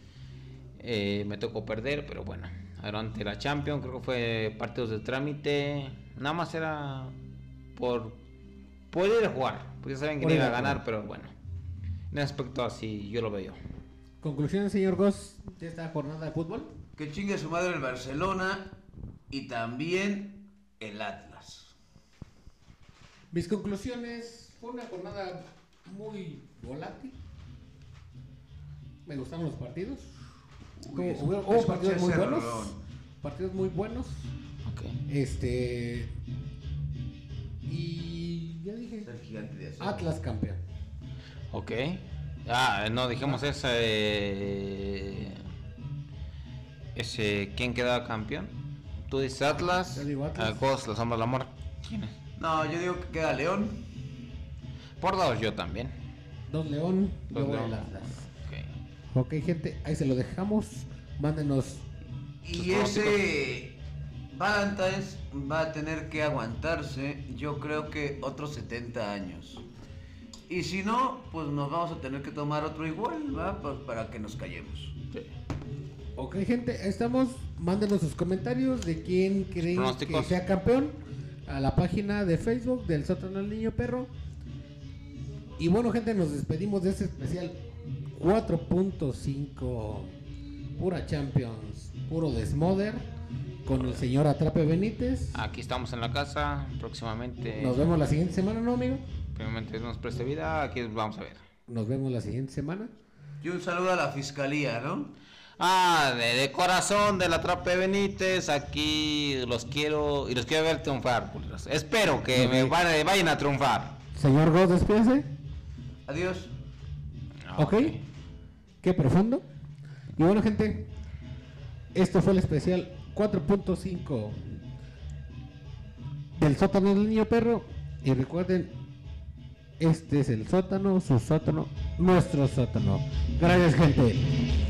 Speaker 2: Eh, me tocó perder, pero bueno, adelante la Champions, creo que fue partidos de trámite, nada más era por poder jugar, porque saben que
Speaker 1: Por
Speaker 2: no
Speaker 1: ir
Speaker 2: iba
Speaker 1: a
Speaker 2: a ganar,
Speaker 1: jugar.
Speaker 2: pero bueno. En aspecto así, yo lo veo.
Speaker 1: Conclusiones, señor Goss, de esta jornada de fútbol.
Speaker 3: Que chingue a su madre el Barcelona y también el Atlas.
Speaker 1: Mis conclusiones, fue una jornada muy volátil. Me gustaron los partidos.
Speaker 3: Uy,
Speaker 1: Hubo- hubo
Speaker 3: escucha
Speaker 1: partidos muy
Speaker 3: ese
Speaker 1: buenos.
Speaker 3: rolón.
Speaker 1: Partidos muy buenos. Este. Y ya dije.
Speaker 3: Es el gigante de acero.
Speaker 1: Atlas campeón.
Speaker 2: Ok. Ah, no, dijimos ese. Ese. ¿Quién queda campeón? Tú dices Atlas.
Speaker 1: Yo digo Atlas.
Speaker 2: ah, Ghost, la sombra del amor. ¿Quién es?
Speaker 3: No, yo digo que queda León.
Speaker 2: Por dos, yo también.
Speaker 1: Don León,
Speaker 2: Dos
Speaker 1: yo voy
Speaker 2: León.
Speaker 1: al Atlas.
Speaker 2: Ok.
Speaker 1: Ok, gente, ahí se lo dejamos. Mándenos.
Speaker 3: Y ese Valentine's va a tener que aguantarse, yo creo que otros 70 años. Y si no, pues nos vamos a tener que tomar otro igual, ¿va? Pues para que nos callemos.
Speaker 1: Ok, gente, estamos. Mándenos sus comentarios de quién creen que
Speaker 2: pronósticos.
Speaker 1: sea campeón a la página de Facebook del sótano del niño perro. Y bueno, gente, nos despedimos de este especial 4.5. Pura Champions, puro Desmoder. Con el señor Atrape Benítez.
Speaker 2: Aquí estamos en la casa. Próximamente.
Speaker 1: Nos vemos la siguiente semana, ¿no, amigo?
Speaker 2: Próximamente nos preste vida. Aquí vamos a ver.
Speaker 1: Nos vemos la siguiente semana.
Speaker 3: Y un saludo a la fiscalía, ¿no?
Speaker 2: Ah, de, de corazón de la Trape Benítez, aquí los quiero y los quiero ver triunfar, culeros. Espero que me van- vayan a triunfar.
Speaker 1: Señor Goss, despídase.
Speaker 3: Adiós.
Speaker 2: Ah,
Speaker 1: Ok. Qué profundo. Y bueno, gente, esto fue el especial 4.5 del sótano del niño perro. Y recuerden, este es el sótano, su sótano, nuestro sótano. Gracias, gente.